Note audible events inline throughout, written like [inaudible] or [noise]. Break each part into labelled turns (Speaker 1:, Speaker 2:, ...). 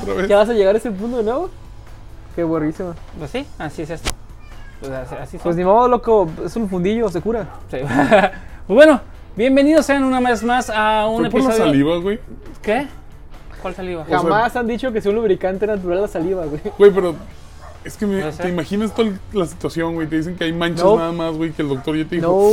Speaker 1: otra vez.
Speaker 2: ¿Ya vas a llegar a ese punto de nuevo? Qué buenísimo.
Speaker 3: Pues sí, así es esto. Pues así, así
Speaker 2: Pues
Speaker 3: son.
Speaker 2: ni modo, loco, es un fundillo, se cura.
Speaker 3: [laughs] Sí. pues bueno, bienvenidos sean una vez más a un
Speaker 1: Fue por las
Speaker 3: episodio.
Speaker 1: salivas, güey.
Speaker 3: ¿Qué? ¿Cuál saliva?
Speaker 1: sea-
Speaker 2: Jamás han dicho que sea un lubricante natural la saliva,
Speaker 3: [laughs]
Speaker 2: güey.
Speaker 1: Güey, pero es que me-
Speaker 3: No sé.
Speaker 1: te imaginas toda la situación, güey. Te dicen que hay manchas
Speaker 2: No.
Speaker 1: nada más, güey, que el doctor ya te dijo.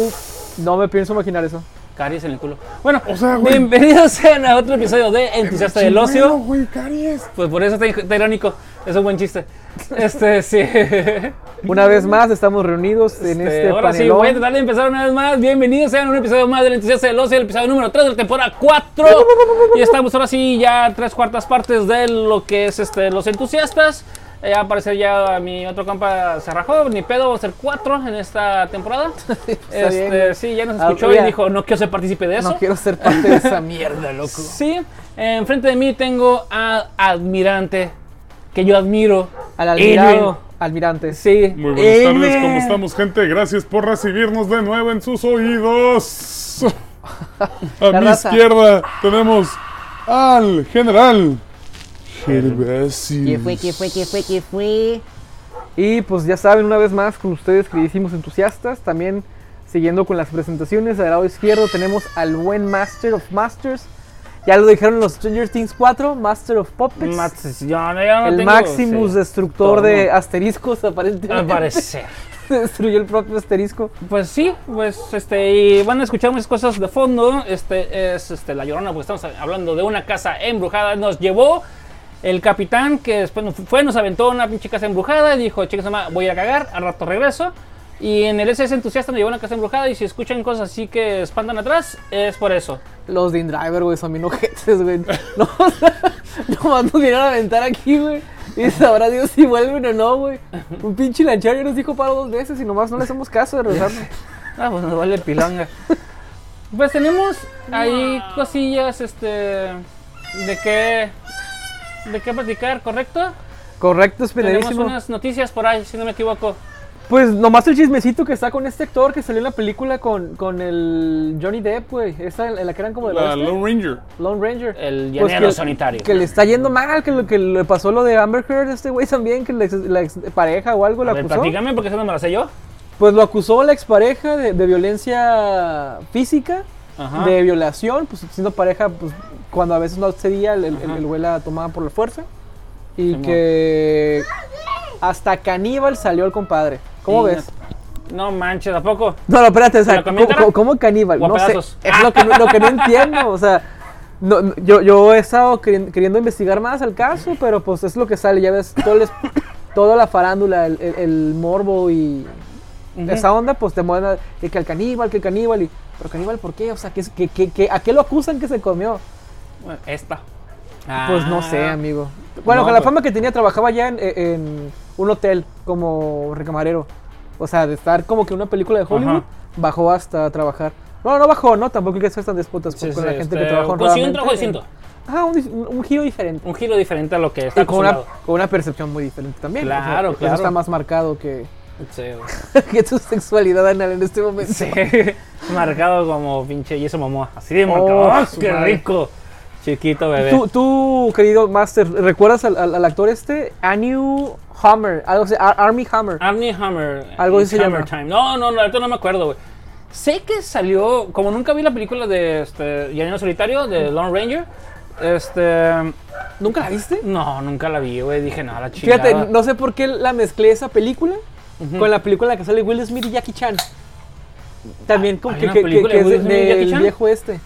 Speaker 2: No, no me pienso imaginar eso.
Speaker 3: Caries en el culo. Bueno,
Speaker 1: O sea, güey.
Speaker 3: bienvenidos sean a otro episodio de Entusiasta del
Speaker 1: Chimuelo,
Speaker 3: Ocio.
Speaker 1: güey, caries.
Speaker 3: Pues por eso está, está irónico. Es un buen chiste. Este, sí. [laughs]
Speaker 2: Una vez más, estamos reunidos en este
Speaker 3: ahora sí,
Speaker 2: panelón.
Speaker 3: voy a tratar de empezar una vez más. Bienvenidos sean a un episodio más del Entusiasta del Ocio, el episodio número 3 de la temporada 4. Y estamos ahora sí ya tres cuartas partes de lo que es este, los entusiastas. Eh, Ya parecer ya mi otro compa se rajó, ni pedo, va a ser cuatro en esta
Speaker 2: [laughs]
Speaker 3: temporada.
Speaker 2: Está bien,
Speaker 3: este,
Speaker 2: güey.
Speaker 3: sí, ya nos
Speaker 2: Ah,
Speaker 3: escuchó y
Speaker 2: mira.
Speaker 3: dijo, no quiero ser partícipe de eso.
Speaker 2: no quiero ser parte de esa mierda, loco.
Speaker 3: Sí, enfrente de mí tengo a Admirante, que yo admiro.
Speaker 2: Al almirado,
Speaker 3: Edwin.
Speaker 2: almirante.
Speaker 3: Sí.
Speaker 1: Muy buenas
Speaker 2: Eh,
Speaker 1: tardes,
Speaker 2: güey.
Speaker 1: ¿cómo estamos, gente? Gracias por recibirnos de nuevo en sus oídos. A
Speaker 2: La
Speaker 1: mi
Speaker 2: raza.
Speaker 1: izquierda tenemos al general Gervasio.
Speaker 4: ¿Qué fue? ¿Qué fue? ¿Qué fue? ¿Qué fue?
Speaker 2: Y pues ya saben, una vez más con ustedes, queridísimos entusiastas, también siguiendo con las presentaciones, al lado izquierdo tenemos al buen Master of Masters. Ya lo dijeron los Stranger Things 4, Master of Puppets.
Speaker 3: Max- yo no- yo no
Speaker 2: el
Speaker 3: tengo-
Speaker 2: Maximus
Speaker 3: sí,
Speaker 2: destructor
Speaker 3: todo.
Speaker 2: de asteriscos, [laughs] aparentemente.
Speaker 3: Al parecer.
Speaker 2: Destruyó el propio asterisco.
Speaker 3: Pues sí, pues este, y van a escuchar muchas cosas de fondo. Este es este, La Llorona, porque estamos hablando de una casa embrujada. Nos llevó el capitán que después nos fue, nos aventó una pinche casa embrujada y dijo, chicas, voy a ir a cagar, al rato regreso. Y en el SS entusiasta nos llevó a una casa embrujada y si escuchan cosas así que espantan atrás, es por eso.
Speaker 2: Los de Indriver, güey, son bien ojetes, güey. [laughs] No, o sea, [laughs] nomás nos vinieron a aventar aquí, güey. Y sabrá Dios si vuelven o no, güey. Un pinche lanchero ya nos dijo paro dos veces y nomás no le hacemos caso de
Speaker 3: [laughs]
Speaker 2: regresarnos.
Speaker 3: Ah, pues nos vale pilanga. pues tenemos ahí cosillas, este, de qué, de qué platicar, ¿correcto?
Speaker 2: Correcto,
Speaker 3: Tenemos
Speaker 2: esperadísimo.
Speaker 3: unas noticias por ahí, si no me equivoco.
Speaker 2: Pues nomás el chismecito que está con este actor que salió en la película con, con el Johnny Depp, güey. Esa en la que eran como de
Speaker 1: La Lone Ranger.
Speaker 2: Lone Ranger.
Speaker 3: El
Speaker 2: Pues
Speaker 3: llanero
Speaker 2: que-
Speaker 3: solitario.
Speaker 2: Que le está yendo mal, que lo que le pasó lo de Amber Heard, este güey también, que la ex, la ex pareja o algo
Speaker 3: A
Speaker 2: la
Speaker 3: ver,
Speaker 2: acusó.
Speaker 3: platícame porque eso no me lo sé yo.
Speaker 2: Pues lo acusó la expareja de, de violencia física,
Speaker 3: Ajá.
Speaker 2: de violación, pues siendo pareja, pues cuando a veces no accedía, el, el,
Speaker 3: Ajá.
Speaker 2: el güey la tomaba por la fuerza. Y
Speaker 3: Simón.
Speaker 2: que hasta caníbal salió el compadre. ¿Cómo
Speaker 3: Sí,
Speaker 2: ves?
Speaker 3: No manches, ¿a poco?
Speaker 2: No, no, espérate, o sea,
Speaker 3: ¿Pero comió
Speaker 2: ¿cómo,
Speaker 3: entera?
Speaker 2: cómo- cómo caníbal?
Speaker 3: ¿O a
Speaker 2: No sé,
Speaker 3: pedazos?
Speaker 2: es lo que, no- lo que no entiendo, o sea, no, no, yo, yo he estado queri- queriendo investigar más al caso, pero pues es lo que sale, ya ves, todo el es- toda la farándula, el, el- el morbo y esa onda, pues te mueven a, y que el caníbal, que el caníbal, y, pero caníbal, ¿por qué? O sea, ¿qué, es- qué- qué- qué- ¿a qué lo acusan que se comió?
Speaker 3: Bueno, Esta. Ah,
Speaker 2: Pues no sé, amigo. Bueno,
Speaker 3: No,
Speaker 2: con la
Speaker 3: pues.
Speaker 2: fama que tenía, trabajaba ya en, eh, en un hotel como recamarero. O sea, de estar como que en una película de Hollywood,
Speaker 3: Ajá.
Speaker 2: bajó hasta trabajar. No, no bajó, no, tampoco creo que seas tan despotas
Speaker 3: Sí,
Speaker 2: con
Speaker 3: sí,
Speaker 2: la gente
Speaker 3: este,
Speaker 2: que trabaja
Speaker 3: consiguió un
Speaker 2: honradamente.
Speaker 3: trabajo distinto.
Speaker 2: Ajá, un, dis- un- un giro diferente.
Speaker 3: Un giro diferente a lo que está
Speaker 2: Y con una,
Speaker 3: acostumbrado.
Speaker 2: con una percepción muy diferente también.
Speaker 3: Claro,
Speaker 2: eso
Speaker 3: claro.
Speaker 2: está más marcado que, [laughs]
Speaker 3: Sí, güey.
Speaker 2: que tu sexualidad anal en este momento.
Speaker 3: Sí. marcado como pinche yeso momoa. Así de marcado.
Speaker 2: Oh,
Speaker 3: ¡Ah,
Speaker 2: su
Speaker 3: ¡Qué
Speaker 2: madre.
Speaker 3: rico! Chiquito bebé.
Speaker 2: [laughs] Tú, tú, querido Master, ¿recuerdas al, al- al actor este? Anu Hammer, algo así, Ar- Army Hammer.
Speaker 3: Arnie Hammer.
Speaker 2: Algo
Speaker 3: It's
Speaker 2: así se
Speaker 3: Hammer
Speaker 2: llama.
Speaker 3: Time. No, no, no, ahorita no me acuerdo, güey. Sé que salió, como nunca vi la película de este, Llanero Solitario, de Lone Ranger, este...
Speaker 2: ¿Nunca la viste?
Speaker 3: No, nunca la vi, güey. Dije, no, la chingada.
Speaker 2: Fíjate, no sé por qué la mezclé esa película con la película en la que sale Will Smith y Jackie Chan. También como
Speaker 3: Ah, ¿Hay
Speaker 2: que,
Speaker 3: una
Speaker 2: que- que-
Speaker 3: película
Speaker 2: que
Speaker 3: de Will
Speaker 2: es
Speaker 3: Smith y Jackie
Speaker 2: del
Speaker 3: Chan?
Speaker 2: viejo este.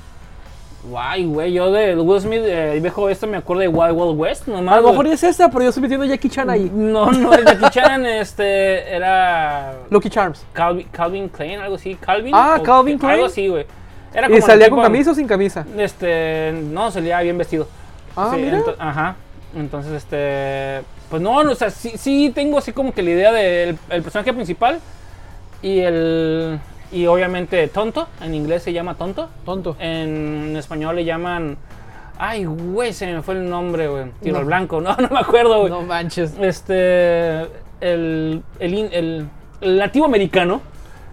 Speaker 3: Guay, güey. Yo de Will Smith, eh, el viejo este, me acuerdo de Wild Wild West. Nomás,
Speaker 2: A lo mejor
Speaker 3: güey.
Speaker 2: es esta, pero yo estoy metiendo a Jackie Chan ahí.
Speaker 3: No, no, el Jackie Chan, este, era...
Speaker 2: Lucky Charms.
Speaker 3: Calvin, Calvin Klein, algo así. Calvin.
Speaker 2: Ah,
Speaker 3: o-
Speaker 2: Calvin Klein.
Speaker 3: Algo así, güey. Era
Speaker 2: ¿Y
Speaker 3: como
Speaker 2: salía
Speaker 3: tipo-
Speaker 2: con camisa o sin camisa?
Speaker 3: Este, no, salía bien vestido.
Speaker 2: Ah,
Speaker 3: Sí,
Speaker 2: mira.
Speaker 3: ento- ajá. Entonces, este. Pues no, no, o sea, sí, sí tengo así como que la idea del el personaje principal y el. Y obviamente tonto, en inglés se llama tonto.
Speaker 2: Tonto.
Speaker 3: En español le llaman. Ay, güey, se me fue el nombre, güey. Tiro
Speaker 2: No.
Speaker 3: al blanco, [laughs] no, no me acuerdo, güey.
Speaker 2: No manches.
Speaker 3: Este. El, el, in- el, el nativo americano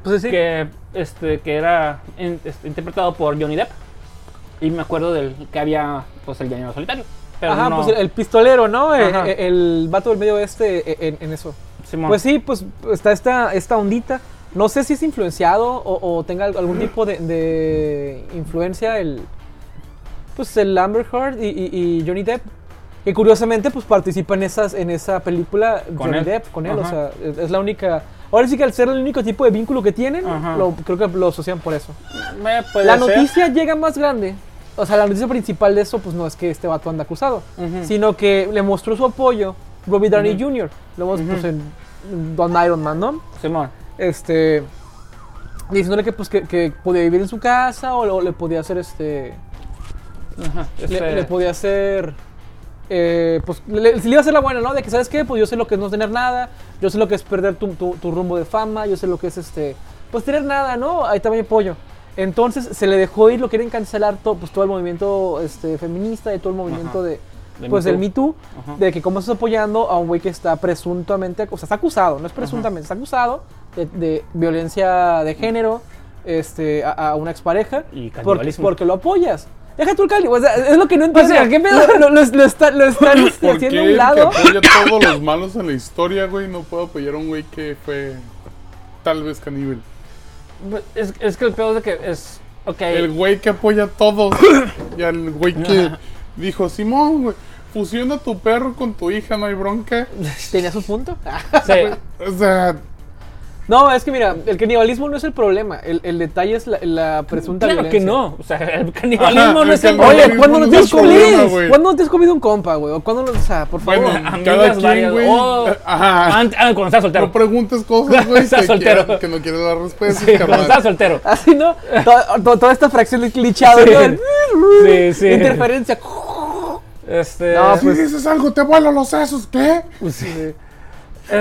Speaker 2: Pues sí.
Speaker 3: que, este, que era in- este, interpretado por Johnny Depp. Y me acuerdo del que había pues el llanero solitario. Pero
Speaker 2: Ajá,
Speaker 3: no.
Speaker 2: pues el, el pistolero, ¿no? E-
Speaker 3: Ajá.
Speaker 2: e- El, vato del medio oeste e- en, en eso.
Speaker 3: Simón.
Speaker 2: Pues sí, pues está esta, esta ondita. No sé si es influenciado o, o tenga al- algún tipo de, de influencia el. Pues el Amber Heard y, y- y Johnny Depp. Que curiosamente, pues participa en, esas, en esa película
Speaker 3: Con
Speaker 2: Johnny
Speaker 3: él.
Speaker 2: Depp con él. O
Speaker 3: Ajá.
Speaker 2: sea, es, es la única. Ahora sí que al ser el único tipo de vínculo que tienen,
Speaker 3: Ajá.
Speaker 2: lo- creo que lo asocian por eso.
Speaker 3: Eh, puede
Speaker 2: La
Speaker 3: ser.
Speaker 2: noticia llega más grande. O sea, la noticia principal de eso, pues no es que este vato anda acusado,
Speaker 3: Ujú.
Speaker 2: sino que le mostró su apoyo Robbie Downey Jr. Lo vemos pues,
Speaker 3: Ujú.
Speaker 2: en Don Iron Man, ¿no?
Speaker 3: Simón.
Speaker 2: Este. Diciéndole que, pues, que, que podía vivir en su casa o, lo- le podía hacer este.
Speaker 3: Ajá,
Speaker 2: Le,
Speaker 3: este,
Speaker 2: le podía hacer. eh, pues le, le iba a hacer la buena, ¿no? De que, ¿sabes qué? Pues yo sé lo que es no tener nada, yo sé lo que es perder tu, tu- tu rumbo de fama, yo sé lo que es este. Pues tener nada, ¿no? Ahí también apoyo. Entonces se le dejó ir, lo quieren cancelar todo, pues, todo el movimiento este, feminista y todo el movimiento
Speaker 3: Ajá.
Speaker 2: de.
Speaker 3: Del
Speaker 2: pues
Speaker 3: Me
Speaker 2: del
Speaker 3: Too.
Speaker 2: Me Too,
Speaker 3: Ajá.
Speaker 2: de que cómo estás apoyando a un güey que está presuntamente, o sea, está acusado, no es presuntamente, está acusado de, de violencia de género este, a, a una expareja.
Speaker 3: Y
Speaker 2: por-
Speaker 3: canibalismo.
Speaker 2: porque lo apoyas. Deja tú el cali, o sea, es lo que no entiendo.
Speaker 3: O sea, ¿qué pedo?
Speaker 2: Lo, lo- lo está- lo están este,
Speaker 1: ¿Por qué
Speaker 2: haciendo a
Speaker 1: el
Speaker 2: un lado.
Speaker 1: que
Speaker 3: [laughs]
Speaker 1: apoya todos los malos en la historia, güey? No puedo apoyar a un güey que fue tal vez caníbal.
Speaker 3: Es, es que el peor de que es. Ok.
Speaker 1: El güey que apoya a todos. y al güey que dijo, Simón, güey, fusiona tu perro con tu hija, no hay bronca.
Speaker 2: Tenía su punto.
Speaker 3: se-
Speaker 1: O sea,
Speaker 2: No, es que mira, el canibalismo no es el problema. El, el detalle [laughs] es la, la presunta
Speaker 3: claro
Speaker 2: violencia.
Speaker 3: que no. O sea, el canibalismo
Speaker 1: Ajá,
Speaker 3: no es
Speaker 1: el
Speaker 3: el
Speaker 1: canibalismo.
Speaker 2: Oye,
Speaker 3: Oye,
Speaker 2: ¿cuándo no te has
Speaker 1: es problema,
Speaker 2: comido?
Speaker 1: güey.
Speaker 2: ¿Cuándo no te has comido un compa, güey? ¿O cuándo no? O sea, por favor.
Speaker 1: bueno,
Speaker 3: amigas
Speaker 1: cada quien,
Speaker 3: varias,
Speaker 1: güey.
Speaker 3: oh.
Speaker 1: [laughs] Ajá.
Speaker 3: antes, ah, cuando estaba soltero.
Speaker 1: No preguntes cosas,
Speaker 3: [laughs]
Speaker 1: güey,
Speaker 3: Está
Speaker 1: que,
Speaker 3: soltero.
Speaker 1: quieras- que no quieres dar respuestas,
Speaker 3: Sí, cuando
Speaker 1: carnal.
Speaker 3: estaba soltero.
Speaker 2: [laughs] Así, ¿no? Toda, to- toda esta fracción de clichado,
Speaker 3: Sí.
Speaker 2: ¿no? El-
Speaker 3: Sí, sí.
Speaker 2: Interferencia.
Speaker 3: Este.
Speaker 2: No, pues,
Speaker 1: Si dices algo, te vuelo los sesos, ¿qué?
Speaker 3: O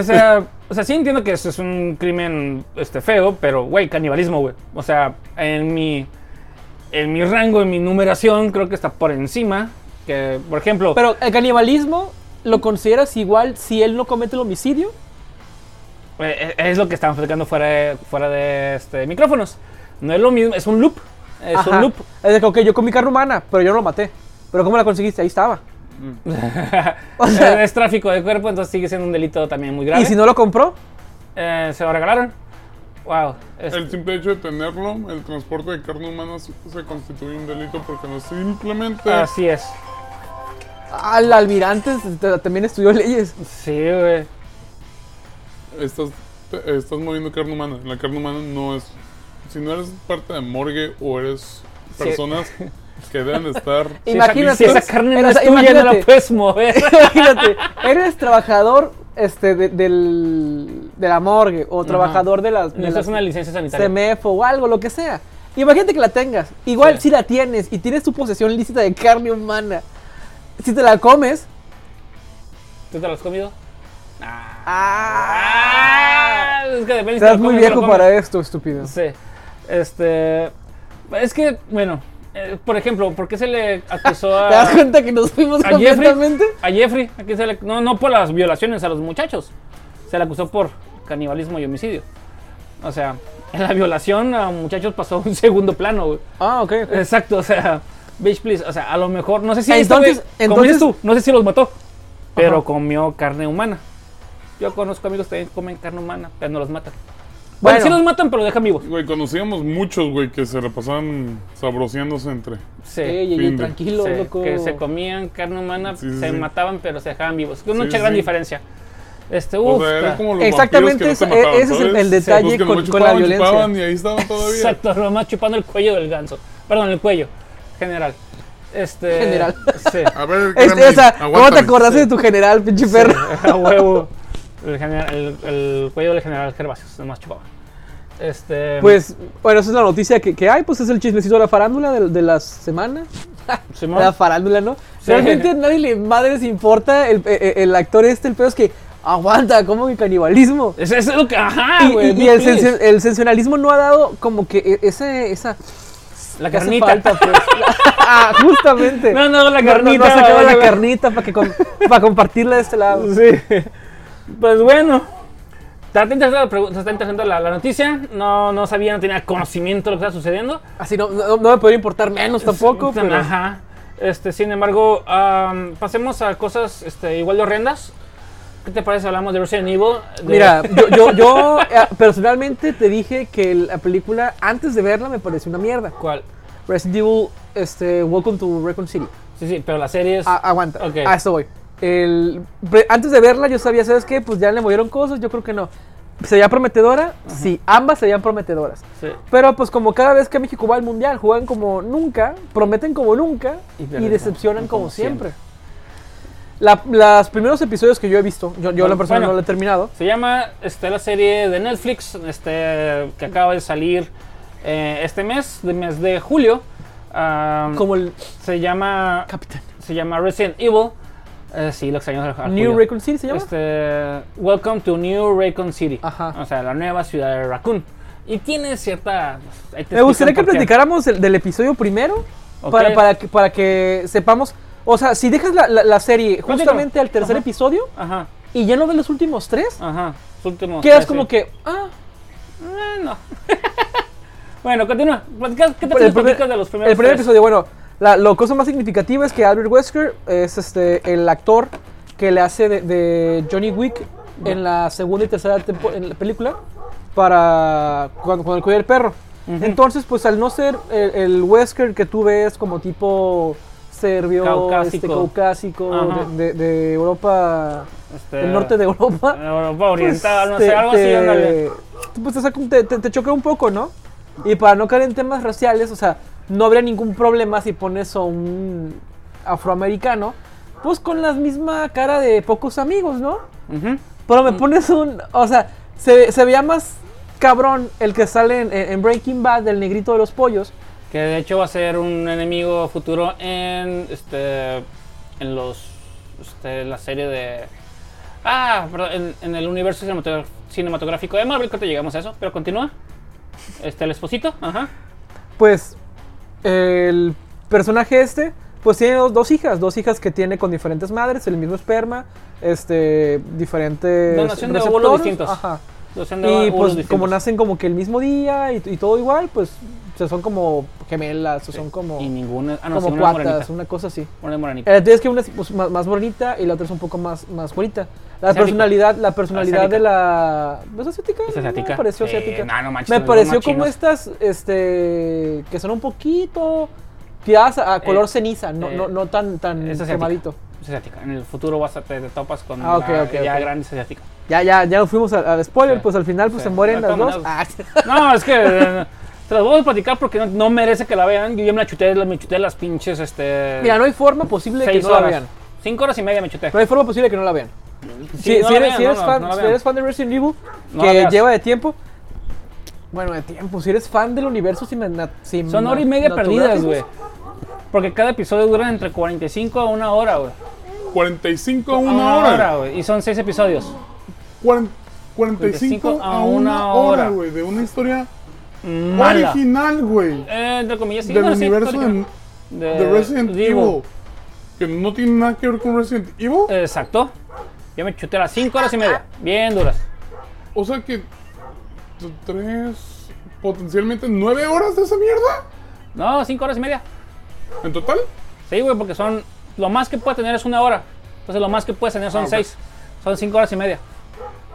Speaker 3: sea, o sea, sí entiendo que eso es un crimen este, feo, pero, güey, canibalismo, güey. O sea, en mi, en mi rango, en mi numeración, creo que está por encima. Que, por ejemplo,
Speaker 2: Pero el canibalismo lo consideras igual si él no comete el homicidio.
Speaker 3: eh, eh, es lo que estaban platicando fuera de, fuera de este, micrófonos. No es lo mismo, es un loop. Es
Speaker 2: Ajá.
Speaker 3: un loop.
Speaker 2: Es de que, ok, yo comí carne humana, pero yo no lo maté. Pero ¿cómo la conseguiste? Ahí estaba. O sea-
Speaker 3: es, es tráfico de cuerpo, entonces sigue siendo un delito también muy grave.
Speaker 2: Y si no lo compró,
Speaker 3: Eh, se lo regalaron. Wow. es-
Speaker 1: El simple hecho de tenerlo, el transporte de carne humana se se constituye un delito porque no simplemente
Speaker 3: así es.
Speaker 2: al almirante se- te- también estudió [laughs] leyes.
Speaker 3: Sí, güey.
Speaker 1: estás, te- estás moviendo carne humana. La carne humana no es... Si no eres parte de morgue o eres
Speaker 3: Sí.
Speaker 1: personas que deben de estar...
Speaker 3: Si
Speaker 2: [laughs]
Speaker 3: esa-
Speaker 2: Imagínate.
Speaker 3: Si esa carne no
Speaker 2: o
Speaker 3: es
Speaker 2: sea,
Speaker 3: tuya, no la
Speaker 2: imagínate.
Speaker 3: puedes
Speaker 2: [laughs]
Speaker 3: mover.
Speaker 2: Imagínate, eres trabajador este, de, del, de la morgue o trabajador de las... de
Speaker 3: Necesitas
Speaker 2: las-
Speaker 3: una licencia sanitaria.
Speaker 2: CMF o algo, lo que sea. Imagínate que la tengas. Igual si
Speaker 3: Sí.
Speaker 2: la tienes y tienes tu posesión lícita de carne humana. Si te la comes,
Speaker 3: ¿Tú te lo has comido?
Speaker 2: ¡ah!
Speaker 3: Ah, es que depende si te
Speaker 2: Estás
Speaker 3: lo
Speaker 2: muy
Speaker 3: comes, te
Speaker 2: viejo
Speaker 3: lo comes.
Speaker 2: para esto, estúpido.
Speaker 3: Sí. Este. Es que, bueno, eh, por ejemplo, ¿por qué se le acusó
Speaker 2: [laughs] ¿Te das
Speaker 3: a,
Speaker 2: cuenta que nos fuimos
Speaker 3: a Jeffrey?
Speaker 2: completamente?
Speaker 3: A Jeffrey. ¿a quién se le- no, no por las violaciones a los muchachos. Se le acusó por canibalismo y homicidio. O sea, la violación a muchachos pasó a un segundo plano, güey.
Speaker 2: Ah, ok. ok.
Speaker 3: Exacto, o sea, bitch, please. O sea, a lo mejor, no sé si. este
Speaker 2: Entonces-
Speaker 3: güey, como
Speaker 2: entonces-
Speaker 3: dices tú, no sé si los mató, pero
Speaker 2: Ajá.
Speaker 3: comió carne humana. Yo conozco amigos que también comen carne humana, pero no los matan. Bueno,
Speaker 2: Bueno.
Speaker 3: sí los matan, pero los dejan vivos.
Speaker 1: Güey, conocíamos muchos, güey, que se la pasaban sabroseándose entre.
Speaker 3: Sí.
Speaker 2: Ey, ey, ey,
Speaker 1: fin de-
Speaker 2: tranquilo,
Speaker 3: Sí,
Speaker 2: loco.
Speaker 3: que se comían carne humana,
Speaker 1: Sí, sí,
Speaker 3: se
Speaker 1: sí.
Speaker 3: mataban, pero se dejaban vivos. Que Una
Speaker 1: Sí, sí,
Speaker 3: gran
Speaker 1: sí. Pues,
Speaker 3: diferencia. Este,
Speaker 1: O
Speaker 3: uff.
Speaker 1: sea, era como los
Speaker 2: Exactamente,
Speaker 1: vampiros que no te
Speaker 2: ese-
Speaker 1: mataban,
Speaker 2: ese es el-
Speaker 1: ¿sabes?
Speaker 2: el detalle
Speaker 1: Los que
Speaker 2: con-
Speaker 1: nomás
Speaker 2: con la
Speaker 1: chupaban,
Speaker 2: violencia.
Speaker 1: chupaban Y ahí
Speaker 2: [laughs]
Speaker 1: estaban todavía.
Speaker 3: Exacto, nomás chupando el cuello del ganso. Perdón, el cuello. General. Este.
Speaker 2: General.
Speaker 3: [laughs] Sí.
Speaker 1: A ver,
Speaker 2: Este,
Speaker 1: Gremlin,
Speaker 2: o sea, ¿cómo te
Speaker 1: aguántame.
Speaker 2: acordaste de tu general, pinche perro?
Speaker 3: [laughs] A huevo. El, general- el- el cuello del general Gervasios, nomás chupaba. Este.
Speaker 2: Pues, bueno, esa es la noticia que, que hay, pues es el chismecito de la farándula de, de la semana.
Speaker 3: Simón,
Speaker 2: La farándula, ¿no? Realmente a nadie le madres importa el, el- el actor este, el peor es que aguanta, como que canibalismo.
Speaker 3: es, es lo que. Ajá,
Speaker 2: Y,
Speaker 3: Ah, güey.
Speaker 2: y-
Speaker 3: no
Speaker 2: y el,
Speaker 3: please.
Speaker 2: sense- el sensacionalismo no ha dado como que e- ese, esa
Speaker 3: La
Speaker 2: que hace
Speaker 3: carnita.
Speaker 2: falta,
Speaker 3: [laughs]
Speaker 2: pues. Ah, justamente.
Speaker 3: No, no, la carnita.
Speaker 2: No, no ha sacado
Speaker 3: vale,
Speaker 2: la
Speaker 3: güey.
Speaker 2: carnita para que com- para compartirla de este lado.
Speaker 3: Sí. [laughs] Pues bueno. Está interesante la, pregunta, está interesante la, la noticia. No, no sabía, no tenía conocimiento de lo que estaba sucediendo. Este,
Speaker 2: Así no, no, no me podría importar menos tampoco, pero
Speaker 3: Ajá. Este, sin embargo, am, pasemos a cosas este, igual de horrendas. ¿Qué te parece? Hablamos de Resident Evil. de-
Speaker 2: Mira, yo, yo, yo, eh, personalmente te dije que la película, antes de verla, me pareció una mierda.
Speaker 3: ¿Cuál?
Speaker 2: Resident Evil, este, Welcome to Recon City.
Speaker 3: Sí, sí, pero la serie es.
Speaker 2: A- aguanta,
Speaker 3: Ok.
Speaker 2: a eso voy. El, pre- antes de verla, yo sabía, ¿sabes qué? Pues ya le movieron cosas, yo creo que no. ¿Sería prometedora? Sí, ambas serían prometedoras.
Speaker 3: sí.
Speaker 2: Pero pues como cada vez que México va al mundial, juegan como nunca, prometen como nunca
Speaker 3: Y
Speaker 2: y,
Speaker 3: pierden
Speaker 2: decepcionan
Speaker 3: como
Speaker 2: como, siempre. La- los primeros episodios que yo he visto, yo, yo
Speaker 3: Bueno,
Speaker 2: la persona
Speaker 3: bueno.
Speaker 2: no lo he terminado.
Speaker 3: Se llama este, la serie de Netflix este, que acaba de salir eh, este mes, del mes de julio. Am,
Speaker 2: Como el
Speaker 3: se llama
Speaker 2: capitán.
Speaker 3: se llama Resident Evil. Eh, sí, lo extraño. al- al
Speaker 2: New
Speaker 3: Julio.
Speaker 2: Recon City se llama.
Speaker 3: Este, Welcome to New Raccoon City.
Speaker 2: Ajá.
Speaker 3: O sea, la nueva ciudad de Raccoon. Y tiene cierta. pues, ahí te
Speaker 2: Me gustaría que
Speaker 3: explican por qué.
Speaker 2: platicáramos del, del episodio primero
Speaker 3: Ok.
Speaker 2: para, para, que, para que sepamos. O sea, si dejas la, la- la serie
Speaker 3: Continúa.
Speaker 2: justamente al tercer
Speaker 3: Ajá. Ah,
Speaker 2: episodio
Speaker 3: Ajá,
Speaker 2: y ya no ves los últimos tres,
Speaker 3: ajá. Los últimos
Speaker 2: quedas
Speaker 3: trece.
Speaker 2: como que, ah,
Speaker 3: Eh, no. [laughs] bueno, continúa. Platica- ¿Qué te
Speaker 2: Pues, el
Speaker 3: parece
Speaker 2: primer,
Speaker 3: platicas de los primeros?
Speaker 2: el primer
Speaker 3: tres?
Speaker 2: episodio, bueno, la, la cosa más significativa es que Albert Wesker es este, el actor que le hace de, de Johnny Wick en la segunda y tercera tempo- en la película para cuando, cuando cuida el perro.
Speaker 3: Ujú.
Speaker 2: Entonces, pues al no ser el, el Wesker que tú ves como tipo serbio,
Speaker 3: Caucásico.
Speaker 2: este, caucásico,
Speaker 3: Ajá.
Speaker 2: de, de- de Europa,
Speaker 3: Este,
Speaker 2: del norte de Europa,
Speaker 3: Europa Oriental, no
Speaker 2: pues,
Speaker 3: sé, algo así,
Speaker 2: te-
Speaker 3: ándale.
Speaker 2: Pues te, saca un- te- te- te choca un poco, ¿no? Y para no caer en temas raciales, o sea, no habría ningún problema si pones a un afroamericano, pues con la misma cara de pocos amigos, ¿no?
Speaker 3: Ujú.
Speaker 2: Pero
Speaker 3: Mm.
Speaker 2: me pones un. O sea, se, se veía más cabrón el que sale en, en Breaking Bad del negrito de los pollos.
Speaker 3: Que de hecho va a ser un enemigo futuro en este en los este, la serie de ah, perdón, en, en el universo cinematogra- cinematográfico de Marvel, que te llegamos a eso, pero continúa. Este el esposito, ajá.
Speaker 2: Pues el personaje este, pues tiene dos, dos hijas, dos hijas que tiene con diferentes madres, el mismo esperma, este, diferentes
Speaker 3: Donación de
Speaker 2: receptores,
Speaker 3: óvulos distintos.
Speaker 2: Ajá.
Speaker 3: Los han dado
Speaker 2: Y
Speaker 3: algunos
Speaker 2: pues
Speaker 3: distintos.
Speaker 2: como nacen como que el mismo día y, y todo igual, pues o sea, son como gemelas, o son como,
Speaker 3: y ninguna, ah no, sí,
Speaker 2: como
Speaker 3: una
Speaker 2: cuatas,
Speaker 3: morenita.
Speaker 2: una cosa así.
Speaker 3: Una morenita.
Speaker 2: La teoría es que una es pues, más, más bonita y la otra es un poco más, más bonita. La
Speaker 3: Asiática.
Speaker 2: personalidad, la personalidad
Speaker 3: Asiática.
Speaker 2: de la. ¿No es asiática?
Speaker 3: ¿Es
Speaker 2: No
Speaker 3: asiática?
Speaker 2: Me pareció
Speaker 3: Sí,
Speaker 2: asiática.
Speaker 3: Ah, no, no manches,
Speaker 2: me
Speaker 3: los
Speaker 2: pareció
Speaker 3: monos
Speaker 2: como
Speaker 3: chinos.
Speaker 2: estas, este. que son un poquito. tiradas a, a color
Speaker 3: Eh,
Speaker 2: ceniza, no,
Speaker 3: eh,
Speaker 2: no, no tan, tan
Speaker 3: es asiática.
Speaker 2: quemadito.
Speaker 3: Es asiática. En el futuro vas a te, te topas con
Speaker 2: Ah, ok,
Speaker 3: la
Speaker 2: ok,
Speaker 3: ya
Speaker 2: ok.
Speaker 3: grande asiática.
Speaker 2: Ya, ya, ya nos fuimos al, al spoiler,
Speaker 3: Sí.
Speaker 2: pues al final pues
Speaker 3: Sí.
Speaker 2: se mueren
Speaker 3: De
Speaker 2: las
Speaker 3: todas
Speaker 2: dos.
Speaker 3: maneras-
Speaker 2: Ah,
Speaker 3: No, es que eh, te las voy a platicar porque no, no merece que la vean. Yo ya me la chuté, me chuté las pinches este
Speaker 2: [laughs] mira, no hay forma posible que
Speaker 3: seis
Speaker 2: no la
Speaker 3: horas.
Speaker 2: vean.
Speaker 3: Cinco horas y media me chuté.
Speaker 2: No hay forma posible que no la vean.
Speaker 3: Sí,
Speaker 2: si,
Speaker 3: no
Speaker 2: si eres,
Speaker 3: la vean,
Speaker 2: si
Speaker 3: no,
Speaker 2: eres
Speaker 3: no,
Speaker 2: fan,
Speaker 3: no la
Speaker 2: si
Speaker 3: vean.
Speaker 2: eres fan de Resident Evil,
Speaker 3: No la
Speaker 2: que
Speaker 3: veas.
Speaker 2: lleva de tiempo. Bueno, de tiempo, si eres fan del universo cima- cima-
Speaker 3: Son hora y media perdidas,
Speaker 2: naturales,
Speaker 3: güey. Porque cada episodio dura entre 45 a una hora, güey.
Speaker 1: 45 a
Speaker 3: A
Speaker 1: una hora.
Speaker 3: güey. Y son seis episodios.
Speaker 1: Cuaren- 45 a una hora, güey. De una historia
Speaker 3: Mala.
Speaker 1: original, güey.
Speaker 3: Eh, entre comillas, sí,
Speaker 1: Del
Speaker 3: bueno, sí,
Speaker 1: universo de,
Speaker 3: original. de,
Speaker 1: de Resident
Speaker 3: de
Speaker 1: Evil. Que no tiene nada que ver con Resident Evil.
Speaker 3: Eh. Exacto. Yo me chuté las cinco horas y media. Bien duras.
Speaker 1: O sea que. t- Tres. Potencialmente nueve horas de esa mierda.
Speaker 3: No, cinco horas y media.
Speaker 1: En total.
Speaker 3: Sí, güey, porque son. Lo más que puedes tener es una hora. Entonces, lo más que puedes tener son
Speaker 1: Ah, ok.
Speaker 3: seis. Son cinco horas y media.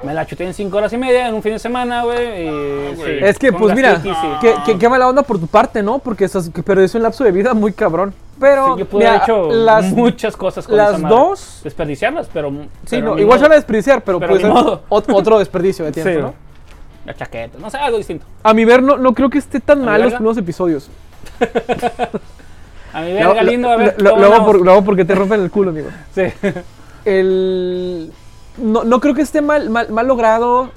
Speaker 3: Me la chuté en cinco horas y media en un fin de semana, güey. y
Speaker 1: Ah, güey.
Speaker 3: sí,
Speaker 2: Es que,
Speaker 3: con
Speaker 2: pues mira,
Speaker 3: gastritis y-
Speaker 2: que, que- qué mala onda por tu parte, ¿no? Porque estás, que- pero es un lapso de vida muy cabrón. Pero
Speaker 3: yo pude haber
Speaker 2: mira,
Speaker 3: hecho
Speaker 2: las,
Speaker 3: muchas cosas con
Speaker 2: las
Speaker 3: esa madre.
Speaker 2: dos-
Speaker 3: Desperdiciarlas, pero.
Speaker 2: sí, no, igual se van a desperdiciar, pero,
Speaker 3: pero
Speaker 2: pues
Speaker 3: ni
Speaker 2: es
Speaker 3: modo.
Speaker 2: [laughs] ot- otro desperdicio de tiempo,
Speaker 3: Sí.
Speaker 2: ¿no?
Speaker 3: La chaqueta, no sé, algo distinto.
Speaker 2: A mi ver, no, no creo que esté tan
Speaker 3: mi
Speaker 2: mal los
Speaker 3: verga?
Speaker 2: primeros episodios.
Speaker 3: A mi verga, lindo, a ver.
Speaker 2: lo-
Speaker 3: ¿cómo
Speaker 2: luego
Speaker 3: andamos?
Speaker 2: por- luego porque te rompen el culo, amigo.
Speaker 3: Sí. [laughs]
Speaker 2: el no, no creo que esté mal, mal, mal logrado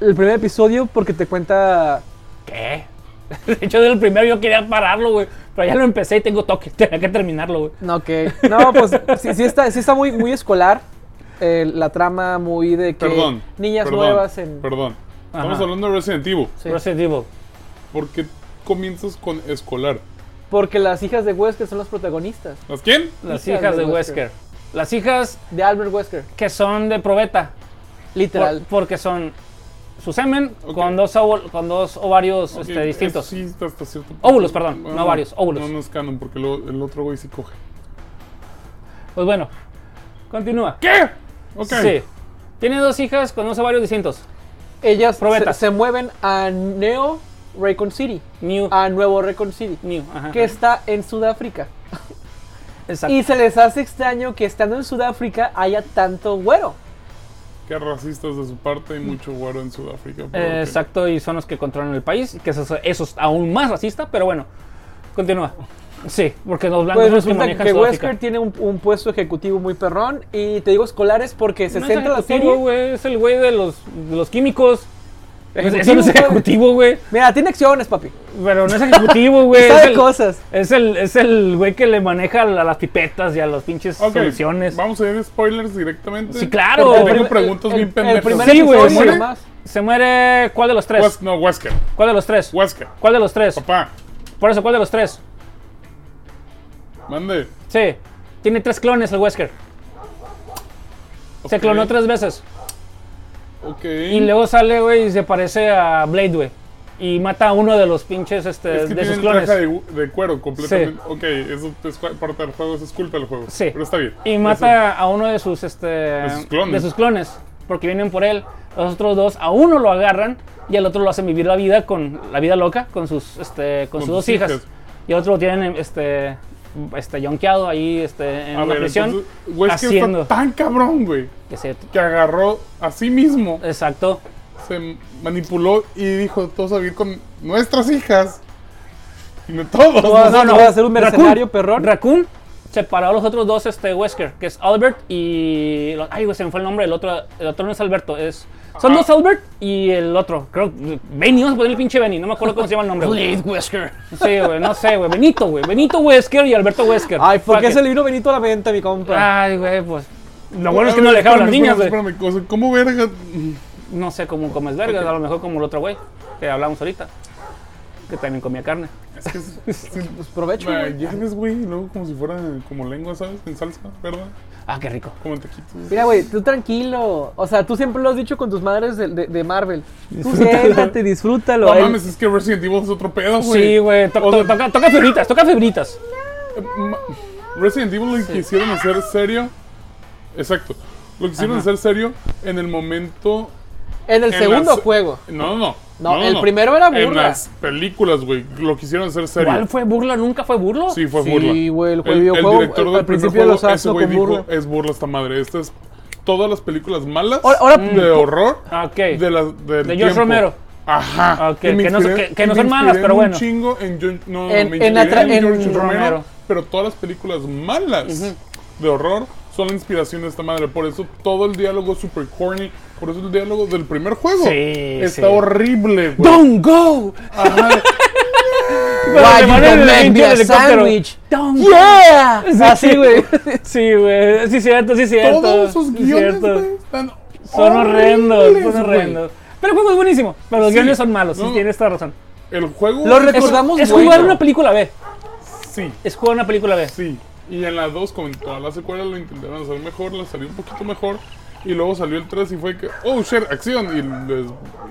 Speaker 2: el primer episodio porque te cuenta
Speaker 3: ¿Qué? De hecho, del primero yo quería pararlo, güey. Pero ya lo empecé y tengo toque. [laughs] Tenía que terminarlo, güey.
Speaker 2: no que no pues sí, sí está sí está muy muy escolar eh, la trama muy de que
Speaker 1: Perdón.
Speaker 2: niñas
Speaker 1: perdón,
Speaker 2: nuevas en
Speaker 1: Perdón.
Speaker 3: Ajá.
Speaker 1: Estamos hablando de Resident Evil.
Speaker 2: sí,
Speaker 3: Resident Evil.
Speaker 1: ¿Por qué comienzas con escolar?
Speaker 2: porque las hijas de Wesker son las protagonistas
Speaker 1: ¿Las quién?
Speaker 3: Las hijas, de Wesker. Las hijas
Speaker 2: de Albert Wesker
Speaker 3: que son de probeta. Por-
Speaker 2: literal
Speaker 3: porque son su semen
Speaker 1: Ok.
Speaker 3: con, dos ovo- con dos ovarios
Speaker 1: Ok,
Speaker 3: este, distintos.
Speaker 1: eso Sí, hasta cierto punto.
Speaker 3: Óvulos, perdón, no
Speaker 1: Ah,
Speaker 3: varios, óvulos.
Speaker 1: No, no es canon porque lo- el otro güey sí coge.
Speaker 3: Pues bueno, continúa.
Speaker 1: ¿Qué? Ok.
Speaker 3: Sí. Tiene dos hijas con dos ovarios distintos.
Speaker 2: Ellas se,
Speaker 3: Probetas.
Speaker 2: se mueven a Neo Raycon City,
Speaker 3: New.
Speaker 2: a Nuevo Raycon City,
Speaker 3: New. Ajá.
Speaker 2: Ah, que está en Sudáfrica.
Speaker 3: Exacto.
Speaker 2: Y se les hace extraño que estando en Sudáfrica haya tanto güero.
Speaker 1: Qué racistas de su parte y mucho güero en Sudáfrica. pero
Speaker 3: Mm. Eh,
Speaker 1: ok.
Speaker 3: Exacto, y son los que controlan el país, que eso, eso es aún más racista, pero bueno, continúa. Sí, porque los blancos
Speaker 2: Pues
Speaker 3: son los que
Speaker 2: resulta
Speaker 3: manejan
Speaker 2: que
Speaker 3: Sudáfrica.
Speaker 2: Wesker tiene un, un puesto ejecutivo muy perrón. Y te digo escolares porque se
Speaker 3: No es
Speaker 2: centra la
Speaker 3: ejecutivo,
Speaker 2: serie.
Speaker 3: güey, es el güey de los, de los químicos. No es- Eso
Speaker 2: Ejecutivo,
Speaker 3: no es
Speaker 2: güey.
Speaker 3: ejecutivo, güey.
Speaker 2: Mira, tiene acciones, papi.
Speaker 3: Pero no es ejecutivo, [laughs] güey. es,
Speaker 2: Sabe
Speaker 3: Pues, el,
Speaker 2: cosas.
Speaker 3: es el es el güey que le maneja a las pipetas y a las pinches
Speaker 1: Ok,
Speaker 3: soluciones.
Speaker 1: Vamos a ir a spoilers directamente.
Speaker 3: Sí, claro.
Speaker 1: Porque
Speaker 3: El
Speaker 1: tengo
Speaker 2: primer-
Speaker 1: preguntas
Speaker 2: el-
Speaker 1: bien
Speaker 2: el
Speaker 1: pendejas.
Speaker 2: primer
Speaker 3: Sí, güey,
Speaker 2: episodio
Speaker 3: muere.
Speaker 2: nomás.
Speaker 3: Se muere. ¿Cuál de los tres?
Speaker 1: Wes- no, Wesker.
Speaker 3: ¿Cuál de los tres?
Speaker 1: Wesker.
Speaker 3: ¿Cuál de los tres?
Speaker 1: Papá,
Speaker 3: Por eso, ¿cuál de los tres?
Speaker 1: mande.
Speaker 3: Sí. Tiene tres clones el Wesker. Se
Speaker 1: Ok,
Speaker 3: clonó tres veces.
Speaker 1: Ok.
Speaker 3: Y luego sale, güey, y se parece a Blade, güey. Y mata a uno de los pinches este,
Speaker 1: Es que
Speaker 3: de sus
Speaker 1: tienen
Speaker 3: clones.
Speaker 1: traje de, de cuero completamente. Ok, eso es cu- parte del juego, eso es culpa del juego.
Speaker 3: Sí.
Speaker 1: Pero está bien.
Speaker 3: Y mata a uno de sus, este, de
Speaker 1: sus clones.
Speaker 3: sus clones, Porque vienen por él. Los otros dos, a uno lo agarran y al otro lo hacen vivir la vida con la vida loca con sus, este,
Speaker 1: Con
Speaker 3: con, sus
Speaker 1: sus
Speaker 3: dos hijas.
Speaker 1: hijas.
Speaker 3: Y al otro lo tienen este, este, yonkeado ahí este, en
Speaker 1: A
Speaker 3: una
Speaker 1: ver,
Speaker 3: prisión.
Speaker 1: entonces, Wesker
Speaker 3: haciendo.
Speaker 1: está tan cabrón, güey,
Speaker 3: que se-
Speaker 1: que agarró a sí mismo,
Speaker 3: Eh. exacto.
Speaker 1: se manipuló y dijo, todos a vivir con nuestras hijas. De todos.
Speaker 2: Todas-
Speaker 1: ¿no?
Speaker 2: no, va a ser un mercenario
Speaker 3: Raccoon,
Speaker 2: perrón.
Speaker 3: Raccoon separó a los otros dos este Wesker, que es Albert y lo- ay, güey, se me fue el nombre, el otro el otro no es Alberto, es son
Speaker 1: Ajá.
Speaker 3: dos Albert y el otro, creo Benny, vamos a poner el pinche Benny, no me acuerdo cómo se llama el nombre. Blade Wesker. Sí, güey, no sé, güey, Benito, güey, Benito Wesker y Alberto Wesker.
Speaker 2: Ay, ¿por qué
Speaker 3: Fuck
Speaker 2: se
Speaker 3: it.
Speaker 2: le vino Benito a la venta, mi compa?
Speaker 3: Ay, güey, pues lo bueno es
Speaker 1: A
Speaker 3: que no
Speaker 1: ver,
Speaker 3: le dejaron las
Speaker 1: espérame,
Speaker 3: niñas, güey.
Speaker 1: espérame, espérame, o sea, ¿Cómo verga?
Speaker 3: No sé cómo comes vergas, a lo mejor como el otro güey que hablamos ahorita, que también comía carne.
Speaker 1: Es
Speaker 3: [laughs]
Speaker 1: que es- es-
Speaker 2: Pues provecho.
Speaker 1: Ma,
Speaker 2: güey.
Speaker 1: llaves, güey, y luego como si fuera como lengua, ¿sabes? En salsa, ¿verdad?
Speaker 3: Ah, qué rico.
Speaker 1: Como en taquitos.
Speaker 2: Mira, güey, tú tranquilo. O sea, tú siempre lo has dicho con tus madres de, de- de Marvel. Tú siéntate, disfrútalo.
Speaker 1: No
Speaker 2: Él-
Speaker 1: mames, es que Resident Evil es otro pedo, güey.
Speaker 3: Sí, güey, to-
Speaker 1: O
Speaker 3: to-
Speaker 1: sea,
Speaker 3: toca, toca fibritas, toca fibritas.
Speaker 1: Ma- Resident Evil lo quisieron hacer serio. Exacto. Lo quisieron
Speaker 3: Ajá.
Speaker 1: hacer serio en el momento.
Speaker 2: en el
Speaker 1: en
Speaker 2: segundo
Speaker 1: las-
Speaker 2: juego.
Speaker 1: No, no, no.
Speaker 2: No, el primero era
Speaker 1: En
Speaker 2: burla.
Speaker 1: las películas, güey. Lo quisieron hacer serio.
Speaker 3: ¿Cuál fue burla? ¿Nunca fue burla?
Speaker 1: Sí, fue
Speaker 2: Sí,
Speaker 1: burla.
Speaker 2: güey, el
Speaker 1: el,
Speaker 2: videojuego,
Speaker 1: director
Speaker 2: al
Speaker 1: del primer
Speaker 2: principio
Speaker 1: juego,
Speaker 2: los
Speaker 1: ese
Speaker 2: asno
Speaker 1: güey
Speaker 2: con
Speaker 1: dijo,
Speaker 2: burla.
Speaker 1: es burla esta madre. Esta es todas las películas malas
Speaker 2: Ahora- ahora-
Speaker 1: de horror
Speaker 3: Ah, Ok.
Speaker 1: de la del
Speaker 3: De George
Speaker 1: tiempo.
Speaker 3: Romero.
Speaker 1: Ajá.
Speaker 3: Ok,
Speaker 1: Y me
Speaker 3: que no-
Speaker 1: inspiré-
Speaker 3: que- que no
Speaker 1: y me
Speaker 3: son malas,
Speaker 1: inspiré
Speaker 3: pero bueno.
Speaker 1: Un chingo en, John- no, no,
Speaker 2: En-
Speaker 1: me
Speaker 2: en
Speaker 1: inspiré
Speaker 2: atra- en
Speaker 1: George Romero,
Speaker 3: Romero.
Speaker 1: pero todas las películas malas de horror son la inspiración de esta madre. Por eso todo el diálogo es super corny. Por eso el diálogo del primer juego
Speaker 3: Sí,
Speaker 1: está
Speaker 3: sí.
Speaker 1: horrible, güey.
Speaker 3: Don't go.
Speaker 1: Ajá.
Speaker 3: [laughs]
Speaker 2: Why
Speaker 3: Te
Speaker 2: you
Speaker 3: mandan
Speaker 2: don't
Speaker 3: en el
Speaker 2: make me
Speaker 3: pinche
Speaker 2: a
Speaker 3: helicóptero.
Speaker 2: sandwich?
Speaker 3: Don't go.
Speaker 2: ¡Yeah!
Speaker 3: Sí.
Speaker 2: Así,
Speaker 3: [laughs]
Speaker 2: güey.
Speaker 3: Sí, güey. Sí, cierto, sí, cierto.
Speaker 1: Todos esos
Speaker 3: Sí,
Speaker 1: guiones,
Speaker 3: cierto.
Speaker 1: güey, están
Speaker 3: Son horrendos,
Speaker 1: horribles,
Speaker 3: son
Speaker 1: güey.
Speaker 3: horrendos. Pero el juego es buenísimo. Pero los
Speaker 1: Sí.
Speaker 3: guiones son malos, sí,
Speaker 1: No.
Speaker 3: tienes toda razón.
Speaker 1: El juego
Speaker 2: Lo
Speaker 3: Es,
Speaker 2: Recordamos
Speaker 3: es
Speaker 2: bueno.
Speaker 3: jugar una película B.
Speaker 1: sí,
Speaker 3: Es jugar una película B.
Speaker 1: sí. Y en la 2, como en todas las secuelas, lo intentaron hacer mejor, le salió un poquito mejor. Y luego salió el 3 y fue que, oh shit, acción. Y, les-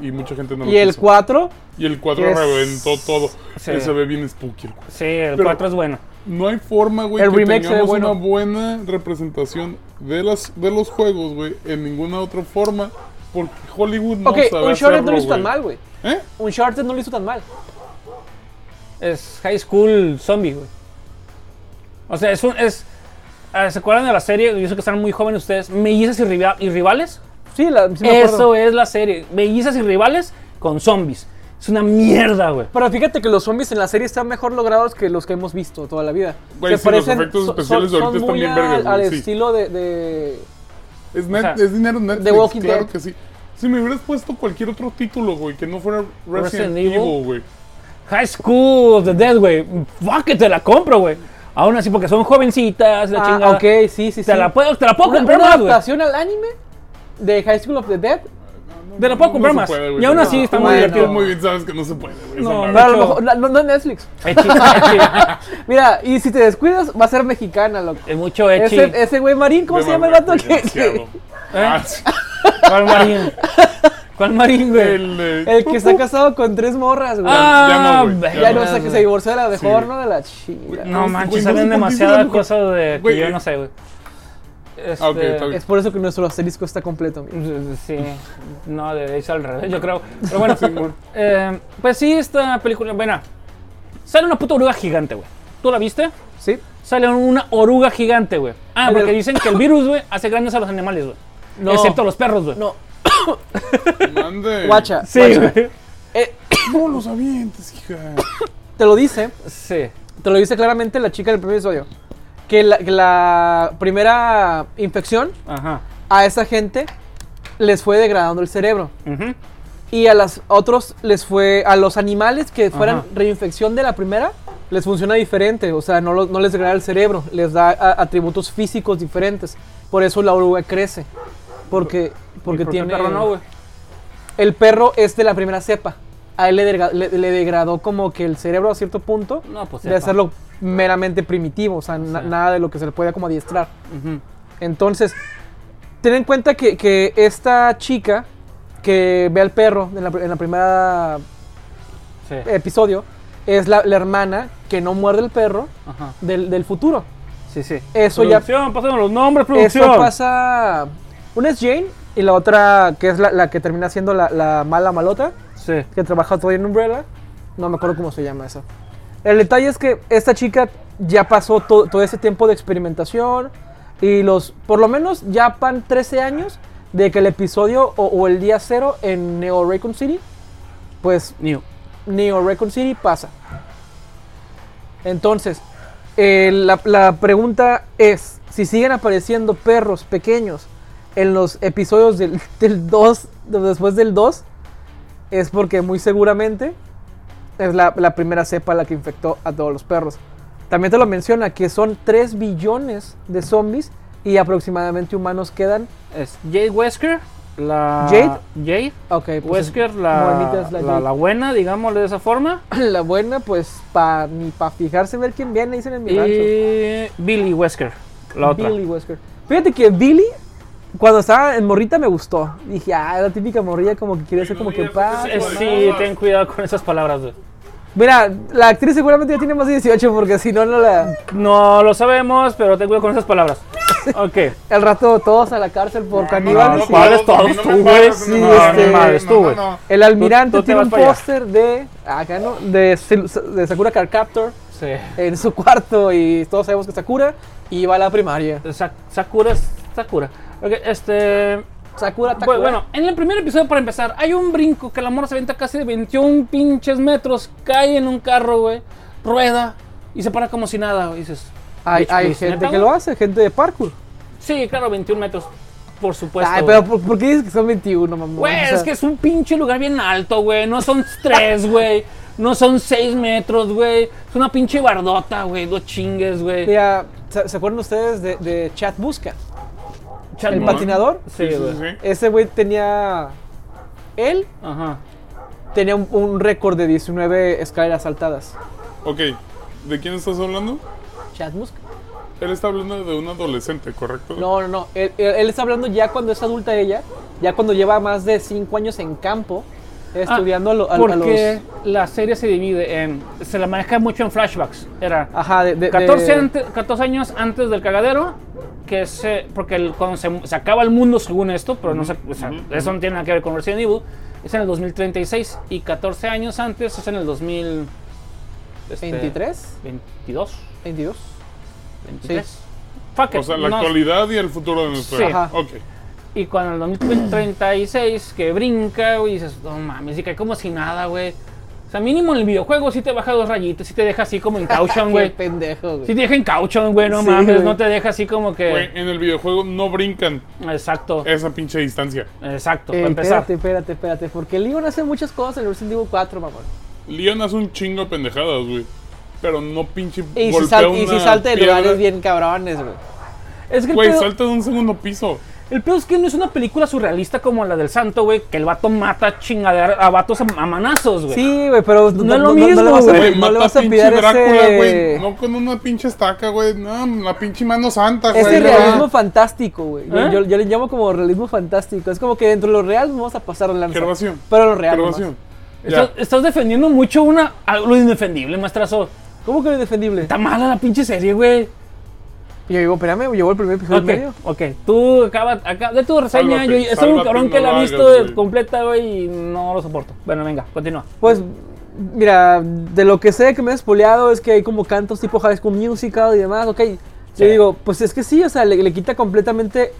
Speaker 1: y mucha gente no lo
Speaker 2: Y el
Speaker 1: quiso.
Speaker 2: 4,
Speaker 1: Y el 4
Speaker 2: que es-
Speaker 1: reventó todo.
Speaker 3: Sí.
Speaker 1: Que se ve bien spooky el cuatro.
Speaker 3: Sí, el
Speaker 1: Pero-
Speaker 3: 4 es bueno.
Speaker 1: No hay forma, güey,
Speaker 2: El
Speaker 1: que
Speaker 2: remake se ve
Speaker 1: tengamos
Speaker 2: bueno.
Speaker 1: una buena representación de, las, de los juegos, güey, en ninguna otra forma. Porque Hollywood no
Speaker 2: ok,
Speaker 1: sabe
Speaker 2: un short
Speaker 1: hacerlo,
Speaker 2: no lo hizo tan
Speaker 1: güey.
Speaker 2: mal, güey.
Speaker 1: ¿Eh?
Speaker 2: Un short no lo hizo tan mal.
Speaker 3: Es High School Zombie, güey. O sea, es un. Es, ah, ¿Se acuerdan de la serie? Yo sé que están muy jóvenes ustedes. Mellizas y, riva- y rivales.
Speaker 2: Sí, la, sí me acuerdo.
Speaker 3: Eso es la serie. Bellizas y rivales con zombies. Es una mierda, güey.
Speaker 2: Pero fíjate que los zombies en la serie están mejor logrados que los que hemos visto toda la vida.
Speaker 1: Güey, sí, los efectos
Speaker 2: so-
Speaker 1: especiales de ahorita están
Speaker 2: muy
Speaker 1: bien
Speaker 2: al-
Speaker 1: vergas, güey,
Speaker 2: Al
Speaker 1: sí.
Speaker 2: estilo de, de-
Speaker 1: Es, net-
Speaker 3: sea,
Speaker 1: es dinero Netflix,
Speaker 2: The Walking
Speaker 1: claro
Speaker 2: Dead.
Speaker 1: que sí. Si me hubieras puesto cualquier otro título, güey, que no fuera Resident,
Speaker 3: Resident
Speaker 1: Evil,
Speaker 3: Evil.
Speaker 1: güey.
Speaker 3: High School of the Dead, güey. Fuck, que te la compro, güey. Aún así, porque son jovencitas, la
Speaker 2: Ah,
Speaker 3: chingada.
Speaker 2: ok, sí, sí, sí.
Speaker 3: Te la puedo, te la puedo
Speaker 2: Una,
Speaker 3: comprar
Speaker 2: una
Speaker 3: más, güey.
Speaker 2: adaptación al anime de High School of the Dead.
Speaker 3: Te la puedo comprar
Speaker 1: se
Speaker 3: más.
Speaker 1: puede, güey,
Speaker 3: y aún
Speaker 1: no.
Speaker 3: así está muy
Speaker 2: Bueno.
Speaker 1: Tú
Speaker 3: divertido.
Speaker 1: muy bien sabes que no se puede, güey.
Speaker 3: No,
Speaker 1: No,
Speaker 2: Pero a lo
Speaker 3: Mucho.
Speaker 2: mejor, la- no, no es Netflix.
Speaker 3: Echi, echi.
Speaker 2: [laughs] Mira, y si te descuidas, va a ser mexicana, loco.
Speaker 3: Es mucho echi.
Speaker 2: Ese, ese güey marín, ¿cómo se llama el vato? [laughs] que- que-
Speaker 1: Ah,
Speaker 3: ¿Eh?
Speaker 1: sí,
Speaker 2: [laughs]
Speaker 3: ¿Cuál marín? ¿Cuál marín, güey?
Speaker 1: el, eh,
Speaker 2: El que está casado con tres morras, güey.
Speaker 1: ya
Speaker 3: ah,
Speaker 1: no, güey, ya
Speaker 2: ya
Speaker 1: no,
Speaker 2: no, sé, que se divorció de la mejor, ¿no? De la
Speaker 1: Güey,
Speaker 2: chingada.
Speaker 3: No
Speaker 1: Güey,
Speaker 3: manches,
Speaker 1: no sé
Speaker 3: saben
Speaker 1: por qué
Speaker 3: demasiadas
Speaker 1: digo-
Speaker 3: cosas de que
Speaker 1: Güey,
Speaker 3: yo
Speaker 1: eh,
Speaker 3: no sé, güey. Este,
Speaker 1: Ah, ok, está bien.
Speaker 2: Es por eso que nuestro asterisco está completo. amigo.
Speaker 3: Sí, no, de hecho al revés, yo creo. Pero bueno, eh, pues sí, esta película, bueno, sale una puta oruga gigante, güey. ¿Tú la viste?
Speaker 2: ¿Sí?
Speaker 3: Sale una oruga gigante, güey. Ah,
Speaker 2: En
Speaker 3: porque
Speaker 2: el-
Speaker 3: dicen que el virus, güey, hace grandes a los animales, güey.
Speaker 2: No.
Speaker 3: Excepto a los perros, güey.
Speaker 2: No,
Speaker 1: Mande.
Speaker 2: guacha.
Speaker 3: Sí, güey.
Speaker 2: Eh,
Speaker 1: No los avientes, hija.
Speaker 2: te lo dice,
Speaker 3: Sí.
Speaker 2: te lo dice claramente la chica del primer episodio. Que la, que la primera infección
Speaker 3: Ajá.
Speaker 2: a esa gente les fue degradando el cerebro.
Speaker 3: Ujú.
Speaker 2: Y a los otros les fue. A los animales que fueran
Speaker 3: Ajá.
Speaker 2: reinfección de la primera, les funciona diferente. O sea, no, lo- no les degrada el cerebro, les da a- atributos físicos diferentes. Por eso la oruga crece. Porque, porque
Speaker 3: ¿Y por qué
Speaker 2: tiene.
Speaker 3: El perro no, güey.
Speaker 2: El perro es de la primera cepa. A él le, derga- le- le degradó como que el cerebro a cierto punto
Speaker 3: No, pues,
Speaker 2: de
Speaker 3: cepa.
Speaker 2: hacerlo meramente primitivo, o sea, na-
Speaker 3: Sí.
Speaker 2: nada de lo que se le puede como adiestrar.
Speaker 3: Ujú.
Speaker 2: Entonces, ten en cuenta que, que esta chica que ve al perro en la, pr- en la primera
Speaker 3: Sí.
Speaker 2: episodio es la, la hermana que no muerde el perro
Speaker 3: Ajá.
Speaker 2: del, del futuro.
Speaker 3: Sí, sí.
Speaker 2: Eso ya-
Speaker 3: producción, Pasaron los nombres,
Speaker 2: Eso
Speaker 3: producción.
Speaker 2: pasa. Una es Jane y la otra que es la, la que termina siendo la, la mala malota.
Speaker 3: Sí.
Speaker 2: que trabaja todavía en Umbrella. No me acuerdo cómo se llama esa. El detalle es que esta chica ya pasó to- todo ese tiempo de experimentación y los, por lo menos ya van 13 años de que el episodio o, o el día cero en Neo Raccoon City, pues
Speaker 3: New.
Speaker 2: Neo Raccoon City pasa. Entonces, eh, la, la pregunta es, si siguen apareciendo perros pequeños en los episodios del, [laughs] del 2, de- después del 2, es porque muy seguramente es la, la primera cepa la que infectó a todos los perros. También te lo menciona, que son 3 billones de zombies y aproximadamente humanos quedan.
Speaker 3: Es Jade Wesker. La...
Speaker 2: Jade.
Speaker 3: Jade.
Speaker 2: Ok, pues,
Speaker 3: Wesker,
Speaker 2: Morenita
Speaker 3: la,
Speaker 2: es
Speaker 3: la,
Speaker 2: la
Speaker 3: la,
Speaker 2: Jade.
Speaker 3: buena, digámosle de esa forma.
Speaker 2: La buena, pues, pa, ni para fijarse ver quién viene, dicen en mi rancho.
Speaker 3: Y Billy Wesker, la otra.
Speaker 2: Billy Wesker. Fíjate que Billy, cuando estaba en morrita, me gustó. Dije, ah, la típica morrilla como que quiere ser como que paz.
Speaker 3: Eh, sí, ten cuidado con esas palabras, güey.
Speaker 2: Mira, la actriz seguramente ya tiene más de 18 porque si no, no la...
Speaker 3: No lo sabemos, pero ten cuidado con esas
Speaker 2: [laughs]
Speaker 3: palabras. Ok.
Speaker 2: Al rato todos a la cárcel por
Speaker 3: Ah, no,
Speaker 2: caníbales. y-
Speaker 3: ¿cuál? ¿cuáles todos tú, güey?
Speaker 2: Sí, este, El almirante
Speaker 3: Tú- tú te
Speaker 2: tiene
Speaker 3: vas
Speaker 2: un
Speaker 3: para allá.
Speaker 2: póster de... Acá, ¿no? De, Sil- de Sakura Card Captor
Speaker 3: Sí.
Speaker 2: en su cuarto y todos sabemos que es Sakura y va a la primaria.
Speaker 3: Sa- Sakura es Sakura. Ok, este.
Speaker 2: Sakura
Speaker 3: bu-
Speaker 2: Takura.
Speaker 3: Bueno, en el primer episodio, para empezar, hay un brinco que la morra se avienta casi de 21 pinches metros, cae en un carro, güey, rueda y se para como si nada, güey. Dices.
Speaker 2: hay,
Speaker 3: bitch,
Speaker 2: hay gente
Speaker 3: please, pues, ¿neta,
Speaker 2: que
Speaker 3: güey?
Speaker 2: lo hace, gente de parkour.
Speaker 3: Sí, claro, 21 metros, por supuesto.
Speaker 2: Ay,
Speaker 3: güey.
Speaker 2: pero ¿por, por qué dices que son 21, mamá?
Speaker 3: Güey,
Speaker 2: O sea,
Speaker 3: es que es un pinche lugar bien alto, güey. No son tres,
Speaker 2: [laughs]
Speaker 3: güey. No son seis metros, güey. Es una pinche bardota, güey. Dos chingues, güey.
Speaker 2: Mira, ¿se, se acuerdan ustedes de, de Chad Busca?
Speaker 3: Chat-
Speaker 2: El
Speaker 1: No.
Speaker 2: patinador.
Speaker 3: Sí, güey.
Speaker 2: Ese güey tenía. Él
Speaker 3: Ajá.
Speaker 2: tenía un, un récord de 19 escaleras saltadas.
Speaker 1: Ok, ¿de quién estás hablando?
Speaker 2: Chad Busca.
Speaker 1: Él está hablando de un adolescente, ¿correcto?
Speaker 2: No, no, no. Él, él- él está hablando ya cuando es adulta ella, ya cuando lleva más de 5 años en campo,
Speaker 3: Ah,
Speaker 2: estudiando a lo- a, a
Speaker 3: Porque
Speaker 2: los.
Speaker 3: la serie se divide en. Se la maneja mucho en flashbacks. Era
Speaker 2: Ajá, de. de-
Speaker 3: 14,
Speaker 2: de-
Speaker 3: ante- 14 años antes del cagadero. Que se, porque el- cuando se, se acaba el mundo, según esto, pero no se, o sea, eso no tiene nada que ver con Resident Evil, es en el 2036 y 14 años antes es en el 2000. este,
Speaker 2: 23,
Speaker 3: 22.
Speaker 2: 22.
Speaker 3: 23. Fuck it,
Speaker 1: O sea, la
Speaker 3: no-
Speaker 1: actualidad y el futuro de nuestra
Speaker 3: Sí.
Speaker 2: Ajá.
Speaker 1: Ok.
Speaker 3: Y cuando en el 2036 que brinca, güey, dices, no mames, y cae como si nada, güey. O sea, mínimo en el videojuego sí te baja dos rayitos, sí te deja así como en caution,
Speaker 2: Qué [laughs]
Speaker 3: güey.
Speaker 2: pendejo, güey.
Speaker 3: Sí te deja en caution, güey, no
Speaker 2: Sí,
Speaker 3: mames,
Speaker 2: güey.
Speaker 3: no te deja así como
Speaker 1: Güey, Eh,
Speaker 3: que...
Speaker 1: en el videojuego no brincan
Speaker 3: Exacto,
Speaker 1: esa pinche distancia.
Speaker 3: exacto,
Speaker 2: Eh,
Speaker 3: para empezar.
Speaker 2: espérate, espérate, espérate. Porque Leon hace muchas cosas en Resident Evil 4, mamón.
Speaker 1: Leon hace un chingo de pendejadas, güey. Pero no pinche.
Speaker 2: Y si,
Speaker 1: golpea
Speaker 2: sal- y si
Speaker 1: una
Speaker 2: salta de
Speaker 1: piedra.
Speaker 2: lugares bien cabrones, güey.
Speaker 3: Es que el
Speaker 1: Güey,
Speaker 3: pedo,
Speaker 1: salta de un segundo piso.
Speaker 3: el pedo es que no es una película surrealista como la del santo, güey, que el vato mata chingadera a vatos a a manazos, güey.
Speaker 2: Sí, güey, pero no,
Speaker 3: es lo
Speaker 2: no- no
Speaker 3: mismo,
Speaker 2: le vas a,
Speaker 3: güey.
Speaker 1: Güey,
Speaker 2: no
Speaker 1: mata
Speaker 2: le vas a
Speaker 1: pinche
Speaker 2: pillar
Speaker 1: Drácula,
Speaker 2: ese,
Speaker 1: güey. No con una pinche estaca, güey. No, la pinche mano santa, güey.
Speaker 2: ese
Speaker 1: no.
Speaker 2: realismo fantástico, güey. Yo-
Speaker 3: ¿Eh?
Speaker 2: Yo, yo le llamo como realismo fantástico. Es como que dentro de lo real vamos a pasar la lanza.
Speaker 1: Gervasio.
Speaker 2: Pero lo real.
Speaker 1: Grabación.
Speaker 2: nomás.
Speaker 1: Ya.
Speaker 3: Estás, estás defendiendo mucho una, algo indefendible, maestrazo.
Speaker 2: ¿Cómo que lo indefendible?
Speaker 3: Está mala la pinche serie, güey.
Speaker 2: Yo digo, espérame, llevo el primer episodio
Speaker 3: Ok,
Speaker 2: y medio.
Speaker 3: ok. Tú acabas acá, de tu reseña.
Speaker 1: Sálvate,
Speaker 3: yo, es un
Speaker 1: sálvate,
Speaker 3: cabrón
Speaker 1: no
Speaker 3: que
Speaker 1: lo
Speaker 3: la ha
Speaker 1: hagas,
Speaker 3: visto
Speaker 1: güey.
Speaker 3: completa, güey, y no lo soporto. Bueno, venga, continúa.
Speaker 2: Pues, mira, de lo que sé que me he spoileado es que hay como cantos tipo High School Musical y demás, ok.
Speaker 3: Sí.
Speaker 2: Yo digo, pues es que sí, o sea, le, le quita completamente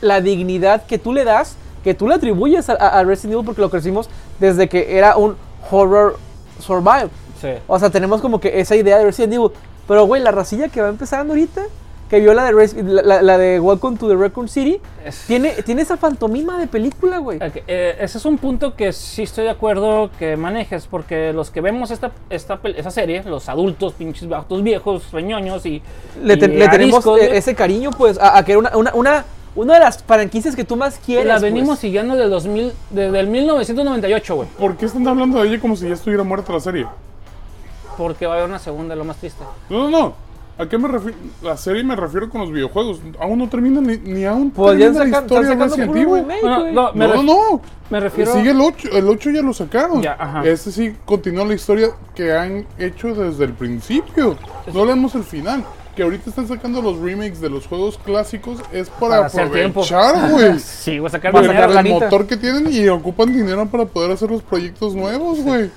Speaker 2: la dignidad que tú le das, que tú le atribuyes a, a- a Resident Evil porque lo crecimos desde que era un horror survival.
Speaker 3: Sí.
Speaker 2: O sea, tenemos como que esa idea de Resident Evil. Pero, güey, la racilla que va empezando ahorita, que vio la de, Res- la, la- la de Welcome to the Raccoon City,
Speaker 3: Es-
Speaker 2: tiene, tiene esa fantomima de película, güey.
Speaker 3: Ok, eh, ese es un punto que sí estoy de acuerdo que manejes, porque los que vemos esta, esta, pel- esa serie, los adultos, pinches vatos viejos, reñoños y.
Speaker 2: le, te-
Speaker 3: y
Speaker 2: le tenemos
Speaker 3: ariscos,
Speaker 2: eh,
Speaker 3: güey,
Speaker 2: ese cariño, pues, a, a que era una, una, una, una de las franquicias que tú más quieres.
Speaker 3: La
Speaker 2: pues.
Speaker 3: venimos siguiendo desde, 2000, desde el 1998, güey.
Speaker 1: ¿Por qué están hablando de ella como si ya estuviera muerta la serie?
Speaker 3: Porque va a haber una segunda, lo más triste.
Speaker 1: No, no, no. ¿A qué me refiero? La serie me refiero con los videojuegos. Aún no termina ni, ni aún
Speaker 2: Pues ya
Speaker 1: termina la
Speaker 2: sacan, están
Speaker 1: historia de
Speaker 2: sacando
Speaker 1: Resident
Speaker 2: puro
Speaker 1: Evil.
Speaker 2: remake,
Speaker 3: Bueno,
Speaker 2: güey.
Speaker 3: no, me,
Speaker 1: No, no,
Speaker 3: ref-
Speaker 1: no.
Speaker 3: me refiero.
Speaker 1: Sigue el 8. El 8 ya lo sacaron.
Speaker 3: Ya, ajá.
Speaker 1: Este sí continúa la historia que han hecho desde el principio. No leemos el final. Que ahorita están sacando los remakes de los juegos clásicos es para,
Speaker 3: Para hacer tiempo.
Speaker 1: aprovechar, güey.
Speaker 3: [laughs] Sí, voy a sacar
Speaker 2: Para
Speaker 1: el,
Speaker 3: dinero.
Speaker 2: sacar
Speaker 1: el
Speaker 2: lanita.
Speaker 1: motor que tienen y ocupan dinero para poder hacer los proyectos nuevos, güey.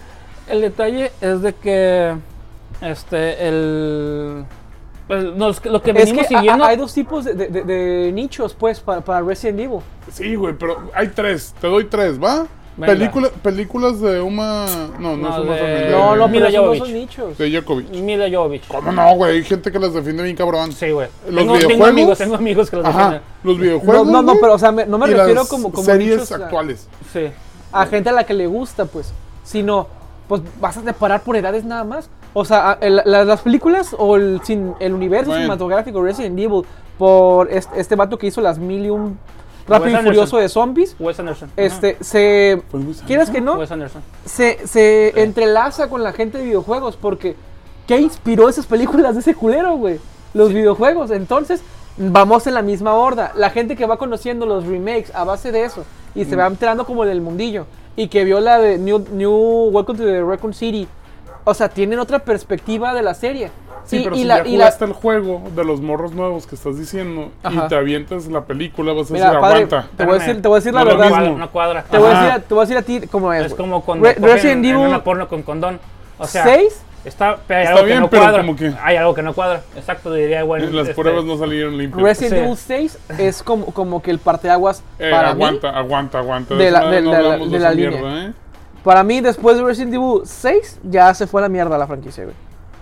Speaker 3: El detalle es de que. Este, el. pues, los- lo que
Speaker 2: Es
Speaker 3: venimos
Speaker 2: que a- a-
Speaker 3: siguiendo.
Speaker 2: hay dos tipos de, de- de- de nichos, pues, para, para Resident Evil.
Speaker 1: Sí, güey, pero hay tres. Te doy tres, ¿va?
Speaker 3: Venga.
Speaker 1: Película- películas de Uma. No, no,
Speaker 3: No,
Speaker 1: es Uma
Speaker 3: de-
Speaker 1: Thurman,
Speaker 2: No, no, pero
Speaker 3: Eh, Mila
Speaker 2: esos no
Speaker 3: Jovovich.
Speaker 2: son nichos.
Speaker 1: De Djokovic.
Speaker 3: Mila Jovovich.
Speaker 1: ¿Cómo no, güey? Hay gente que las defiende bien cabrón.
Speaker 3: Sí, güey.
Speaker 1: ¿Los
Speaker 3: Tengo, tengo
Speaker 1: videojuegos?
Speaker 3: amigos, tengo amigos que los
Speaker 1: Ajá.
Speaker 3: defienden.
Speaker 1: Los
Speaker 2: No,
Speaker 1: videojuegos.
Speaker 2: no, no,
Speaker 1: güey,
Speaker 2: pero, o sea, me- no me
Speaker 1: y
Speaker 2: refiero
Speaker 1: las
Speaker 2: como, como
Speaker 1: series
Speaker 2: nichos, o sea,
Speaker 1: actuales.
Speaker 3: Sí.
Speaker 2: a gente a la que le gusta, pues. Sino, pues vas a separar por edades nada más. O sea, a- el- la- las películas o el, cin- el universo
Speaker 1: Bueno.
Speaker 2: cinematográfico Resident Evil por est- este, vato que hizo las mil y un rápido y
Speaker 3: Anderson.
Speaker 2: furioso de zombies.
Speaker 3: Wes Anderson. Ajá.
Speaker 2: Este, se.
Speaker 1: Fue muy sano.
Speaker 2: ¿Quieres que no?
Speaker 3: Wes Anderson.
Speaker 2: Se, se entrelaza con la gente de videojuegos porque. ¿Qué inspiró esas películas de ese culero, güey? Los videojuegos. Entonces, vamos en la misma horda. La gente que va conociendo los remakes a base de eso y
Speaker 1: Mm.
Speaker 2: se va entrando como en el mundillo y que vio la de New, New Welcome to the Raccoon City. O sea, tienen otra perspectiva de la serie.
Speaker 1: Sí,
Speaker 2: Y-
Speaker 1: pero
Speaker 2: y
Speaker 1: si
Speaker 2: la-
Speaker 1: ya
Speaker 2: y la-
Speaker 1: jugaste el juego de los morros nuevos que estás diciendo
Speaker 2: Ajá.
Speaker 1: y te avientas la película, vas a decir,
Speaker 2: Mira, padre,
Speaker 1: aguanta.
Speaker 2: te voy a
Speaker 3: Espérame.
Speaker 2: decir, te voy a decir la
Speaker 1: No, lo
Speaker 2: verdad.
Speaker 1: mismo.
Speaker 3: Cuadra, Eh, no cuadra.
Speaker 2: Te voy, a
Speaker 1: Ajá.
Speaker 2: decir a, te voy a decir a ti cómo es.
Speaker 3: Es
Speaker 2: güey.
Speaker 3: como cuando
Speaker 2: Re-
Speaker 3: cogen
Speaker 2: Resident
Speaker 3: en
Speaker 2: Evil
Speaker 3: una porno con condón. O sea,
Speaker 2: 6.
Speaker 3: Está, pero hay
Speaker 1: Está
Speaker 3: algo
Speaker 1: bien,
Speaker 3: que no
Speaker 1: pero
Speaker 3: cuadra.
Speaker 1: como que-
Speaker 3: Hay algo que no cuadra. Exacto, diría este, bueno.
Speaker 1: Las
Speaker 2: este,
Speaker 1: pruebas no salieron limpias.
Speaker 2: Resident
Speaker 3: Sí.
Speaker 2: Evil 6 es como, como que el parteaguas
Speaker 1: Eh,
Speaker 2: para
Speaker 1: aguanta, aguanta, aguanta.
Speaker 2: de
Speaker 1: eso
Speaker 2: la-
Speaker 1: no-
Speaker 2: de
Speaker 1: no
Speaker 2: la-
Speaker 1: hablamos
Speaker 2: de
Speaker 1: de
Speaker 2: la
Speaker 1: esa
Speaker 2: línea.
Speaker 1: mierda, ¿eh?
Speaker 2: mí. Para mí, después de Resident Evil 6, ya se fue a la mierda la franquicia, güey.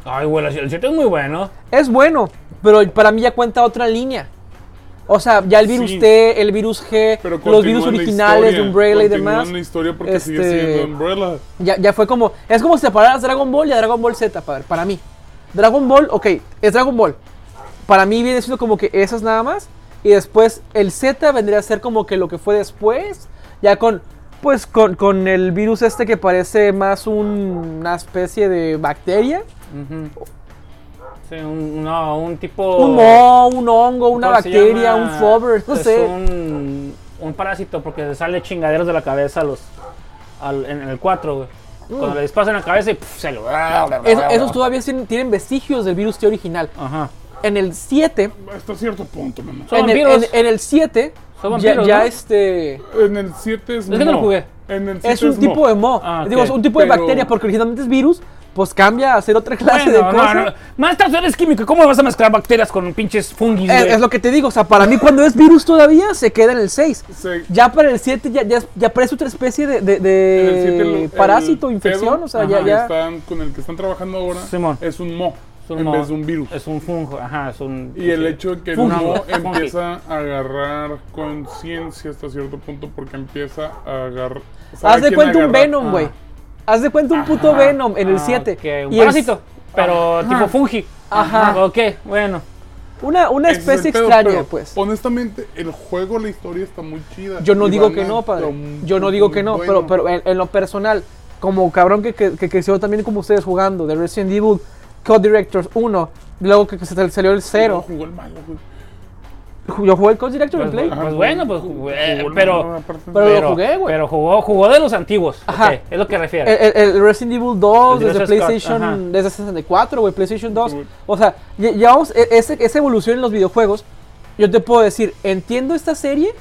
Speaker 3: Ay, güey, el 7 es muy bueno.
Speaker 2: Es bueno, pero para mí ya cuenta otra línea. O sea, ya el virus
Speaker 1: Sí.
Speaker 2: T, el virus G,
Speaker 1: Pero
Speaker 2: los
Speaker 1: continúan
Speaker 2: virus
Speaker 1: la
Speaker 2: originales de
Speaker 1: historia,
Speaker 2: Umbrella y
Speaker 1: continúan
Speaker 2: demás.
Speaker 1: la historia porque sigue
Speaker 2: Este,
Speaker 1: siendo Umbrella.
Speaker 2: Ya, ya fue como. Es como separar a Dragon Ball y a Dragon Ball Z, padre, para mí. Dragon Ball, ok, es Dragon Ball. Para mí viene siendo como que esas nada más. Y después el Z vendría a ser como que lo que fue después. Ya con. Pues con, con el virus este que parece más un- una especie de bacteria.
Speaker 3: Ujú. Sí, un, no, un tipo.
Speaker 2: Un moho, un hongo, una
Speaker 3: ¿cómo se
Speaker 2: bacteria,
Speaker 3: llama?
Speaker 2: un fover, no
Speaker 3: Es
Speaker 2: sé.
Speaker 3: Un, un parásito porque se sale chingaderos de la cabeza a los, al- en el 4, güey.
Speaker 2: Mm.
Speaker 3: Cuando le disparan en la cabeza y pff, se lo.
Speaker 2: Es- esos todavía tienen, tienen vestigios del virus T original.
Speaker 3: Ajá.
Speaker 2: En el 7,
Speaker 1: Hasta cierto punto, mamá.
Speaker 3: Son
Speaker 2: en el, en,
Speaker 3: vampiros.
Speaker 2: en el 7,
Speaker 3: Son
Speaker 2: ya,
Speaker 3: vampiros,
Speaker 2: ya
Speaker 3: ¿no?
Speaker 2: este.
Speaker 1: En el 7 es.
Speaker 3: Es que no lo
Speaker 1: Mo.
Speaker 3: jugué.
Speaker 1: En el 7
Speaker 2: es un tipo de mo.
Speaker 3: Ah, ok.
Speaker 2: Digo, es un tipo de
Speaker 1: Pero-
Speaker 2: bacteria, porque originalmente es virus, pues cambia a ser otra clase
Speaker 3: Bueno,
Speaker 2: de
Speaker 3: no,
Speaker 2: cosa.
Speaker 3: no. Maestro, eres químico. ¿Cómo vas a mezclar bacterias con pinches fungis,
Speaker 2: Eh, Es,
Speaker 3: güey?
Speaker 2: es lo que te digo, o sea, para mí cuando es virus todavía se queda en el 6.
Speaker 1: Se-
Speaker 2: Ya para el 7 ya, ya, ya parece otra especie de, de- de
Speaker 1: en el siete lo- el
Speaker 2: parásito, infección,
Speaker 1: pedo,
Speaker 2: o sea,
Speaker 1: ajá,
Speaker 2: ya,
Speaker 1: que
Speaker 2: ya.
Speaker 1: están- con el que están trabajando ahora
Speaker 3: Simón.
Speaker 1: es un mo.
Speaker 3: un
Speaker 1: en
Speaker 3: mo.
Speaker 1: vez de un virus.
Speaker 3: Es un fungo, ajá, es un...
Speaker 1: Y el hecho de que el
Speaker 3: Fungi.
Speaker 1: mo
Speaker 3: Fungi.
Speaker 1: empieza a agarrar conciencia hasta cierto punto porque empieza a agarrar. sabe
Speaker 2: Haz de
Speaker 1: quién
Speaker 2: cuenta un
Speaker 1: agarrar.
Speaker 2: Venom, güey. Haz de cuenta un puto Venom en el
Speaker 1: Ah,
Speaker 2: 7.
Speaker 3: Que Ah, un
Speaker 2: Y el-
Speaker 3: parásito, pero tipo fungi. Ah,
Speaker 2: Ajá.
Speaker 3: Ok, bueno.
Speaker 2: Una, una
Speaker 1: Ese es el
Speaker 2: especie
Speaker 1: pedo,
Speaker 2: extraña,
Speaker 1: pero
Speaker 2: pues.
Speaker 1: Honestamente, el juego, la historia está muy chida.
Speaker 2: Yo no
Speaker 1: Y
Speaker 2: digo
Speaker 1: van
Speaker 2: que
Speaker 1: a
Speaker 2: no, padre.
Speaker 1: tom-
Speaker 2: Yo no digo que no,
Speaker 1: bueno.
Speaker 2: pero, pero en, en lo personal, como cabrón que, que, que creció también como ustedes jugando, de Resident Evil Co-Directors 1, luego que, que se te salió el
Speaker 1: No,
Speaker 2: 0.
Speaker 1: jugó el malo, güey.
Speaker 2: Yo jugué el Coach Director en
Speaker 3: Pues,
Speaker 2: Play.
Speaker 3: pues bueno, pues
Speaker 1: Ah,
Speaker 3: eh,
Speaker 1: Jugó, no, no,
Speaker 3: pero,
Speaker 1: aparte-
Speaker 2: pero- lo jugué, güey.
Speaker 3: pero jugó, jugó de los antiguos.
Speaker 2: Ajá. Eh,
Speaker 3: ok, es lo que refiere.
Speaker 2: El, el- el Resident Evil 2
Speaker 3: El de
Speaker 2: desde
Speaker 3: Ridley Scott,
Speaker 2: PlayStation,
Speaker 3: ajá.
Speaker 2: desde 64, güey, PlayStation 2.
Speaker 1: Uy.
Speaker 2: O sea, ya, ya vamos- e- ese- esa evolución en los videojuegos, yo te puedo decir, entiendo esta serie,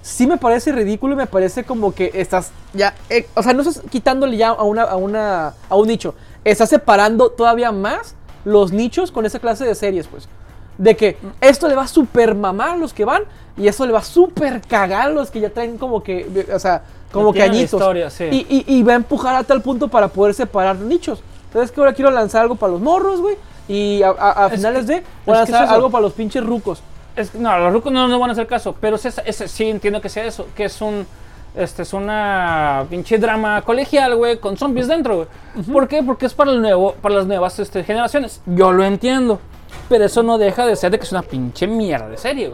Speaker 2: sí me parece ridículo y me parece como que estás ya, eh, o sea, no estás quitándole ya a una, a una, a un nicho, estás separando todavía más los nichos con esa clase de series, pues. De que esto le va a super mamar a los que van y eso le va a super cagar a los que ya traen como que, o sea, como
Speaker 3: No
Speaker 2: que
Speaker 3: tienen la
Speaker 2: añitos.
Speaker 3: historia, sí.
Speaker 2: Y- y, y va a empujar a tal punto para poder separar nichos. Entonces, que ahora quiero lanzar algo para los morros, güey. Y a, a- a
Speaker 3: Es
Speaker 2: finales
Speaker 3: que-
Speaker 2: de, voy a
Speaker 3: es que
Speaker 2: lanzar
Speaker 3: es eso.
Speaker 2: algo para los pinches rucos.
Speaker 3: Es que, no, los rucos no nos van a hacer caso, pero es esa- es- sí entiendo que sea eso, que es un este es una pinche drama colegial, güey, con zombies dentro, güey. ¿Por qué? Porque es para el nuevo, para las nuevas este, generaciones. Yo lo entiendo, pero eso no deja de ser de que es una pinche mierda de serie,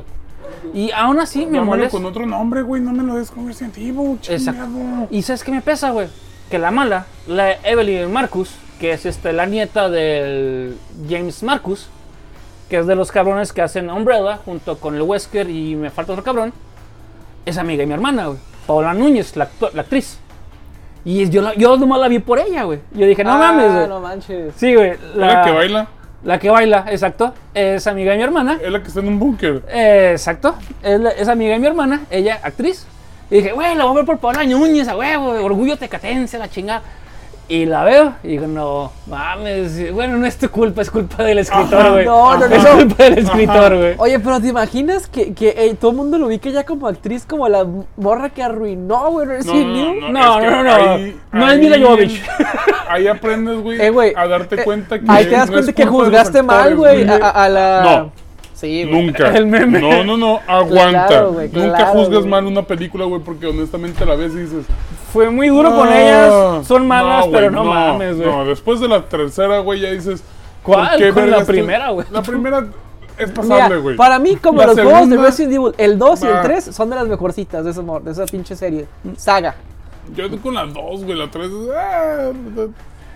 Speaker 3: güey. Y aún así me
Speaker 1: Dámelo
Speaker 3: molesta.
Speaker 1: con otro nombre, güey. No me lo des con Resident Evil, chingado.
Speaker 3: Exacto. Y sabes qué me pesa, güey, que la mala, la Evelyn Marcus, que es este la nieta del James Marcus, que es de los cabrones que hacen Umbrella junto con el Wesker y me falta otro cabrón, es amiga de mi hermana, güey. Paola Núñez, la, actu- la actriz. Y es- yo, la, yo nomás la vi por ella, güey. Yo dije, no
Speaker 2: Ah,
Speaker 3: mames, güey.
Speaker 2: No manches.
Speaker 3: Sí, güey.
Speaker 1: Es la que baila,
Speaker 3: La que baila, exacto. Es amiga de mi hermana.
Speaker 1: es la que está en un búnker.
Speaker 3: Eh, exacto. Es, la- es amiga de mi hermana, ella actriz. Y dije, güey, la voy a ver por Paola Núñez, a huevo, orgullo tecatense, la chingada. Y la veo y digo, no, mames, bueno, no es tu culpa, es culpa del
Speaker 1: Ah,
Speaker 2: [laughs]
Speaker 3: escritor, güey.
Speaker 2: Ah, no, no,
Speaker 3: es
Speaker 2: no.
Speaker 3: culpa del escritor, güey.
Speaker 2: Oye, pero ¿te imaginas que, que eh, todo el mundo lo ubique ya como actriz, como la morra que arruinó, güey, Resident Evil?
Speaker 3: no. No,
Speaker 1: es que
Speaker 3: no, no. No es
Speaker 1: ahí-
Speaker 3: Mila Jovovich.
Speaker 1: [laughs] Ahí aprendes, güey,
Speaker 2: Eh, güey,
Speaker 1: a darte
Speaker 2: eh,
Speaker 1: cuenta que.
Speaker 2: Ahí te das
Speaker 1: no es
Speaker 2: cuenta que
Speaker 1: culpa de los
Speaker 2: juzgaste mal,
Speaker 1: actores,
Speaker 2: güey, a, a- a la...
Speaker 1: No.
Speaker 2: Sí, güey.
Speaker 1: Nunca.
Speaker 3: El meme.
Speaker 1: No, no, no, aguanta.
Speaker 2: Claro, güey,
Speaker 1: Nunca
Speaker 2: claro,
Speaker 1: juzgas
Speaker 2: güey.
Speaker 1: mal una película, güey, porque honestamente la ves y dices.
Speaker 3: Fue muy duro con
Speaker 1: "Ah,
Speaker 3: ellas, son malas,
Speaker 1: no,
Speaker 3: pero
Speaker 1: güey,
Speaker 3: no, mames, güey.
Speaker 1: No, después de la tercera, güey, ya dices.
Speaker 3: ¿Cuál?
Speaker 1: ¿por qué
Speaker 3: Con la
Speaker 1: vergas tú-
Speaker 3: primera, güey.
Speaker 1: La primera es
Speaker 2: Mira,
Speaker 1: pasable, güey.
Speaker 2: para mí, como
Speaker 1: La
Speaker 2: los juegos de
Speaker 1: segunda-
Speaker 2: Resident Evil, el 2 y el
Speaker 1: Nah.
Speaker 2: 3 son de las mejorcitas de, ese mor- de esa pinche serie. Saga.
Speaker 1: Yo con la dos, güey, la tres. Ah,
Speaker 3: Yo
Speaker 1: no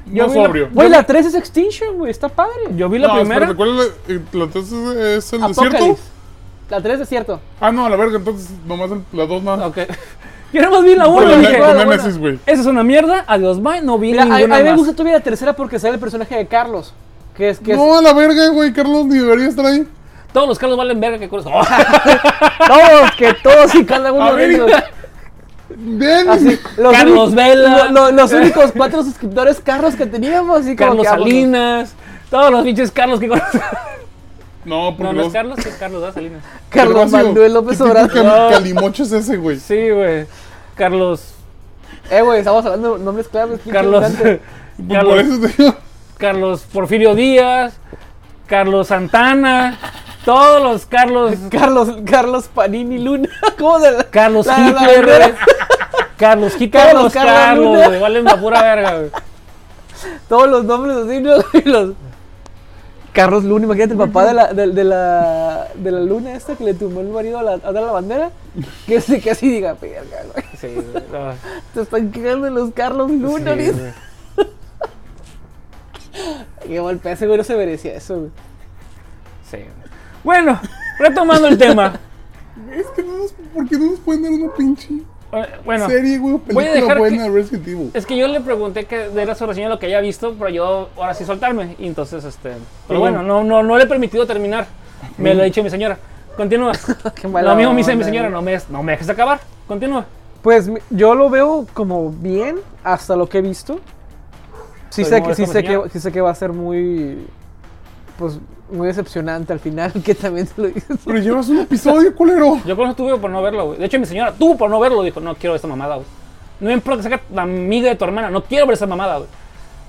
Speaker 3: vi la-
Speaker 1: sobrio.
Speaker 2: Güey, la 3 es Extinction, güey, está padre.
Speaker 3: Yo vi la
Speaker 1: No,
Speaker 3: primera.
Speaker 1: espérate, ¿cuál es la, eh, la tres es- es el desierto?
Speaker 2: Apocalypse. La 3 es cierto.
Speaker 1: Ah, no, a la verga, entonces nomás el- la dos nada.
Speaker 3: Ok. [laughs] Yo nomás vi la
Speaker 1: Con
Speaker 3: uno
Speaker 1: la-
Speaker 3: y dije,
Speaker 1: con
Speaker 2: la
Speaker 1: Nemesis, güey.
Speaker 3: esa es una mierda, adiós, bye, no vi
Speaker 2: Mira, a, a mí
Speaker 3: ninguna
Speaker 2: me
Speaker 3: más.
Speaker 2: gusta todavía la tercera porque sale el personaje de Carlos. Que es que es-
Speaker 1: No, a la verga, güey, Carlos ni debería estar ahí.
Speaker 3: Todos los Carlos valen verga que curas.
Speaker 2: [laughs]
Speaker 3: [laughs]
Speaker 2: todos, que todos y cada uno
Speaker 1: A
Speaker 2: de
Speaker 1: ver,
Speaker 2: ellos.
Speaker 1: Ven.
Speaker 2: Así, los
Speaker 3: Carlos
Speaker 2: únic-
Speaker 3: Vela.
Speaker 2: lo- lo- los únicos cuatro suscriptores carros que teníamos. Y como
Speaker 3: Carlos
Speaker 2: que, ah, bueno.
Speaker 3: Salinas, todos los pinches Carlos que conozco.
Speaker 1: No, porque
Speaker 3: No, no es
Speaker 1: los-
Speaker 3: Carlos, es Carlos da Salinas.
Speaker 2: Carlos
Speaker 1: Gervasio,
Speaker 2: Manuel López
Speaker 1: ¿qué tipo
Speaker 2: Obrador.
Speaker 1: cal- Ah, calimocho es ese, güey?
Speaker 3: [laughs] Sí, güey. Carlos.
Speaker 2: Eh, güey, estamos hablando, no mezclamos. pinche
Speaker 3: Carlos. [laughs]
Speaker 1: Pues
Speaker 2: ignorante.
Speaker 1: Por
Speaker 3: Carlos,
Speaker 1: eso te digo.
Speaker 3: Carlos Porfirio Díaz, Carlos Santana, todos los
Speaker 2: [laughs]
Speaker 3: Carlos.
Speaker 2: Carlos, Carlos Panini Luna. [laughs] ¿Cómo se la-
Speaker 3: Carlos
Speaker 2: la- la
Speaker 3: Hitler,
Speaker 2: bandera?
Speaker 3: güey. Carlos Hitler,
Speaker 2: Carlos
Speaker 3: Carlos,
Speaker 2: Carla
Speaker 3: Carlos,
Speaker 2: Luna.
Speaker 3: güey. Valen la pura verga, güey.
Speaker 2: Todos los nombres así, ¿no? [laughs] Y los- Carlos Luna, imagínate el papá de la, de, de la, de la luna esta que le tumbó el marido a la, a la bandera. Que sí, que así diga, verga, güey.
Speaker 3: Sí, güey. no,
Speaker 2: Te están quejando de los Carlos Luna,
Speaker 3: sí,
Speaker 2: dice.
Speaker 3: güey.
Speaker 2: Qué golpe, ese güey no se merecía eso, güey.
Speaker 3: Sí, güey. Bueno, retomando
Speaker 2: [laughs]
Speaker 3: el tema.
Speaker 1: Es que no nos. ¿Por qué no nos pueden dar una pinche
Speaker 3: Eh, Bueno,
Speaker 1: serie, güey? o
Speaker 3: voy a
Speaker 1: Película
Speaker 3: dejar
Speaker 1: buena
Speaker 3: que-
Speaker 1: de Resident Evil.
Speaker 3: Es que yo le pregunté que era su reseña de lo que había visto, pero yo ahora sí soltarme. Y entonces, este. Pero
Speaker 1: Perdón.
Speaker 3: bueno, no, no, no le he permitido terminar. Me lo ha dicho mi señora. Continúa.
Speaker 2: Qué
Speaker 3: lo
Speaker 2: mala
Speaker 3: mismo me dice mi
Speaker 2: onda,
Speaker 3: señora,
Speaker 2: güey.
Speaker 3: no me, no me dejes acabar. Continúa.
Speaker 2: Pues mi- yo lo veo como bien hasta lo que he visto. Sí
Speaker 3: Pero
Speaker 2: sé,
Speaker 3: no
Speaker 2: que, sí,
Speaker 3: deja
Speaker 2: sé que,
Speaker 3: enseñar.
Speaker 2: sí sé que va a ser muy. Pues muy decepcionante al final, [laughs] que también te lo dices.
Speaker 1: Pero llevas un episodio, culero.
Speaker 3: Yo con eso tuve por no verlo, güey. De hecho, mi señora tuvo por no verlo. Dijo, no quiero esta mamada, güey. No me importa que saca la amiga de tu hermana, no quiero ver esa mamada, güey.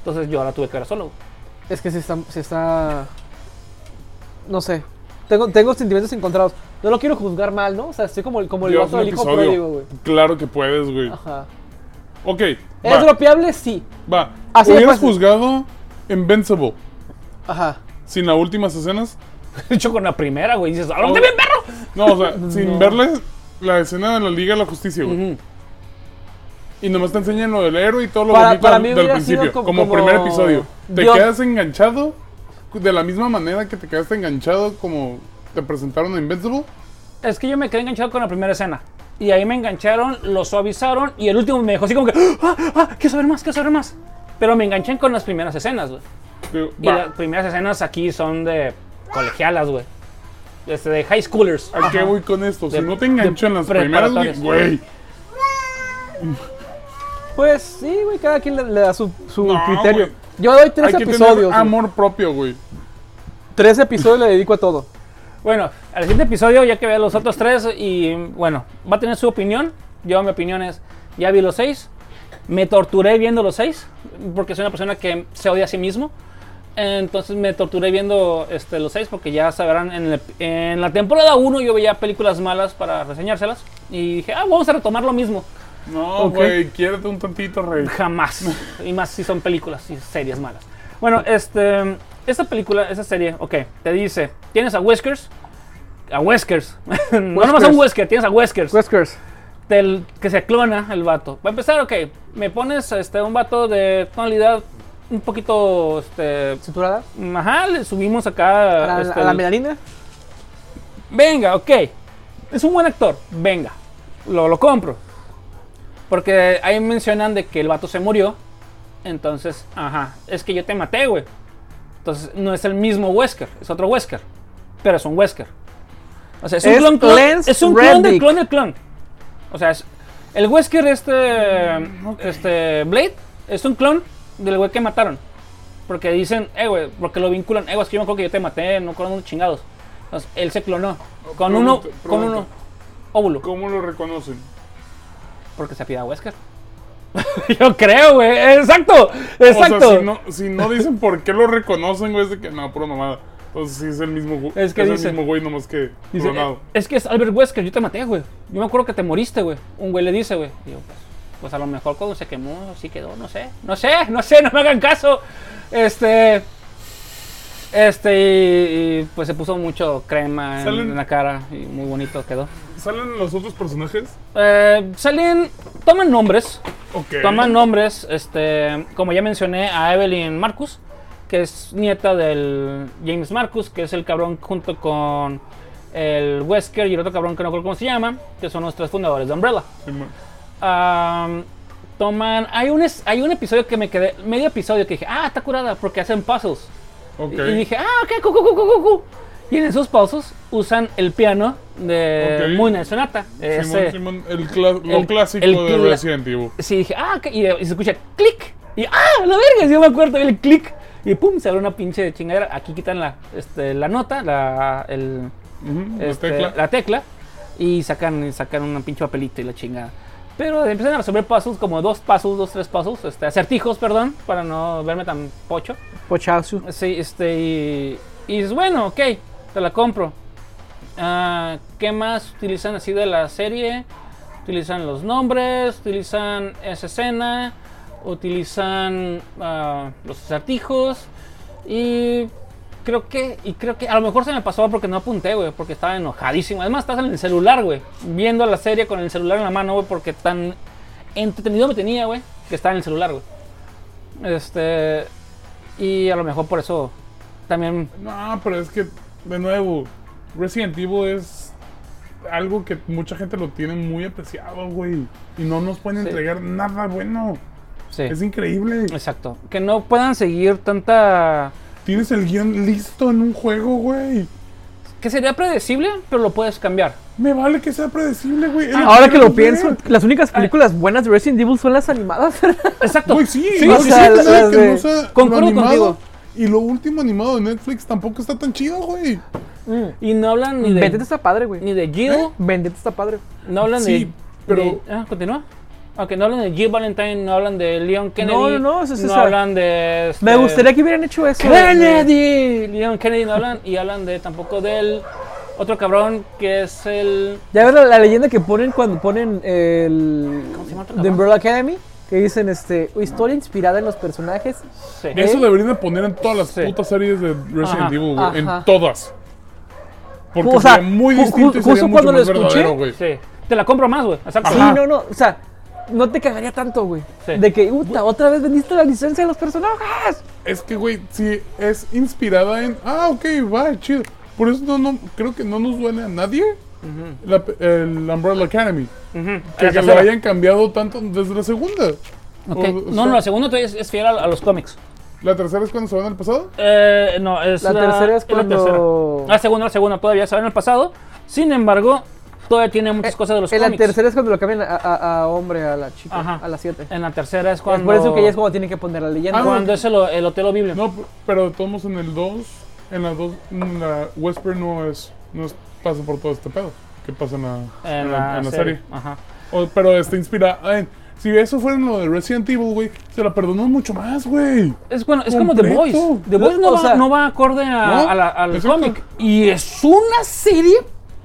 Speaker 3: Entonces yo ahora tuve que ver solo, güey. [laughs]
Speaker 2: Es que si está, sí está. No sé. Tengo, tengo sentimientos encontrados. No lo quiero juzgar mal, ¿no? O sea, estoy como el, como el
Speaker 1: Llevas
Speaker 2: vato
Speaker 1: un
Speaker 2: del hijo pródigo, güey.
Speaker 1: episodio. Claro que puedes, güey.
Speaker 3: Ah.
Speaker 2: Ajá.
Speaker 1: Ok.
Speaker 2: ¿Es
Speaker 1: Va.
Speaker 2: dropeable? Sí.
Speaker 1: va.
Speaker 2: Así de
Speaker 1: ¿Hubieras
Speaker 2: fácil.
Speaker 1: juzgado Invincible
Speaker 2: Ajá.
Speaker 1: sin las últimas escenas?
Speaker 3: De hecho, con la primera, güey, dices, ¡Alonte bien, perro!
Speaker 1: No, o
Speaker 2: [laughs]
Speaker 1: sea, sin verle la escena de la Liga de la Justicia, güey.
Speaker 3: Ujú.
Speaker 1: Y nomás te enseñan lo del héroe y todo lo
Speaker 2: Para-
Speaker 1: bonito
Speaker 2: para
Speaker 1: del-
Speaker 2: mí
Speaker 1: del
Speaker 2: hubiera sido
Speaker 1: principio,
Speaker 2: como-
Speaker 1: como,
Speaker 2: como-
Speaker 1: primer episodio. Te
Speaker 2: Dios.
Speaker 1: quedas enganchado de la misma manera que te quedaste enganchado como te presentaron a Invincible.
Speaker 3: Es que yo me quedé enganchado con la primera escena. Y ahí me engancharon, lo suavizaron y el último me dejó así como que, ¡ah! ah quiero saber más! ¡Quiero saber más! Pero me enganché con las primeras escenas, güey.
Speaker 1: Digo,
Speaker 3: Y
Speaker 1: va,
Speaker 3: las primeras escenas aquí son de colegialas, güey. Este, de high schoolers.
Speaker 1: ¿A qué voy con esto? Si
Speaker 3: De-
Speaker 1: no te enganchó en las
Speaker 3: de
Speaker 1: primeras, güey,
Speaker 3: preparatorias.
Speaker 1: güey.
Speaker 2: Pues sí, güey, cada quien le, le da su, su
Speaker 1: No,
Speaker 2: criterio.
Speaker 1: güey.
Speaker 2: Yo doy tres
Speaker 1: Hay que
Speaker 2: episodios.
Speaker 1: tener
Speaker 2: güey.
Speaker 1: amor propio, güey.
Speaker 2: Tres episodios le dedico a todo.
Speaker 3: Bueno, al siguiente episodio ya que vea los otros tres y bueno, va a tener su opinión. Yo mi opinión es, ya vi los seis, me torturé viendo los seis, porque soy una persona que se odia a sí mismo. Entonces me torturé viendo este, los seis porque ya sabrán, en, el- en la temporada 1 yo veía películas malas para reseñárselas y dije, ah, vamos a retomar lo mismo.
Speaker 1: No,
Speaker 3: Ok.
Speaker 1: güey, quiérete un tantito, rey.
Speaker 3: Jamás. Y más si son películas y series malas. Bueno, este. Esta película, esta serie, ok, te dice: tienes a Whiskers. A Whiskers. [laughs] no nomás a un Whisker, tienes a Whiskers.
Speaker 2: Whiskers.
Speaker 3: Del que se clona el vato. Va a empezar, ok, me pones este, un vato de tonalidad un poquito. Este,
Speaker 2: ¿Saturada?
Speaker 3: ajá, le subimos acá.
Speaker 2: ¿A la,
Speaker 3: este,
Speaker 2: a la
Speaker 3: el-
Speaker 2: melanina?
Speaker 3: Venga, ok. Es un buen actor. Venga. Lo, lo compro. Porque ahí mencionan de que el vato se murió. Entonces, ajá. Es que yo te maté, güey. Entonces, no es el mismo Wesker. Es otro Wesker. Pero es un Wesker. O sea, es un
Speaker 2: Es
Speaker 3: clon, clon-
Speaker 2: Lance
Speaker 3: Es un clon del
Speaker 2: Reddick.
Speaker 3: clon del clon. O sea, es- el Wesker, este. Este. Blade. Es un clon del güey que mataron. Porque dicen, eh, güey, porque lo vinculan. Eh, güey, es que yo me acuerdo que yo te maté, no con unos chingados. Entonces, él se clonó. Con uno,
Speaker 1: Pregunta,
Speaker 3: con
Speaker 1: pregunta.
Speaker 3: uno óvulo.
Speaker 1: ¿Cómo lo reconocen?
Speaker 3: Porque se pida Wesker. [laughs] yo creo, güey. Exacto, exacto.
Speaker 1: O sea, si no, si no dicen por qué lo reconocen, güey, es de que no, pura mamada. Entonces sí es el mismo güey.
Speaker 3: Es que
Speaker 1: es
Speaker 3: dice-
Speaker 1: el mismo güey, nomás que
Speaker 3: Dice,
Speaker 1: clonado.
Speaker 3: "Eh, es que es Albert Wesker, yo te maté, güey. Yo me acuerdo que te moriste, güey. Un güey le dice, güey. Y yo, pues, pues a lo mejor cuando se quemó, sí quedó, no sé. No sé, no sé, [laughs] no me hagan caso. Este. Este, y, y, pues se puso mucho crema en,
Speaker 1: Salen-
Speaker 3: en la cara y muy bonito quedó.
Speaker 1: ¿Salen los otros personajes?
Speaker 3: Eh, salen, toman nombres,
Speaker 1: Ok.
Speaker 3: toman nombres, este, como ya mencioné, a Evelyn Marcus, que es nieta del James Marcus, que es el cabrón junto con el Wesker y el otro cabrón que no recuerdo cómo se llama, que son los tres fundadores de Umbrella.
Speaker 1: Simón.
Speaker 3: Am, toman, hay un, es- hay un episodio que me quedé, medio episodio que dije, ah, está curada, porque hacen puzzles.
Speaker 1: Ok.
Speaker 3: Y dije, ah, ok, cu, cu, cu, cu, cu, cu". Y en esos puzzles usan el piano de
Speaker 1: Ok.
Speaker 3: Moon Knight Sonata.
Speaker 1: Simón,
Speaker 3: ese-
Speaker 1: Simón, el cla- lo
Speaker 3: este, el-
Speaker 1: clásico
Speaker 3: el
Speaker 1: de
Speaker 3: cla-
Speaker 1: Resident Evil.
Speaker 3: Sí, dije, ah, ok, y, y se escucha clic. Y ah, la verga, si yo me acuerdo el clic. Y pum, se abre una pinche chingadera. Aquí quitan la, este, la nota, la, el,
Speaker 1: Ujú, la
Speaker 3: este,
Speaker 1: tecla.
Speaker 3: la tecla, Y sacan, y sacan una pinche papelita y la chingada. Pero eh, empiezan a resolver pasos, como dos pasos, dos, tres pasos, este, acertijos, perdón, para no verme tan pocho.
Speaker 2: Pochazu.
Speaker 3: Sí, este, y, y dices, bueno, ok, te la compro. Ah, ¿Qué más utilizan así de la serie? Utilizan los nombres, utilizan esa escena, utilizan ah, los acertijos y creo que y creo que a lo mejor se me pasó porque no apunté, güey, porque estaba enojadísimo. Además, estás en el celular, güey, viendo la serie con el celular en la mano, güey, porque tan entretenido me tenía, güey, que estaba en el celular, güey. Este, y a lo mejor por eso también.
Speaker 1: No, pero es que, de nuevo, Resident Evil es algo que mucha gente lo tiene muy apreciado, güey. Y no nos pueden
Speaker 3: Sí.
Speaker 1: entregar nada bueno.
Speaker 3: Sí.
Speaker 1: Es increíble.
Speaker 3: Exacto. Que no puedan seguir tanta.
Speaker 1: Tienes el guión listo en un juego, güey.
Speaker 3: Que sería predecible, pero lo puedes cambiar.
Speaker 1: Me vale que sea predecible, güey.
Speaker 3: Ah,
Speaker 1: Es
Speaker 2: Ah, Ahora que
Speaker 1: quiero
Speaker 2: lo
Speaker 1: ver.
Speaker 2: pienso, las únicas películas buenas de Resident Evil son las animadas.
Speaker 3: Exacto.
Speaker 1: Güey, sí,
Speaker 2: Sí,
Speaker 1: no,
Speaker 2: o
Speaker 1: sí,
Speaker 2: sea,
Speaker 1: sí,
Speaker 2: las
Speaker 1: nada que
Speaker 2: de-
Speaker 1: no sea lo
Speaker 3: concuerdo
Speaker 1: animado.
Speaker 3: contigo.
Speaker 1: Y lo último animado de Netflix tampoco está tan chido, güey.
Speaker 2: ¿Eh?
Speaker 3: Y no hablan ni
Speaker 2: [laughs] Vendetta
Speaker 3: de,
Speaker 2: está padre, güey.
Speaker 3: ni Eh, de Jill.
Speaker 2: Vendetta está padre.
Speaker 3: No hablan de.
Speaker 1: Sí, pero-
Speaker 3: de- ah, continúa. Aunque no hablan de Jill Valentine, no hablan de Leon Kennedy.
Speaker 2: No, no, no, eso es esa.
Speaker 3: hablan de. este,
Speaker 2: Me gustaría que hubieran hecho eso.
Speaker 3: Kennedy. Leon Kennedy no hablan. Y hablan de tampoco del otro cabrón que es el.
Speaker 2: Ya ves la, la leyenda que ponen cuando ponen el.
Speaker 3: ¿Cómo se llama otro
Speaker 2: The Umbrella Academy. Que dicen, este, historia inspirada en los personajes.
Speaker 3: Sí.
Speaker 1: Eso deberían de poner en todas las
Speaker 3: Sí.
Speaker 1: putas series de Resident
Speaker 3: Ajá,
Speaker 1: Evil, güey. En
Speaker 2: ajá.
Speaker 1: todas. Porque
Speaker 2: O sea,
Speaker 1: sería muy
Speaker 2: ju- ju-
Speaker 1: distinto y
Speaker 2: justo
Speaker 1: sería mucho
Speaker 2: cuando lo
Speaker 1: más
Speaker 2: escuché,
Speaker 1: verdadero, güey.
Speaker 3: Sí. Te la compro más, güey. Exacto. Ah,
Speaker 2: Sí,
Speaker 1: Ajá.
Speaker 2: no, no. O sea, no te cagaría tanto, güey.
Speaker 3: Sí.
Speaker 2: De que, puta, otra vez vendiste la licencia de los personajes.
Speaker 1: Es que, güey, si es inspirada en. Ah, ok, va, chido. Por eso no, no, creo que no nos duele a nadie. la pe- el Umbrella Academy. Que,
Speaker 3: La
Speaker 1: que lo
Speaker 3: tercera.
Speaker 1: hayan cambiado tanto desde la segunda.
Speaker 3: Ok.
Speaker 1: O- o
Speaker 3: No,
Speaker 1: sea,
Speaker 3: no, la segunda todavía es, es fiel a, a los cómics.
Speaker 1: ¿La tercera es cuando se van al pasado?
Speaker 3: Eh, no, es
Speaker 2: La tercera es
Speaker 3: la tercera.
Speaker 2: cuando-
Speaker 3: La segunda, la segunda todavía se va en el pasado. Sin embargo, todavía tiene muchas cosas de los
Speaker 2: Eh, en
Speaker 3: cómics.
Speaker 2: la tercera es cuando lo cambian a, a- a hombre, a la chica,
Speaker 3: Ajá. Eh,
Speaker 2: a las 7.
Speaker 3: En la tercera es
Speaker 2: Es
Speaker 3: cuando.
Speaker 2: por eso que ya es como tienen que poner la leyenda.
Speaker 1: Ah, no.
Speaker 3: Cuando es el, el Otelo Biblia.
Speaker 1: No, p- pero de todos modos en el 2, en la 2, en la Whisper no es, no es- pasa por todo este pedo que pasa en la, en la- en la serie.
Speaker 3: Ajá.
Speaker 1: O- pero está inspirada en... Si eso fuera en lo de Resident Evil, güey, se la perdonó mucho más, güey.
Speaker 3: Es, bueno, es como The Voice.
Speaker 1: Completo.
Speaker 3: The Voice no,
Speaker 2: O
Speaker 3: va,
Speaker 2: sea-
Speaker 3: no va acorde a,
Speaker 1: ¿No?
Speaker 3: a la- al
Speaker 1: Exacto.
Speaker 3: cómic. Y es una serie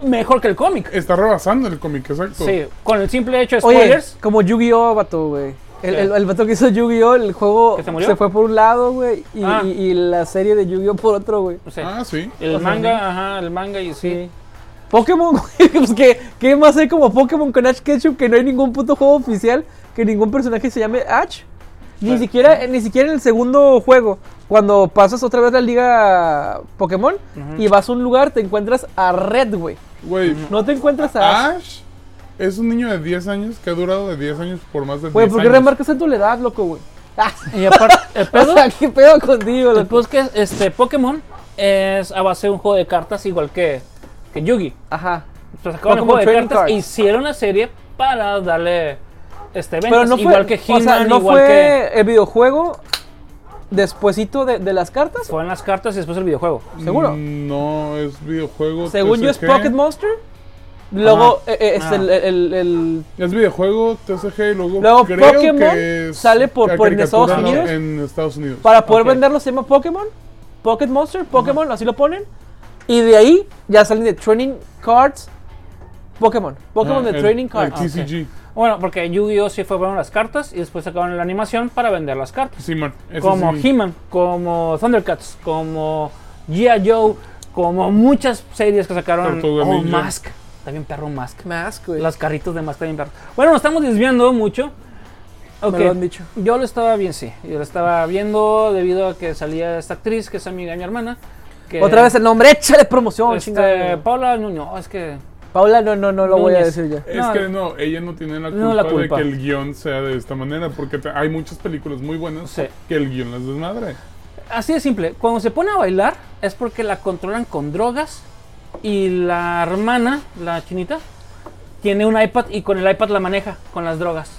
Speaker 3: mejor que el cómic.
Speaker 1: Está rebasando el cómic, exacto.
Speaker 3: Sí, con el simple hecho de
Speaker 2: Oye,
Speaker 3: spoilers.
Speaker 2: como Yu-Gi-Oh, vato, güey. El,
Speaker 3: ¿Qué?
Speaker 2: el, el vato que hizo Yu-Gi-Oh, el juego
Speaker 3: ¿Que se murió?
Speaker 2: fue por un lado, güey, y,
Speaker 3: Ah.
Speaker 2: y- y la serie de Yu-Gi-Oh por otro, güey.
Speaker 3: o sea,
Speaker 1: Ah, sí.
Speaker 3: el
Speaker 2: o sea,
Speaker 3: manga, ajá, el manga y sí.
Speaker 2: Pokémon, [laughs] güey, pues que, que más hay como Pokémon con Ash Ketchum que no hay ningún puto juego oficial que ningún personaje se llame Ash. Ni
Speaker 1: Claro.
Speaker 2: siquiera, eh, ni siquiera en el segundo juego, cuando pasas otra vez la liga Pokémon y vas a un lugar, te encuentras a Red, güey.
Speaker 1: Güey,
Speaker 2: No te encuentras
Speaker 3: Ah,
Speaker 2: a Ash.
Speaker 1: Ash es un niño de 10 años que ha durado de 10 años por más de 10
Speaker 2: Güey, ¿por qué
Speaker 1: años.
Speaker 2: remarcas en tu edad, loco, güey? Ah,
Speaker 3: Y aparte,
Speaker 1: [laughs]
Speaker 3: el pedo,
Speaker 2: o sea, [laughs] ¿qué pedo contigo,
Speaker 3: el
Speaker 2: loco?
Speaker 3: pedo es que este, Pokémon es a base de un juego de cartas igual que, que Yugi.
Speaker 2: Ajá.
Speaker 3: Pues sacaron el
Speaker 2: Pokémon
Speaker 3: juego de
Speaker 2: Ah, Trading
Speaker 3: cartas e
Speaker 2: Cards.
Speaker 3: hicieron la serie para darle este ventas.
Speaker 2: Pero no fue,
Speaker 3: igual que
Speaker 2: o sea,
Speaker 3: He-Man,
Speaker 2: no
Speaker 3: igual
Speaker 2: fue el videojuego despuesito de, de las
Speaker 3: que
Speaker 2: cartas.
Speaker 3: fue en las cartas y después el videojuego.
Speaker 2: ¿Seguro?
Speaker 1: Mm, No, es
Speaker 3: pues,
Speaker 1: videojuego.
Speaker 2: Según yo es
Speaker 1: TCG.
Speaker 2: Pocket Monster. Luego eh, eh, es
Speaker 3: ah.
Speaker 2: el, el- el-
Speaker 1: Es videojuego, TCG y luego,
Speaker 2: Luego
Speaker 1: creo
Speaker 2: Pokémon
Speaker 1: que es
Speaker 2: sale por- por en Estados
Speaker 1: caricatura
Speaker 2: Unidos.
Speaker 1: En Estados Unidos.
Speaker 2: Para poder
Speaker 3: Ok.
Speaker 2: venderlo se llama Pokémon. Pocket Monster, Pokémon, así lo ponen. Y de ahí ya salen de Training Cards. Pokémon. Pokémon
Speaker 1: Ah,
Speaker 2: de
Speaker 1: el-
Speaker 2: Training
Speaker 1: El
Speaker 2: Cards.
Speaker 1: TCG.
Speaker 3: Bueno, porque Yu-Gi-Oh! sí fue para las cartas y después sacaron la animación para vender las cartas.
Speaker 1: Sí, man, ese
Speaker 3: como
Speaker 1: sí.
Speaker 3: He-Man, como Thundercats, como G.I. Joe, como muchas series que sacaron.
Speaker 1: Tortuga
Speaker 3: Oh,
Speaker 1: Ninja.
Speaker 3: Mask. También perro Mask.
Speaker 2: Mask, güey.
Speaker 3: Las carritos de Mask también perro. Bueno, nos estamos desviando mucho. Ok.
Speaker 2: Me lo han dicho.
Speaker 3: Yo lo estaba bien, sí. Yo lo estaba viendo debido a que salía esta actriz que es amiga de mi hermana. que-
Speaker 2: Otra vez el nombre, échale promoción,
Speaker 3: este,
Speaker 2: chingada.
Speaker 3: Paula Nuño, es que.
Speaker 2: Paula, no, no, no lo voy a
Speaker 3: Núñez.
Speaker 2: decir ya.
Speaker 1: Es
Speaker 3: No.
Speaker 1: que no, ella no tiene la culpa,
Speaker 3: No, la culpa.
Speaker 1: de que el guión sea de esta manera, porque te- hay muchas películas muy buenas
Speaker 3: Sí.
Speaker 1: que el guión las desmadre.
Speaker 3: Así de simple. Cuando se pone a bailar es porque la controlan con drogas y la hermana, la chinita, tiene un iPad y con el iPad la maneja con las drogas.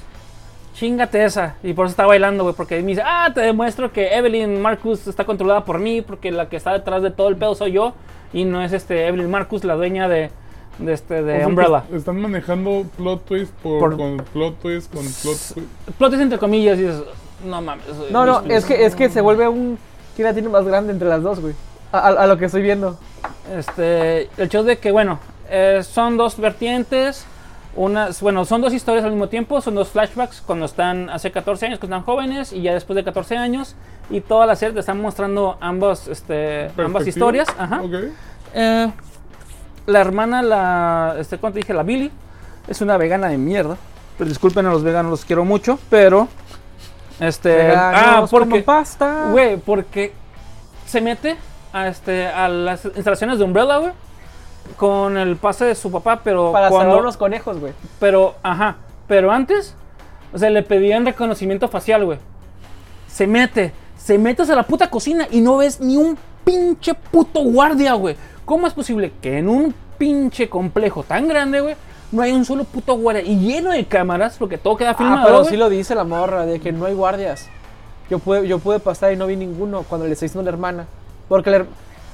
Speaker 3: Chingate esa. Y por eso está bailando, güey. Porque me dice, ah, te demuestro que Evelyn Marcus está controlada por mí. Porque la que está detrás de todo el pedo soy yo. Y no es este Evelyn Marcus, la dueña de, de este,
Speaker 1: O sea,
Speaker 3: de
Speaker 1: que
Speaker 3: Umbrella.
Speaker 1: est- Pues, Están manejando plot twist por,
Speaker 3: Por-
Speaker 1: con plot twist, con plot twist.
Speaker 3: Plotes entre comillas y dices, no mames.
Speaker 2: No, no,
Speaker 3: Luis,
Speaker 2: es que, es que se vuelve un. ¿Quién la tiene más grande entre las dos, güey? A, a- a lo que estoy viendo.
Speaker 3: Este, el show de que, bueno, eh, son dos vertientes, unas, bueno, son dos historias al mismo tiempo, son dos flashbacks cuando están hace 14 años, cuando están jóvenes y ya después de 14 años y toda la serie te están mostrando ambas, este, ambas
Speaker 1: Perspectiva.
Speaker 3: historias. Ajá.
Speaker 1: Ok.
Speaker 3: Eh, la hermana, la, este, ¿cuánto dije? La Billy, es una vegana de mierda. Pero disculpen a los veganos, los quiero mucho, pero, este, ah,
Speaker 2: Veganos
Speaker 3: porque,
Speaker 2: coman pasta.
Speaker 3: Güey, porque se mete a, este, a las instalaciones de Umbrella, güey. Con el pase de su papá, pero
Speaker 2: Para
Speaker 3: cuando-
Speaker 2: salvar los conejos, güey.
Speaker 3: Pero, ajá. Pero antes, o sea, le pedían reconocimiento facial, güey. Se mete. Se metes a la puta cocina y no ves ni un pinche puto guardia, güey. ¿Cómo es posible que en un pinche complejo tan grande, güey, no hay un solo puto guardia? Y lleno de cámaras, porque todo queda filmado,
Speaker 2: Ah, pero
Speaker 3: güey.
Speaker 2: sí lo dice la morra, de que no hay guardias. Yo pude, yo pude pasar y no vi ninguno cuando le está diciendo la hermana. Porque la her-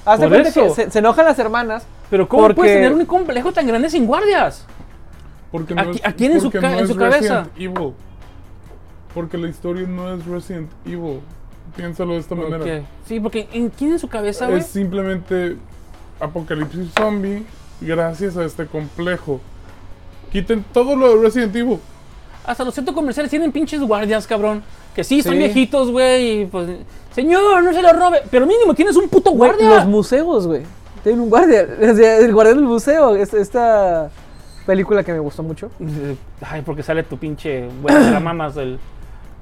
Speaker 2: Haz de
Speaker 3: Por
Speaker 2: cuenta
Speaker 3: eso.
Speaker 2: que se, se enojan las hermanas.
Speaker 3: Pero ¿cómo
Speaker 2: porque-
Speaker 3: puedes tener un complejo tan grande sin guardias?
Speaker 1: Porque
Speaker 3: ¿A
Speaker 1: no
Speaker 3: qui-
Speaker 1: es-
Speaker 3: a quién en su
Speaker 1: porque
Speaker 3: ca-
Speaker 1: no
Speaker 3: en
Speaker 1: es
Speaker 3: su cabeza?
Speaker 1: Resident Evil. Porque la historia no es Resident Evil. Piénsalo de esta manera.
Speaker 3: Ok. Sí, porque ¿en quién en su
Speaker 2: Eh,
Speaker 3: cabeza, güey?
Speaker 1: Es simplemente apocalipsis zombie gracias a este complejo. Quiten todo lo de Resident Evil.
Speaker 3: Hasta los centros comerciales tienen pinches guardias, cabrón. Que sí, son
Speaker 2: Sí.
Speaker 3: viejitos, güey, y pues... Señor, no se lo robe. Pero mínimo tienes un puto
Speaker 2: Güey,
Speaker 3: guardia.
Speaker 2: Los museos, güey. Tienen un guardia. [laughs] O sea, el guardián del museo. Es, esta película que me gustó mucho.
Speaker 3: Ay, porque sale tu pinche... Bueno, de la mamas del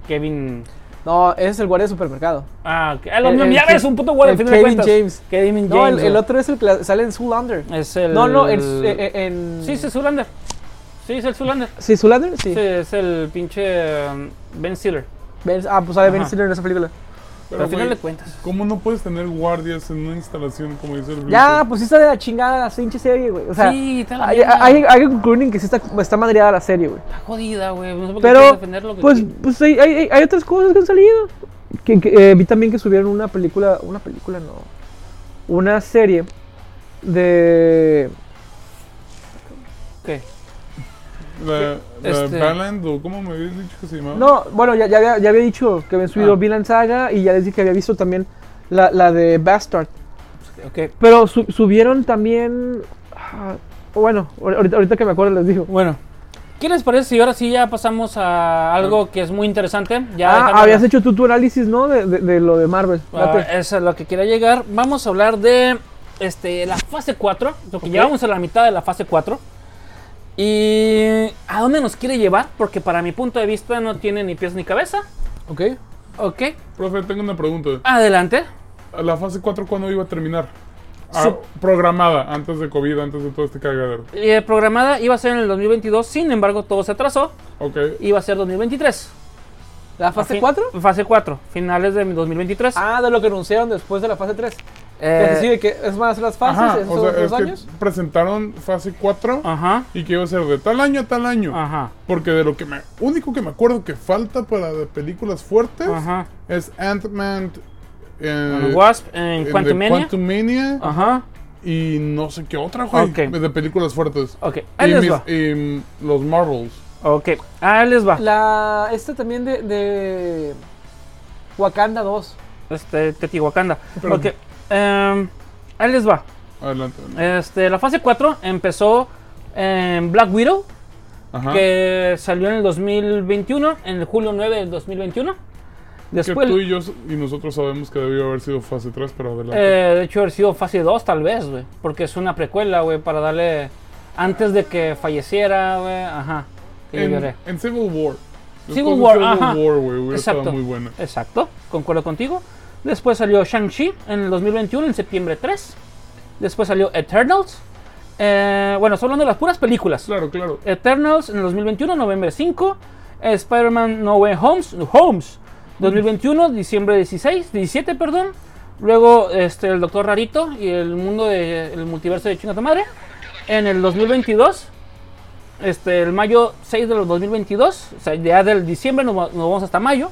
Speaker 3: Kevin...
Speaker 2: No, ese es el guardia de supermercado.
Speaker 3: Ah, ok. Ah, lo
Speaker 2: El-
Speaker 3: mismo,
Speaker 2: Eh, el
Speaker 3: ya
Speaker 2: Ke-
Speaker 3: ves, un puto guardia, al
Speaker 2: el
Speaker 3: fin de
Speaker 2: Kevin
Speaker 3: cuentas.
Speaker 2: James.
Speaker 3: Kevin James.
Speaker 2: No, el, el
Speaker 3: güey.
Speaker 2: otro es el que la- sale en Zoolander.
Speaker 3: Es el...
Speaker 2: No, eh, no, en, en-
Speaker 3: eh,
Speaker 2: en-
Speaker 3: Sí, es el Zulander. Sí, es el Zulander.
Speaker 2: ¿Sí, Zoolander? Sí.
Speaker 3: Sí, es el pinche um, Ben Stiller.
Speaker 2: Ben- ah, pues sabe Ben
Speaker 3: Ajá.
Speaker 2: Stiller en esa película.
Speaker 3: Pero al final
Speaker 1: güey,
Speaker 3: de cuentas.
Speaker 1: ¿Cómo no puedes tener guardias en una instalación como dice el
Speaker 2: Ya,
Speaker 1: Blitzer?
Speaker 2: pues sí está de la chingada la pinche serie, güey. O sea,
Speaker 3: sí, está la
Speaker 2: hay,
Speaker 3: mierda.
Speaker 2: hay, hay que concluir en que sí está, está madreada la serie, güey.
Speaker 3: Está jodida, güey. No sé por qué quieres
Speaker 2: Pero,
Speaker 3: defender lo que
Speaker 2: pues, pues hay, hay, hay otras cosas que han salido. Que, que, eh, vi también que subieron una película, una película no, una serie de...
Speaker 3: ¿Qué?
Speaker 1: La, la
Speaker 3: Este-
Speaker 1: Valand, o ¿cómo me habías dicho que se llamaba?
Speaker 2: No, bueno, ya, ya, había, ya había dicho que habían subido
Speaker 3: Ah.
Speaker 2: Vinland Saga y ya les dije que había visto también la, la de Bastard.
Speaker 3: Ok,
Speaker 2: Pero su- subieron también... ah, bueno, ahorita, ahorita que me acuerdo les digo.
Speaker 3: bueno. ¿Qué les parece si ahora sí ya pasamos a algo que es muy interesante? Ya
Speaker 2: Ah,
Speaker 3: dejando-
Speaker 2: habías hecho tú tu análisis, ¿no? De, de- de lo de Marvel.
Speaker 3: Ah,
Speaker 2: Date.
Speaker 3: eso es lo que quería llegar. Vamos a hablar de este, la fase 4, porque
Speaker 2: Ok.
Speaker 3: llevamos a la mitad de la fase 4. ¿Y a dónde nos quiere llevar? Porque para mi punto de vista no tiene ni pies ni cabeza.
Speaker 2: Ok.
Speaker 3: Ok,
Speaker 1: Profe, tengo una pregunta.
Speaker 3: adelante.
Speaker 1: ¿A ¿La fase 4 cuándo iba a terminar? Ah,
Speaker 3: Sup-
Speaker 1: programada, antes de COVID, antes de todo este cagadero.
Speaker 3: Eh, programada iba a ser en el 2022, sin embargo todo se atrasó.
Speaker 1: Ok.
Speaker 3: Iba a ser 2023.
Speaker 2: ¿La
Speaker 3: A
Speaker 2: fase
Speaker 3: fin-
Speaker 2: 4?
Speaker 3: Fase 4, finales de 2023.
Speaker 2: Ah, de lo que anunciaron después de la fase 3.
Speaker 3: Eh,
Speaker 2: que sigue, que es más las fases,
Speaker 1: Ajá,
Speaker 2: esos
Speaker 1: o sea,
Speaker 2: son
Speaker 1: es
Speaker 2: los
Speaker 1: que
Speaker 2: años. Ah.
Speaker 1: presentaron fase 4
Speaker 3: Ajá,
Speaker 1: y que iba a ser de tal año a tal año.
Speaker 3: ajá,
Speaker 1: Porque de lo que me único que me acuerdo que falta para de películas fuertes
Speaker 3: ajá.
Speaker 1: es Ant-Man eh,
Speaker 3: En Wasp, en
Speaker 1: en
Speaker 3: Quantumania.
Speaker 1: The Quantumania
Speaker 3: Ajá,
Speaker 1: y no sé qué otra, güey,
Speaker 3: Ok.
Speaker 1: de películas fuertes.
Speaker 3: ok. Ahí
Speaker 1: y,
Speaker 3: les
Speaker 1: mis-
Speaker 3: va.
Speaker 1: y, mm, los Marvels.
Speaker 3: Ok, ahí les va.
Speaker 2: La, esta también de, de Wakanda 2.
Speaker 3: este, Teotihuacanda.
Speaker 1: Perdón.
Speaker 3: Ok, em, ahí les va.
Speaker 1: Adelante. adelante.
Speaker 3: Este, la fase 4 empezó en Black Widow,
Speaker 1: Ajá.
Speaker 3: que salió en el 2021, en el julio 9 del 2021.
Speaker 1: Que
Speaker 3: Después,
Speaker 1: tú y yo s- y nosotros sabemos que debió haber sido fase 3, pero adelante.
Speaker 3: eh, de hecho, haber sido fase 2 tal vez, güey, porque es una precuela, güey, para darle antes de que falleciera, güey, ajá. que yo
Speaker 1: en,
Speaker 3: lloré.
Speaker 1: en Civil War. Después
Speaker 3: Civil
Speaker 1: de
Speaker 3: War,
Speaker 1: Civil
Speaker 3: ajá.
Speaker 1: War, güey, hubiera estado
Speaker 3: Exacto. Eh,
Speaker 1: muy buena.
Speaker 3: Exacto, concuerdo contigo. Después salió Shang-Chi en el 2021, en septiembre 3. Después salió Eternals. Eh, bueno, estoy hablando de las puras películas.
Speaker 1: Claro, claro.
Speaker 3: eh, Eternals en el 2021, noviembre 5. Eh, Spider-Man No Way Homes, Homes 2021, diciembre 16, 17, perdón. Luego este, el Doctor Rarito y el mundo del multiverso de Chingata Madre. En el 2022, este, el mayo 6 de los 2022, o sea, ya del diciembre nos, va- nos vamos hasta mayo.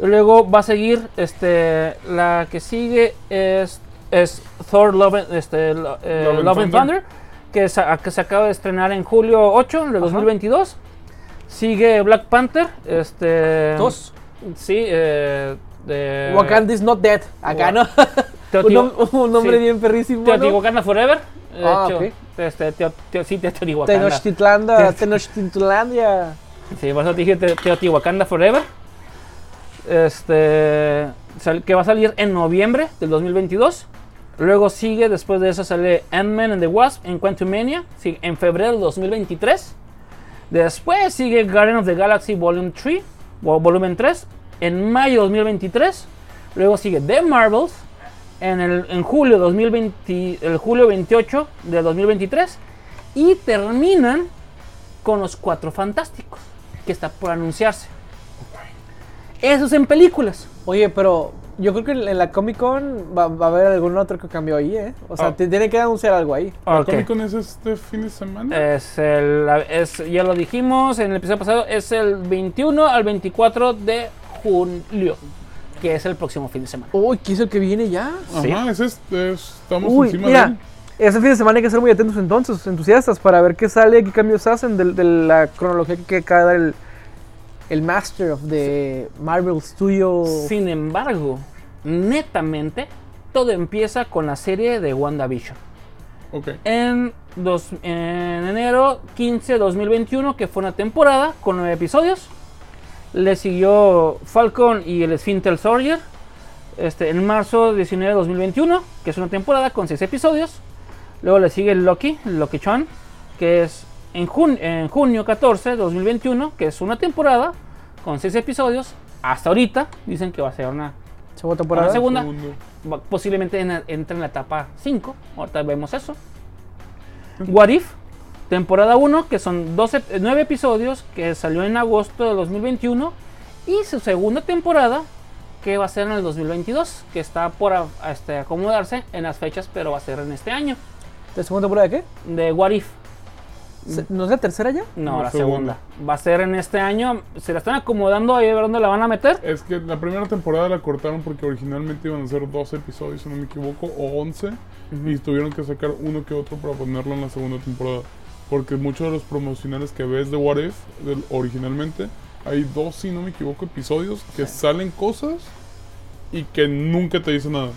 Speaker 3: Luego va a seguir este, la que sigue es, es Thor Love, and- este, lo- eh,
Speaker 1: Love and
Speaker 3: Love and
Speaker 1: Thunder.
Speaker 3: Thunder, que, sa- que se acaba de estrenar en julio 8 de 2022. Sigue Black Panther, este...
Speaker 2: Dos.
Speaker 3: Sí, eh, de...
Speaker 2: Wakanda is not dead. Acá no. [laughs] un, nom-
Speaker 3: Teotihu-
Speaker 2: un nombre
Speaker 3: sí.
Speaker 2: bien perrísimo. ¿no?
Speaker 3: Teotihuacana Forever. De
Speaker 2: Ah,
Speaker 3: hecho,
Speaker 2: ok.
Speaker 3: este, teo- teo- sí, Teotihuacana.
Speaker 2: Tenochtitlanda, Tenochtitlandia.
Speaker 3: Sí, vas a dije Te- Teotihuacana Forever. Este. sal- que va a salir en noviembre del 2022. Luego sigue, después de eso sale Ant-Man and the Wasp en Quantumania. sí, en febrero del 2023. Después sigue Guardian of the Galaxy Volume 3. o Volumen 3. En mayo 2023. Luego sigue The Marvels. En, el, en julio 2020, el julio 28 de 2023. Y terminan con los cuatro fantásticos que está por anunciarse. Eso es en películas.
Speaker 2: Oye, pero yo creo que en en la Comic Con va, va a haber algún otro que cambió ahí, ¿eh? O sea,
Speaker 1: Ah.
Speaker 2: te- tiene que anunciar algo ahí.
Speaker 1: ¿La Comic Con es este fin de semana?
Speaker 3: Es el, es, ya lo dijimos en el episodio pasado, es el 21 al 24 de julio, que es el próximo fin de semana.
Speaker 2: Uy, ¿qué es el que viene ya?
Speaker 1: Ajá, es este, es- estamos
Speaker 2: Uy,
Speaker 1: encima de
Speaker 2: mira,
Speaker 1: él.
Speaker 2: ese fin de semana hay que ser muy atentos entonces, entusiastas, para ver qué sale, qué cambios hacen del- de, la cronología que acaba de dar el, el Master of the Marvel Studio.
Speaker 3: Sin embargo, netamente, todo empieza con la serie de WandaVision.
Speaker 1: Ok.
Speaker 3: en, dos- en enero 15 de 2021, que fue una temporada con nueve episodios. Le siguió Falcon y el Sphinx Soldier este, en marzo 19 de 2021, que es una temporada con seis episodios. Luego le sigue Loki, Loki Chan, que es en, jun- en junio 14 de 2021, que es una temporada con seis episodios. hasta ahorita dicen que va a ser una
Speaker 2: Ah, Segunda
Speaker 3: Para
Speaker 2: temporada.
Speaker 3: la segunda,
Speaker 1: Segundo.
Speaker 3: va- posiblemente en- entre en la etapa 5. Ahorita vemos eso. What If, temporada 1, que son 12, 9 episodios, que salió en agosto de 2021. Y su segunda temporada, que va a ser en el 2022, que está por a- a este, acomodarse en las fechas, pero va a ser en este año.
Speaker 2: ¿La segunda temporada de qué?
Speaker 3: De What If.
Speaker 2: Se- ¿No es la tercera ya?
Speaker 3: No,
Speaker 1: La
Speaker 3: la segunda. Va a ser en este año. Se la están acomodando ahí a ver dónde la van a meter.
Speaker 1: Es que la primera temporada la cortaron porque originalmente iban a ser 12 episodios, si no me equivoco, o 11. Y tuvieron que sacar uno que otro para ponerlo en la segunda temporada. Porque muchos de los promocionales que ves de What If, del- originalmente, hay dos, si no me equivoco, episodios que salen cosas y que nunca te dicen nada.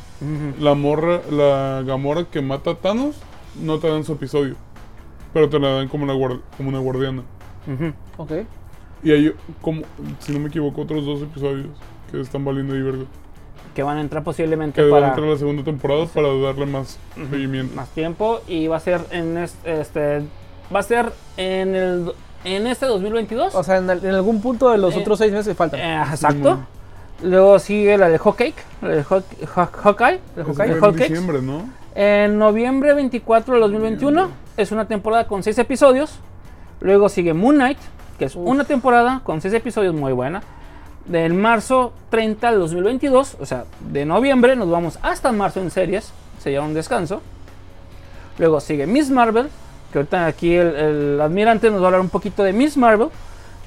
Speaker 1: La morra, la Gamora que mata a Thanos, no te dan su episodio. Pero te la dan como una, guar- como una guardiana.
Speaker 3: Ujú.
Speaker 2: Ok.
Speaker 1: Y hay, como, si no me equivoco, otros dos episodios que están valiendo y verga.
Speaker 3: Que van a entrar posiblemente
Speaker 1: Que debe
Speaker 3: para.
Speaker 1: entrar la segunda temporada para darle más seguimiento.
Speaker 3: más tiempo y va a ser en es- este, va a ser en el en este 2022
Speaker 2: O sea, en, al- en algún punto de los
Speaker 3: Eh,
Speaker 2: otros seis meses que faltan.
Speaker 3: Eh, exacto
Speaker 1: Simón.
Speaker 3: luego sigue la de Hawkeye la de Haw- Haw- Hawkeye la
Speaker 1: Ese
Speaker 3: Hawkeye,
Speaker 1: fue en
Speaker 3: Hawkeye.
Speaker 1: diciembre, ¿no?
Speaker 3: en noviembre 24 del 2021 es una temporada con 6 episodios luego sigue Moon Knight que es
Speaker 2: Uf.
Speaker 3: una temporada con 6 episodios muy buena del marzo 30 del 2022 o sea de noviembre nos vamos hasta marzo en series se lleva un descanso Luego sigue Miss Marvel, que ahorita aquí el, el admirante nos va a hablar un poquito de Miss Marvel.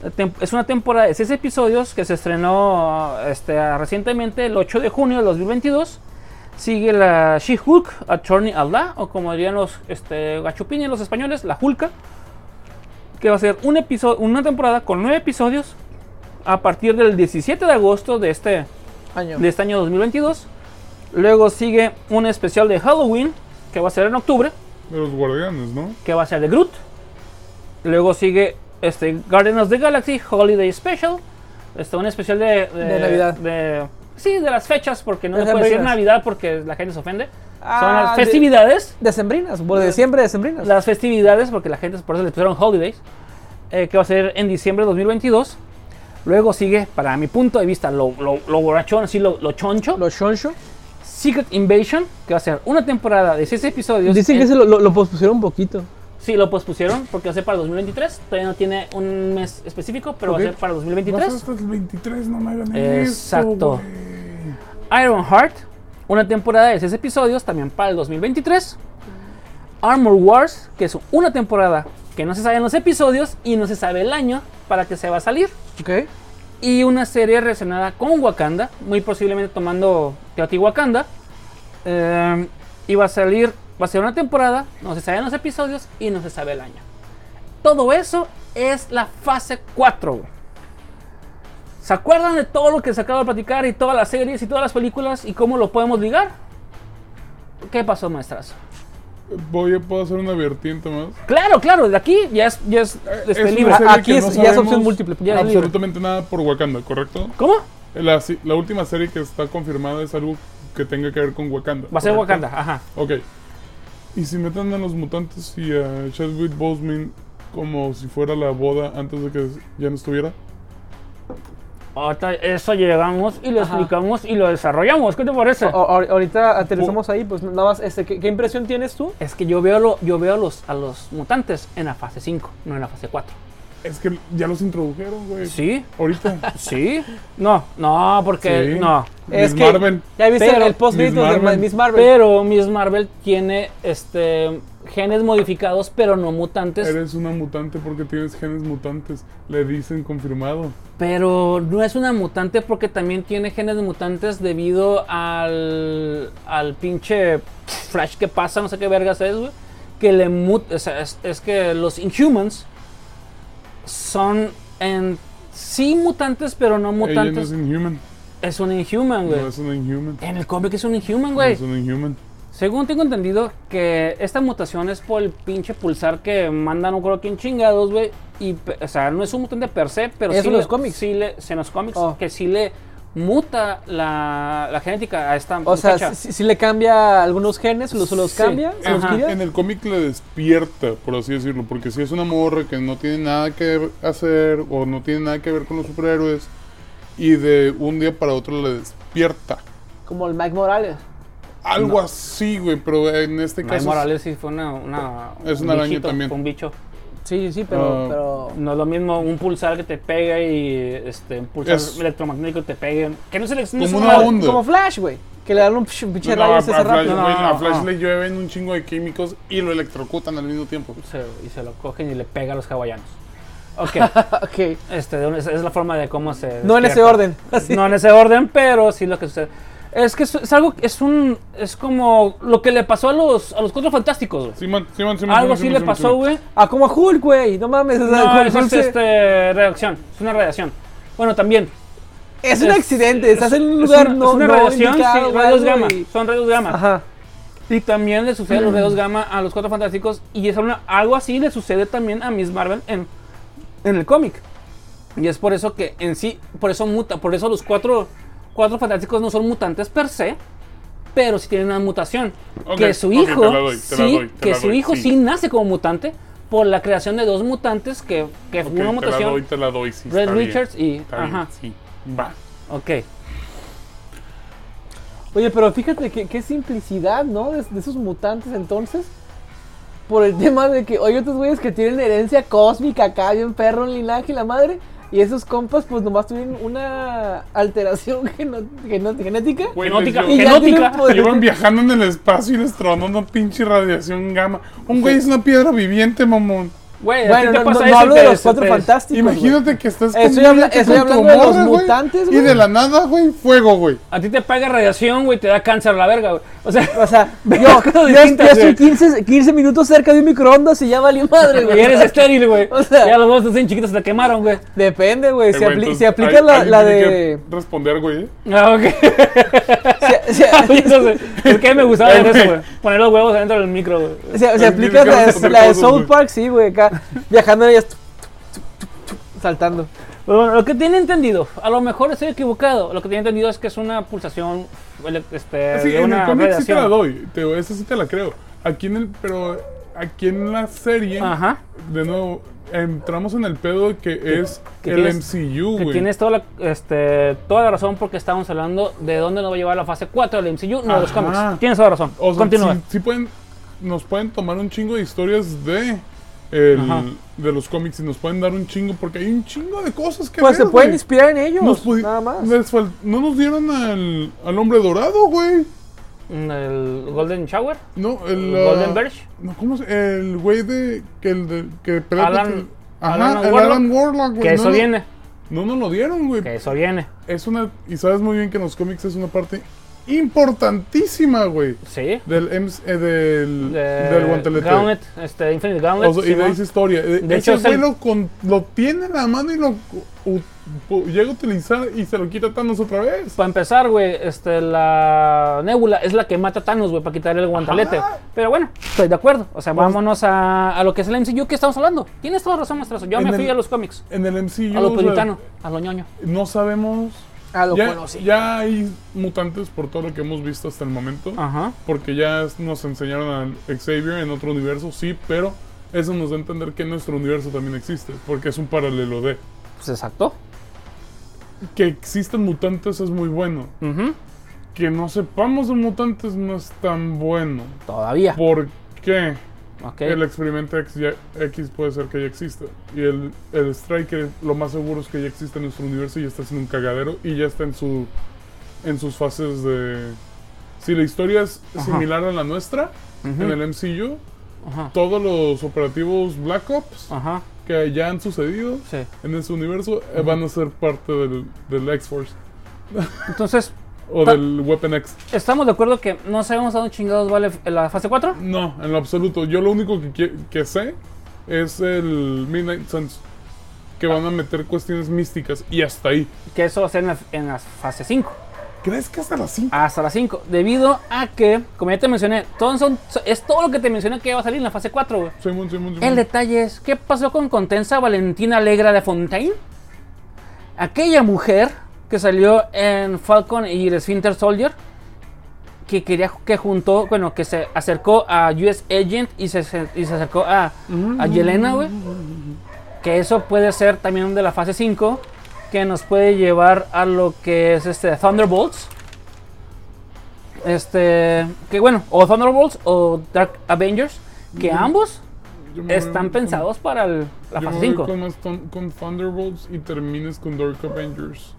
Speaker 3: La tem- Es una temporada de 6 episodios que se estrenó este, recientemente el 8 de junio de 2022. Sigue la She-Hulk, Attorney at Law, o como dirían los este, gachupines los españoles, la Hulka, que va a ser un episo- una temporada con 9 episodios a partir del 17 de agosto de este,
Speaker 2: Año.
Speaker 3: de este año 2022. Luego sigue un especial de Halloween, que va a ser en octubre
Speaker 1: De los guardianes, ¿no?
Speaker 3: que va a ser de Groot. Luego sigue este Guardians of the Galaxy Holiday Special. Este, un especial de,
Speaker 2: De Navidad.
Speaker 3: de- sí, de las fechas, porque no
Speaker 2: De
Speaker 3: se puede decir
Speaker 2: sembrinas.
Speaker 3: Navidad porque la gente se ofende. Son
Speaker 2: Ah,
Speaker 3: las
Speaker 2: de-
Speaker 3: festividades.
Speaker 2: Decembrinas, bueno, de siempre decembrinas.
Speaker 3: Las festividades, porque la gente por eso le pusieron Holidays. eh, que va a ser en diciembre de 2022. Luego sigue, para mi punto de vista, lo, lo, lo borrachón, así lo, lo choncho.
Speaker 2: Los shonsho.
Speaker 3: Secret Invasion, que va a ser una temporada de 6 episodios.
Speaker 2: Dicen que
Speaker 3: en-
Speaker 2: se lo, lo- lo pospusieron un poquito.
Speaker 3: Sí, lo pospusieron porque va a ser para el 2023. Todavía no tiene un mes específico, pero
Speaker 2: Ok.
Speaker 3: va a ser para el
Speaker 1: Vas
Speaker 3: 2023.
Speaker 1: hasta el 23, no me hagan
Speaker 3: Exacto.
Speaker 1: esto, güey.
Speaker 3: Iron Heart, una temporada de 6 episodios, también para el 2023. Armor Wars, que es una temporada que no se saben los episodios y no se sabe el año para que se va a salir.
Speaker 2: Ok.
Speaker 3: Y una serie relacionada con Wakanda, muy posiblemente tomando Teotihuacanda. Eh, y va a salir, va a ser una temporada, no se saben los episodios y no se sabe el año. Todo eso es la fase 4, güey. ¿Se acuerdan de todo lo que se acaba de platicar y todas las series y todas las películas y cómo lo podemos ligar? ¿Qué pasó, maestras?
Speaker 1: Voy a puedo hacer una vertiente más.
Speaker 3: Claro, claro, de aquí ya es, ya es, este,
Speaker 1: una
Speaker 3: libre.
Speaker 1: serie
Speaker 2: Ah, aquí
Speaker 1: que
Speaker 2: es-
Speaker 1: no
Speaker 2: ya es opción
Speaker 1: sabemos
Speaker 2: múltiple, ya
Speaker 3: es libre.
Speaker 1: absolutamente nada por Wakanda, ¿correcto?
Speaker 3: ¿Cómo?
Speaker 1: La, si- la última serie que está confirmada es algo que tenga que ver con Wakanda.
Speaker 3: Va a ser
Speaker 1: ¿correcto?
Speaker 3: Wakanda, ajá.
Speaker 1: Ok. Y si meten a los mutantes y a Chadwick Boseman como si fuera la boda antes de que ya no estuviera.
Speaker 3: Ahorita eso llegamos y lo
Speaker 2: Ajá.
Speaker 3: explicamos y lo desarrollamos. ¿Qué te parece?
Speaker 2: O- ahor- ahorita aterrizamos ahí, pues nada más, este, ¿qué, qué impresión tienes tú?
Speaker 3: Es que yo veo, lo- yo veo a, los, a los mutantes en la fase 5, no en la fase 4.
Speaker 1: Es que ya los introdujeron, güey.
Speaker 3: ¿Sí? [laughs]
Speaker 1: Ahorita.
Speaker 3: ¿Sí? No, no, porque
Speaker 1: Sí.
Speaker 3: no.
Speaker 2: Es
Speaker 1: Miss
Speaker 2: que
Speaker 1: Marvel.
Speaker 2: ya viste
Speaker 3: Pero-
Speaker 2: el post de
Speaker 1: Miss Marvel.
Speaker 2: Miss Marvel.
Speaker 3: Pero Miss Marvel tiene este genes modificados, pero no mutantes.
Speaker 1: Eres una mutante porque tienes genes mutantes. Le dicen confirmado.
Speaker 3: Pero no es una mutante porque también tiene genes mutantes debido al, al pinche flash que pasa, no sé qué vergas es, güey. Que le mut... o sea, es, es que los Inhumans son en sí mutantes, pero no
Speaker 1: Ella no
Speaker 3: mutantes.
Speaker 1: es inhuman.
Speaker 3: es... un Inhuman, güey.
Speaker 1: No es una inhuman. No
Speaker 3: En el cómic es un Inhuman, güey.
Speaker 1: es una inhuman.
Speaker 3: Según tengo entendido que esta mutación es por el pinche pulsar que mandan no creo quién chingados, güey. Y, pe- o sea, no es un mutante per se, pero
Speaker 2: ¿Es
Speaker 3: sí
Speaker 2: en los
Speaker 3: le-
Speaker 2: cómics?
Speaker 3: sí le- sí en los cómics,
Speaker 2: Oh.
Speaker 3: que sí le muta la, la genética a esta
Speaker 2: o sea,
Speaker 3: muchacha.
Speaker 2: si, si le cambia algunos genes, los, los
Speaker 3: Sí.
Speaker 2: cambia, se los
Speaker 3: Ajá.
Speaker 2: quita.
Speaker 1: En el cómic le despierta, por así decirlo, porque si es una morra que no tiene nada que hacer o no tiene nada que ver con los superhéroes y de un día para otro le despierta.
Speaker 2: Como el Mike Morales.
Speaker 1: Algo así, güey, pero en este
Speaker 3: Mike
Speaker 1: caso...
Speaker 3: Morales sí fue una. una
Speaker 1: Es una araña
Speaker 3: bichito,
Speaker 1: también.
Speaker 3: fue Un bicho.
Speaker 2: Sí, sí, pero.
Speaker 1: Ah.
Speaker 2: pero
Speaker 3: No es lo mismo un pulsar que te pega y este, un pulsar
Speaker 1: Es-
Speaker 3: electromagnético que te pegue. Que no se le. no es
Speaker 1: Como una onda.
Speaker 2: como Flash, güey. Que le dan un psh- pinche
Speaker 1: No,
Speaker 2: rayo
Speaker 1: a,
Speaker 2: y se hace
Speaker 1: a Flash,
Speaker 2: rápido.
Speaker 1: güey,
Speaker 3: No, no,
Speaker 1: a Flash
Speaker 3: no.
Speaker 1: le llueven un chingo de químicos y lo electrocutan al mismo tiempo.
Speaker 3: se- y se lo cogen y le pega a los hawaianos. Ok,
Speaker 2: [laughs] Ok.
Speaker 3: este, de un- es, es la forma de cómo se.
Speaker 2: No en ese
Speaker 3: despierta.
Speaker 2: orden. [laughs] Así.
Speaker 3: No en ese orden, pero sí lo que sucede. Es que es, es algo, es un, es como lo que le pasó a los, a los cuatro fantásticos. güey.
Speaker 1: Simón, Simón, Simón. Simón,
Speaker 3: algo así
Speaker 1: Simón,
Speaker 3: le
Speaker 1: Simón,
Speaker 3: pasó,
Speaker 1: Simón.
Speaker 3: güey.
Speaker 2: Ah, como a Hulk, güey. No mames. o sea,
Speaker 3: No,
Speaker 2: Hulk-
Speaker 3: es
Speaker 2: Hulk
Speaker 3: este,
Speaker 2: se-
Speaker 3: este, radiación, es una radiación. Bueno, también.
Speaker 2: es un
Speaker 3: es-
Speaker 2: accidente. Estás en un
Speaker 3: es
Speaker 2: lugar
Speaker 3: una-
Speaker 2: no,
Speaker 3: es una
Speaker 2: no
Speaker 3: radiación, sí,
Speaker 2: indicado, güey,
Speaker 3: rayos
Speaker 2: algo
Speaker 3: gamma,
Speaker 2: y-
Speaker 3: son rayos gamma.
Speaker 2: Ajá.
Speaker 3: Y también le sucede a los rayos gamma a los cuatro fantásticos. Y es una- algo así le sucede también a Miss Marvel en, en el cómic. Y es por eso que en sí, por eso muta, por eso los cuatro, cuatro fantásticos no son mutantes per se, pero sí tienen una mutación.
Speaker 1: Ok,
Speaker 3: que su
Speaker 1: ok,
Speaker 3: hijo,
Speaker 1: te la doy, te la
Speaker 3: sí,
Speaker 1: doy, te
Speaker 3: que
Speaker 1: la
Speaker 3: su
Speaker 1: doy,
Speaker 3: hijo sí.
Speaker 1: sí.
Speaker 3: nace como mutante por la creación de dos mutantes que, que
Speaker 1: Ok,
Speaker 3: fue una
Speaker 1: Te la doy,
Speaker 3: mutación.
Speaker 1: te la doy, sí.
Speaker 3: Red
Speaker 1: está bien,
Speaker 3: Richards y-
Speaker 1: está bien,
Speaker 3: ajá.
Speaker 1: sí. Va.
Speaker 3: Ok.
Speaker 2: Oye, pero fíjate que- qué simplicidad, ¿no? De, de esos mutantes entonces. Por el [laughs] tema de que, oye, otros güeyes que tienen herencia cósmica acá, bien perro, en linaje y la madre. Y esos compas, pues nomás tuvieron una alteración [laughs] geno- geno- genética.
Speaker 1: Güey, pues,
Speaker 3: Genótica,
Speaker 1: les
Speaker 2: y
Speaker 1: dio-
Speaker 2: ya tienen
Speaker 3: genótica.
Speaker 2: poder.
Speaker 1: Iban viajando en el espacio y les tronó una pinche radiación gamma. Un güey es una piedra viviente, mamón.
Speaker 3: Güey, ¿a ti
Speaker 2: Bueno,
Speaker 3: te
Speaker 2: no,
Speaker 3: pasa
Speaker 2: no- no
Speaker 3: eso
Speaker 2: hablo
Speaker 3: y
Speaker 2: de
Speaker 3: te-
Speaker 2: los cuatro
Speaker 3: te-
Speaker 2: fantásticos. pues, güey.
Speaker 1: Imagínate que estás
Speaker 2: Estoy
Speaker 1: comiéndote
Speaker 2: habla- estoy
Speaker 1: con tu
Speaker 2: hablando de los
Speaker 1: morra, güey,
Speaker 2: mutantes,
Speaker 1: Y
Speaker 2: güey.
Speaker 1: de la nada, güey, fuego, güey.
Speaker 3: A ti te pega radiación, güey, te da cáncer la verga, güey. O sea,
Speaker 2: O
Speaker 3: [laughs]
Speaker 2: sea, yo,
Speaker 3: cosas
Speaker 2: yo,
Speaker 3: distintas,
Speaker 2: yo estoy
Speaker 3: güey.
Speaker 2: 15, 15 minutos cerca de un microondas y ya valió madre,
Speaker 3: Y [laughs]
Speaker 2: güey.
Speaker 3: eres estéril, güey.
Speaker 2: O sea-
Speaker 3: ya los dos hacen chiquitos se te quemaron, güey.
Speaker 2: Depende, güey. Si,
Speaker 1: Eh, güey,
Speaker 2: apli-
Speaker 1: entonces,
Speaker 2: si aplicas
Speaker 1: al-
Speaker 2: la,
Speaker 1: alguien
Speaker 2: la
Speaker 1: tiene que
Speaker 2: de.
Speaker 1: Responder, güey.
Speaker 3: Ah, ok. [laughs]
Speaker 1: [laughs]
Speaker 2: si- si-
Speaker 3: Entonces, es que me gustaba
Speaker 1: Eh,
Speaker 3: de eso,
Speaker 1: güey.
Speaker 3: güey. Poner los huevos adentro del micro, güey.
Speaker 2: O sea, o sea,
Speaker 1: Ay, mira,
Speaker 2: aplicas la
Speaker 1: acabas de
Speaker 2: de,
Speaker 1: poner
Speaker 2: la de
Speaker 1: cosas,
Speaker 2: South
Speaker 1: güey.
Speaker 2: Park, sí, güey, acá viajando en ellas, tup, tup, tup, tup, tup, saltando.
Speaker 3: Bueno, lo que tiene entendido, a lo mejor estoy equivocado. Lo que tiene entendido es que es una pulsación, ele-
Speaker 2: Eh,
Speaker 3: este,
Speaker 1: Ah, Sí,
Speaker 3: de
Speaker 1: en el
Speaker 3: una
Speaker 1: cómic sí te la
Speaker 3: radiación.
Speaker 1: doy. Te, esa sí te la creo. Aquí en el. Pero aquí en la serie.
Speaker 3: Ajá.
Speaker 1: De nuevo, entramos en el pedo de que es
Speaker 3: que
Speaker 1: el
Speaker 3: tienes-
Speaker 1: MCU,
Speaker 3: Que
Speaker 1: güey.
Speaker 3: tienes toda la, este, toda la razón porque estábamos hablando de dónde nos va a llevar la fase 4 del MCU, no de los
Speaker 1: Ajá.
Speaker 3: cómics. Tienes toda la razón.
Speaker 1: O sea,
Speaker 3: Continúa.
Speaker 1: sí- sí pueden, nos pueden tomar un chingo de historias de, el-
Speaker 3: Ajá.
Speaker 1: de los cómics y nos pueden dar un chingo, porque hay un chingo de cosas que
Speaker 2: Pues se
Speaker 1: ver,
Speaker 2: pueden
Speaker 1: güey.
Speaker 2: inspirar en ellos,
Speaker 1: Nos pudi-
Speaker 2: nada más.
Speaker 1: les fal- no nos dieron al, al hombre dorado, güey.
Speaker 3: Mm, El Golden Shower,
Speaker 1: No, el... ah,
Speaker 3: Golden Verge.
Speaker 1: No, ¿cómo es? El güey de... Que el de... Que pelea
Speaker 3: Alan-
Speaker 1: contra el- Ajá,
Speaker 3: Alan
Speaker 1: el
Speaker 3: Warlock.
Speaker 1: Alan Warlock, güey.
Speaker 3: Que
Speaker 1: Pues No
Speaker 3: eso
Speaker 1: nos-
Speaker 3: viene,
Speaker 1: No nos lo dieron, güey.
Speaker 3: que eso viene.
Speaker 1: Es una... Y sabes muy bien que en los cómics es una parte importantísima, güey.
Speaker 3: Sí.
Speaker 1: Del, MC eh, del,
Speaker 3: Eh,
Speaker 1: del guantelete.
Speaker 3: Gauntlet, este, Infinite Gauntlet.
Speaker 1: O sea, y de
Speaker 3: Simón.
Speaker 1: esa historia. De,
Speaker 3: De
Speaker 1: ese
Speaker 3: hecho, es
Speaker 1: güey
Speaker 3: el-
Speaker 1: lo, con- lo tiene en la mano y lo u- u- llega a utilizar y se lo quita Thanos otra vez.
Speaker 3: Para empezar, güey, este, la Nebula es la que mata a Thanos, güey, para quitarle el guantelete. Pero bueno, estoy de acuerdo. O sea,
Speaker 1: Vamos-
Speaker 3: vámonos a, a lo que es el MCU que estamos hablando. Tienes toda razón, maestro. Yo
Speaker 1: En
Speaker 3: me
Speaker 1: el-
Speaker 3: fui a los cómics,
Speaker 1: En el MCU
Speaker 3: a lo
Speaker 1: o sea,
Speaker 3: puritano, a lo ñoño.
Speaker 1: no sabemos.
Speaker 2: Ah, lo
Speaker 1: Ya,
Speaker 2: conocí.
Speaker 1: ya hay mutantes por todo lo que hemos visto hasta el momento.
Speaker 3: Ajá.
Speaker 1: Porque ya es- nos enseñaron a Xavier en otro universo, sí, pero eso nos da a entender que nuestro universo también existe. Porque es un paralelo de.
Speaker 3: Pues exacto.
Speaker 1: Que existan mutantes es muy bueno.
Speaker 3: Ujú,
Speaker 1: Que no sepamos de mutantes no es tan bueno.
Speaker 3: Todavía.
Speaker 1: ¿Por qué?
Speaker 3: Ok.
Speaker 1: El experimento X, ya- X puede ser que ya exista. Y el, el Striker, lo más seguro es que ya existe en nuestro universo y ya está haciendo un cagadero y ya está en su en sus fases de. Si la historia es similar a la nuestra,
Speaker 3: Ujú.
Speaker 1: en el MCU,
Speaker 3: Ajá.
Speaker 1: todos los operativos Black Ops
Speaker 3: Ajá.
Speaker 1: que ya han sucedido
Speaker 3: Sí.
Speaker 1: en ese universo eh, van a ser parte del, del X-Force
Speaker 3: Entonces,
Speaker 1: o
Speaker 3: Pa-
Speaker 1: del Weapon X.
Speaker 3: estamos de acuerdo que no sabemos a dónde chingados vale la fase 4.
Speaker 1: No, en lo absoluto. Yo lo único que, quie- que sé es el Midnight Suns. Que van a meter cuestiones místicas y hasta ahí.
Speaker 3: Que eso va a ser en la, en la fase 5.
Speaker 1: ¿Crees que hasta las 5?
Speaker 3: hasta las 5. Debido a que, como ya te mencioné, todos son- so- es todo lo que te mencioné que va a salir en la fase 4, güey.
Speaker 1: Simón, Simón, Simón.
Speaker 3: El detalle es, ¿qué pasó con Contensa Valentina Alegra de Fontaine? Aquella mujer que salió en Falcon y el Sphinter Soldier, que quería que juntó, bueno, que se acercó a US Agent y se, se- y se acercó a, a Yelena, güey. Que eso puede ser también de la fase 5. que nos puede llevar a lo que es este Thunderbolts. Este, que bueno, o Thunderbolts o Dark Avengers, que ambos
Speaker 1: Yo me voy
Speaker 3: están
Speaker 1: con-
Speaker 3: pensados para el- la
Speaker 1: yo me
Speaker 3: fase
Speaker 1: voy
Speaker 3: 5.
Speaker 1: Con, más thun- con Thunderbolts y termines con Dark Avengers.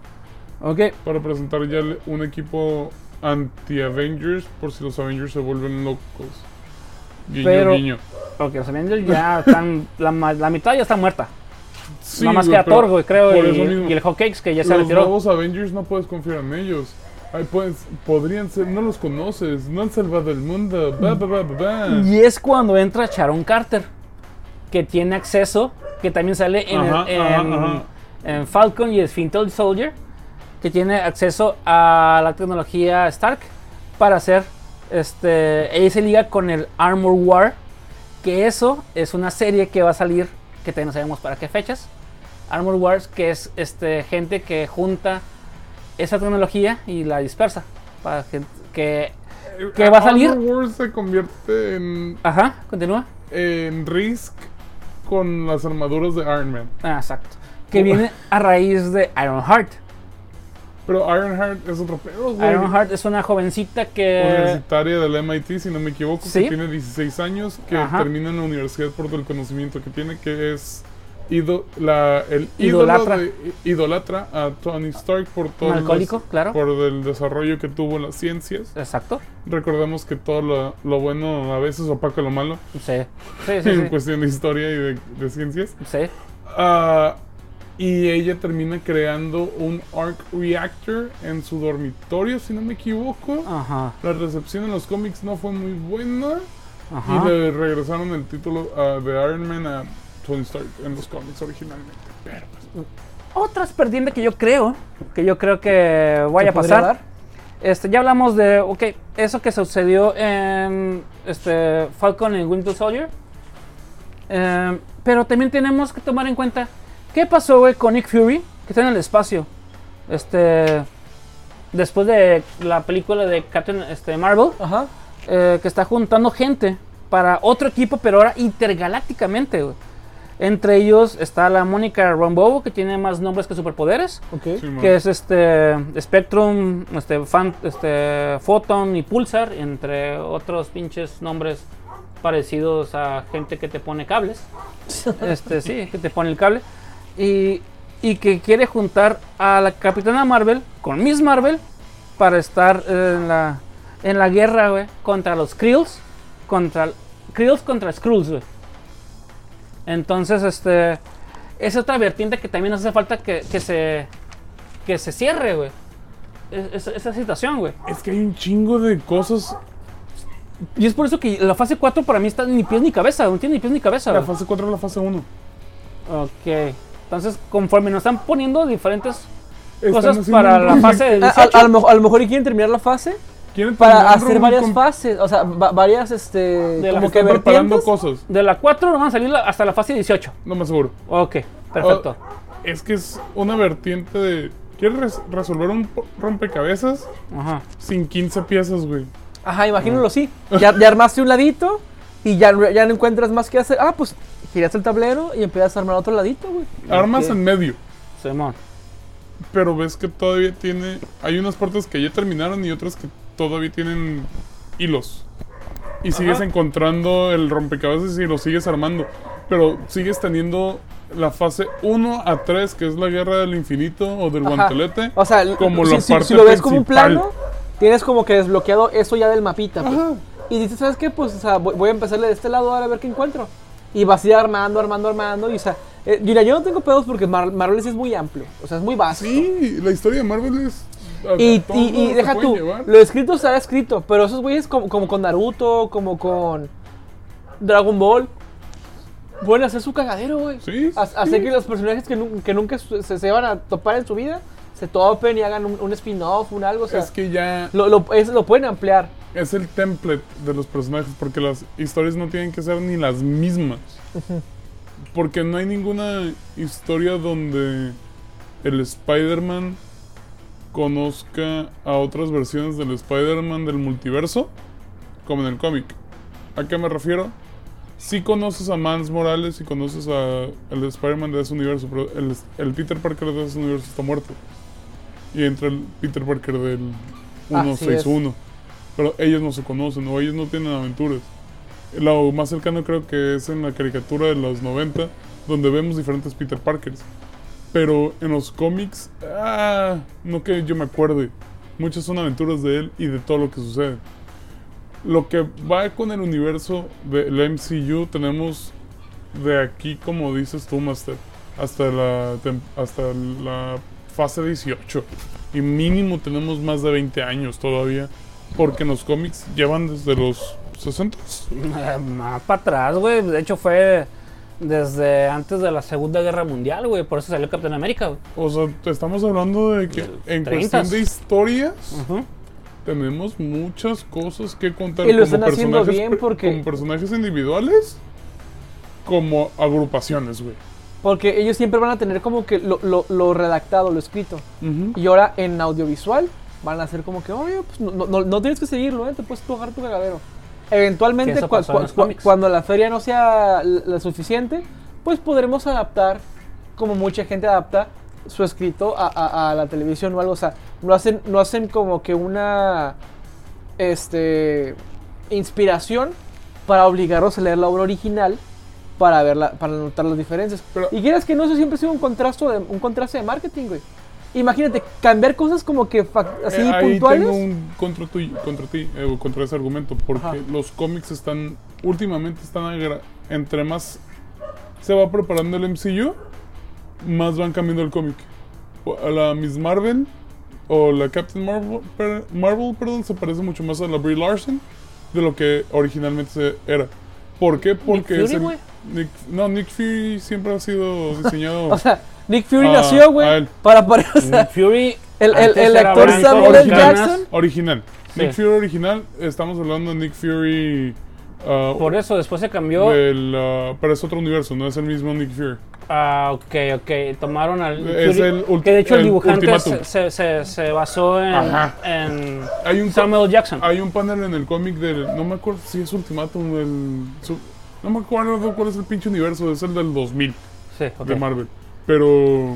Speaker 2: Ok,
Speaker 1: Para presentar ya le- un equipo anti-Avengers por si los Avengers se vuelven locos. Guiño,
Speaker 3: Pero-
Speaker 1: guiño.
Speaker 3: Porque los Avengers ya están, la, ma- la mitad ya está muerta.
Speaker 1: Sí,
Speaker 3: Nada más
Speaker 1: güey,
Speaker 3: queda
Speaker 1: pero
Speaker 3: Thor, güey, creo,
Speaker 1: por eso
Speaker 3: y,
Speaker 1: mismo.
Speaker 3: y el Hawkeyes que ya se
Speaker 1: los
Speaker 3: retiró.
Speaker 1: nuevos Avengers no puedes confiar en ellos. Ay, pues, podrían ser, no los conoces, no han salvado el mundo. Ba, ba, ba, ba, ba.
Speaker 3: Y es cuando entra Sharon Carter, que tiene acceso, que también sale en, el-
Speaker 1: Ajá,
Speaker 3: en,
Speaker 1: ajá, ajá.
Speaker 3: en Falcon y el Fintel Soldier, que tiene acceso a la tecnología Stark para hacer, este, ella se liga con el Armor War, que eso es una serie que va a salir, que todavía no sabemos para qué fechas. Armor Wars, que es este, gente que junta esa tecnología y la dispersa. Para gente que. ¿Qué va a salir?
Speaker 1: Armor Wars se convierte en,
Speaker 3: Ajá, continúa.
Speaker 1: en Risk con las armaduras de Iron Man.
Speaker 3: Ah, exacto. Que viene a raíz de Ironheart.
Speaker 1: Pero Ironheart es otro pedo, güey.
Speaker 3: Ironheart es una jovencita que.
Speaker 1: Universitaria del MIT, si no me equivoco,
Speaker 3: ¿sí?
Speaker 1: que tiene 16 años, que
Speaker 3: Ajá.
Speaker 1: termina en la universidad por todo el conocimiento que tiene, que es ido- la- el ídolo
Speaker 3: Idolatra.
Speaker 1: de- idolatra a Tony Stark por todo
Speaker 3: Un
Speaker 1: el
Speaker 3: alcohólico, claro.
Speaker 1: por el desarrollo que tuvo en las ciencias.
Speaker 3: Exacto.
Speaker 1: Recordemos que todo lo, lo bueno a veces opaca lo malo
Speaker 3: Sí.
Speaker 2: [laughs]
Speaker 3: Sí, sí.
Speaker 1: en
Speaker 2: Pues
Speaker 3: sí.
Speaker 1: cuestión de historia y de, de ciencias.
Speaker 3: Sí.
Speaker 1: Ah, y ella termina creando un arc reactor en su dormitorio, si no me equivoco.
Speaker 3: Ajá.
Speaker 1: La recepción en los cómics no fue muy buena
Speaker 3: Ajá.
Speaker 1: y le regresaron el título ah, de Iron Man a Tony Stark en los cómics originalmente. Pero, pues,
Speaker 3: Otras perdiendo que yo creo. Que yo creo que vaya
Speaker 2: ¿te podría
Speaker 3: a pasar.
Speaker 2: dar?
Speaker 3: Este, ya hablamos de, ok, eso que sucedió en este, Falcon y Winter Soldier. Eh, pero también tenemos que tomar en cuenta qué pasó güey, con Nick Fury, que está en el espacio. Este, después de la película de Captain este, Marvel,
Speaker 2: Ajá.
Speaker 3: eh, que está juntando gente para otro equipo, pero ahora intergalácticamente. güey. Entre ellos está la Mónica Rambeau, que tiene más nombres que superpoderes
Speaker 2: Ok.
Speaker 1: Simón.
Speaker 3: que es este Spectrum, este, Fan- este Photon y Pulsar, entre otros pinches nombres parecidos a gente que te pone cables. Este sí, que te pone el cable y, y que quiere juntar a la Capitana Marvel con Miss Marvel para estar en la en la guerra, güey, contra los Krills, contra Krills contra Skrulls, güey. Entonces, este es otra vertiente que también hace falta que, que se que se cierre, güey. Es- es- esa situación, güey.
Speaker 1: es que hay un chingo de cosas.
Speaker 3: Y es por eso que la fase 4 para mí está ni pies ni cabeza, no tiene ni pies ni cabeza.
Speaker 1: La
Speaker 3: güey.
Speaker 1: fase 4 es la fase 1.
Speaker 3: Ok. Entonces, conforme nos están poniendo diferentes
Speaker 1: Están
Speaker 3: cosas
Speaker 1: haciendo
Speaker 3: para
Speaker 1: un
Speaker 3: la
Speaker 1: proyecto.
Speaker 3: fase de
Speaker 2: A, a-
Speaker 3: 18.
Speaker 2: a lo mejor, a lo mejor y quieren terminar la fase
Speaker 1: Quieren
Speaker 2: para
Speaker 1: terminar
Speaker 2: hacer
Speaker 1: un
Speaker 2: varias
Speaker 1: com-
Speaker 2: fases, o sea, va- varias, este,
Speaker 3: De la-
Speaker 2: como que
Speaker 1: Están preparando
Speaker 2: vertientes.
Speaker 1: cosas,
Speaker 3: De la 4 van a salir la- hasta la fase 18.
Speaker 1: no más seguro.
Speaker 3: Ok, perfecto.
Speaker 1: Es que es una vertiente de. Quieres res- resolver un po- rompecabezas
Speaker 3: Ajá.
Speaker 1: sin 15 piezas, güey.
Speaker 2: Ajá, imagínalo así. Ya, ya armaste un ladito y ya, no- ya no encuentras más que hacer. Ah, pues giras el tablero y empiezas a armar otro ladito, güey.
Speaker 1: Armas
Speaker 2: Ok.
Speaker 1: en medio.
Speaker 3: Simón. [laughs]
Speaker 1: Pero ves que todavía tiene. Hay unas partes que ya terminaron y otras que todavía tienen hilos. Y sigues encontrando el rompecabezas y lo sigues armando. Pero sigues teniendo la fase 1 a 3, que es la guerra del infinito o del
Speaker 2: Ajá.
Speaker 1: guantelete.
Speaker 2: O sea, l-
Speaker 1: Como
Speaker 2: si,
Speaker 1: la
Speaker 2: si-
Speaker 1: parte
Speaker 2: si lo ves como un
Speaker 1: principal.
Speaker 2: plano, tienes como que desbloqueado eso ya del mapita. pues.
Speaker 1: Ajá.
Speaker 2: Y dices, ¿sabes qué? Pues, o sea, voy, voy a empezarle de este lado ahora a ver qué encuentro. Y vas a ir armando, armando, armando. Y, o sea, eh, mira, yo no tengo pedos porque Mar- Marvel sí es muy amplio. O sea, es muy vasto.
Speaker 1: Sí, la historia de Marvel es. a- a
Speaker 2: Y,
Speaker 1: todo
Speaker 2: y- y
Speaker 1: lo que
Speaker 2: deja
Speaker 1: pueden
Speaker 2: tú,
Speaker 1: llevar.
Speaker 2: lo escrito estará escrito, pero esos güeyes como, como con Naruto, como con Dragon Ball, pueden hacer su cagadero, güey.
Speaker 1: Sí,
Speaker 2: Ha-
Speaker 1: sí.
Speaker 2: Hacer que los personajes que, nu- que nunca su- se, se van a topar en su vida se topen y hagan un, un spin-off, un algo, o sea,
Speaker 1: es que ya
Speaker 2: lo, lo- es- lo pueden ampliar.
Speaker 1: es el template de los personajes, porque las historias no tienen que ser ni las mismas. Porque no hay ninguna historia donde el Spider-Man conozca a otras versiones del Spider-Man del multiverso, como en el cómic. ¿A qué me refiero? sí conoces a Mans Morales y conoces a el Spider-Man de ese universo, pero el, el Peter Parker de ese universo está muerto. Y entra el Peter Parker del
Speaker 2: Así
Speaker 1: 161. Pero ellos no se conocen o ellos no tienen aventuras. Lo más cercano creo que es en la caricatura de los 90, donde vemos diferentes Peter Parkers. Pero en los cómics, ah, no que yo me acuerde. Muchas son aventuras de él y de todo lo que sucede. Lo que va con el universo del MCU tenemos de aquí, como dices tú, Master, hasta la, tem- hasta la fase 18. Y mínimo tenemos más de 20 años todavía. Porque en los cómics llevan desde los 60.
Speaker 3: Eh, Más para atrás, güey. De hecho, fue desde antes de la Segunda Guerra Mundial, güey. Por eso salió Capitán
Speaker 2: [laughs]
Speaker 3: América, güey.
Speaker 1: O sea, te estamos hablando de que en
Speaker 3: 30s.
Speaker 1: cuestión de historias
Speaker 3: Ujú.
Speaker 1: tenemos muchas cosas que contar.
Speaker 2: Y lo están haciendo
Speaker 1: personajes
Speaker 2: bien
Speaker 1: pe-
Speaker 2: porque-
Speaker 1: Como personajes individuales, como agrupaciones, güey.
Speaker 2: Porque ellos siempre van a tener como que lo, lo- lo redactado, lo escrito.
Speaker 1: Ujú.
Speaker 2: Y ahora en audiovisual van a ser como que, oye, pues no, no- no tienes que seguirlo, ¿eh? te puedes tocar tu cagadero.
Speaker 3: Que
Speaker 2: Eventualmente,
Speaker 3: eso
Speaker 2: cua-
Speaker 3: pasó en
Speaker 2: cua-
Speaker 3: los
Speaker 2: cua-
Speaker 3: cómics.
Speaker 2: cuando la feria no sea la, la suficiente, pues podremos adaptar, como mucha gente adapta, su escrito a, a- a la televisión o algo. O sea, no hacen, no hacen como que una este, inspiración para obligarlos a leer la obra original para, verla, para notar las diferencias.
Speaker 1: Pero-
Speaker 2: y quieras que no, eso siempre ha sido un contraste de, un contraste de marketing, güey. Imagínate, cambiar cosas como que fac- así
Speaker 1: Eh, ahí
Speaker 2: puntuales.
Speaker 1: tengo un contra, tuyo- contra ti, eh, o contra ese argumento, porque
Speaker 2: Ajá.
Speaker 1: los cómics están, últimamente están, agra- entre más se va preparando el MCU, más van cambiando el cómic. O- A la Miss Marvel, o la Captain Marvel, per- Marvel, perdón, se parece mucho más a la Brie Larson de lo que originalmente se era. ¿Por qué? Porque
Speaker 3: Fury,
Speaker 1: es el-
Speaker 3: güey.
Speaker 1: Nick- no, Nick Fury siempre ha
Speaker 2: [laughs]
Speaker 1: sido diseñado.
Speaker 2: O sea, Nick Fury
Speaker 1: Ah,
Speaker 2: nació,
Speaker 1: a
Speaker 2: güey,
Speaker 1: él.
Speaker 2: para parecer.
Speaker 3: Fury.
Speaker 2: El, el-
Speaker 3: antes
Speaker 2: el
Speaker 3: era
Speaker 2: actor
Speaker 3: blanco,
Speaker 2: Samuel
Speaker 1: con
Speaker 2: L.
Speaker 3: canas.
Speaker 2: Jackson.
Speaker 1: Original.
Speaker 3: Sí.
Speaker 1: Nick Fury original, estamos hablando de Nick Fury. ah,
Speaker 3: Por eso después se cambió.
Speaker 1: del, ah, pero es otro universo, no es el mismo Nick Fury.
Speaker 3: Ah, ok, ok. Tomaron al.
Speaker 1: Es
Speaker 3: Fury,
Speaker 1: el ul-
Speaker 3: que de hecho el
Speaker 1: el
Speaker 3: dibujante se,
Speaker 1: ultimátum.
Speaker 3: se- se- se basó en,
Speaker 1: Ajá. Ah,
Speaker 3: en
Speaker 1: Hay un,
Speaker 3: Samuel Jackson.
Speaker 1: hay un panel en el cómic del. No me acuerdo si es Ultimatum, el. su- no me acuerdo cuál es el pinche universo, es el del 2000
Speaker 3: Sí, ok.
Speaker 1: de Marvel. Pero.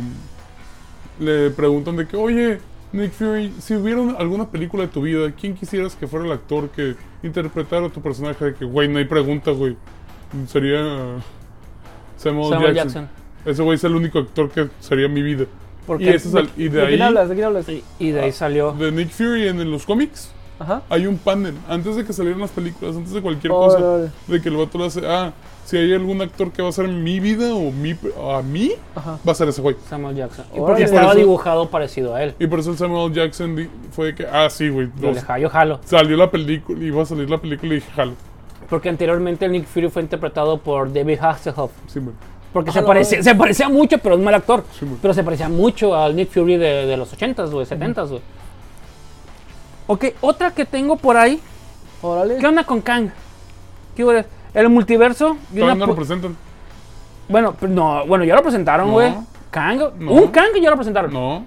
Speaker 1: Le preguntan de que, oye, Nick Fury, si hubiera una- alguna película de tu vida, ¿quién quisieras que fuera el actor que interpretara a tu personaje? De que, güey, no hay pregunta, güey. Sería. Samuel, Jackson.
Speaker 3: Samuel Jackson.
Speaker 1: Ese güey es el único actor que sería mi vida.
Speaker 3: Porque
Speaker 1: Mm. Y ese es el- y de
Speaker 2: ¿De quién
Speaker 1: ahí-
Speaker 2: hablas? ¿De quién hablas?
Speaker 3: Y, y
Speaker 1: Ah.
Speaker 3: de ahí salió.
Speaker 1: de Nick Fury en, en los cómics
Speaker 2: Ajá.
Speaker 1: hay un panel antes de que salieran las películas, antes de cualquier
Speaker 2: Órale,
Speaker 1: cosa,
Speaker 2: órale.
Speaker 1: de que el vato le hace, ah, si hay algún actor que va a ser mi vida o mi, a mí,
Speaker 2: Ajá.
Speaker 1: va a ser ese güey.
Speaker 3: Samuel Jackson. Y
Speaker 2: Órale.
Speaker 3: porque
Speaker 2: Y por
Speaker 3: estaba
Speaker 1: eso-
Speaker 3: dibujado parecido a él.
Speaker 1: Y por eso el Samuel Jackson di- fue de que, ah, sí, güey,
Speaker 3: Yo
Speaker 1: los-
Speaker 3: le ja- yo jalo.
Speaker 1: salió la película, iba a salir la película y dije, jalo,
Speaker 3: Porque anteriormente el Nick Fury fue interpretado por David Hasselhoff.
Speaker 1: sí, güey.
Speaker 3: Porque se parecía, se parecía mucho, pero es un mal actor.
Speaker 1: Sí, güey.
Speaker 3: pero se parecía mucho al Nick Fury de, de los 80s, güey, 70s, güey. Ok, otra que tengo por ahí.
Speaker 2: Órale.
Speaker 3: ¿Qué onda con Kang? ¿Qué hubo? El multiverso. y
Speaker 1: Todavía
Speaker 3: una
Speaker 1: no lo
Speaker 3: pu-
Speaker 1: presentan.
Speaker 3: bueno, pero no, bueno, ya lo presentaron,
Speaker 1: No.
Speaker 3: güey. Kang.
Speaker 1: No.
Speaker 3: Un Kang ya lo presentaron.
Speaker 1: No.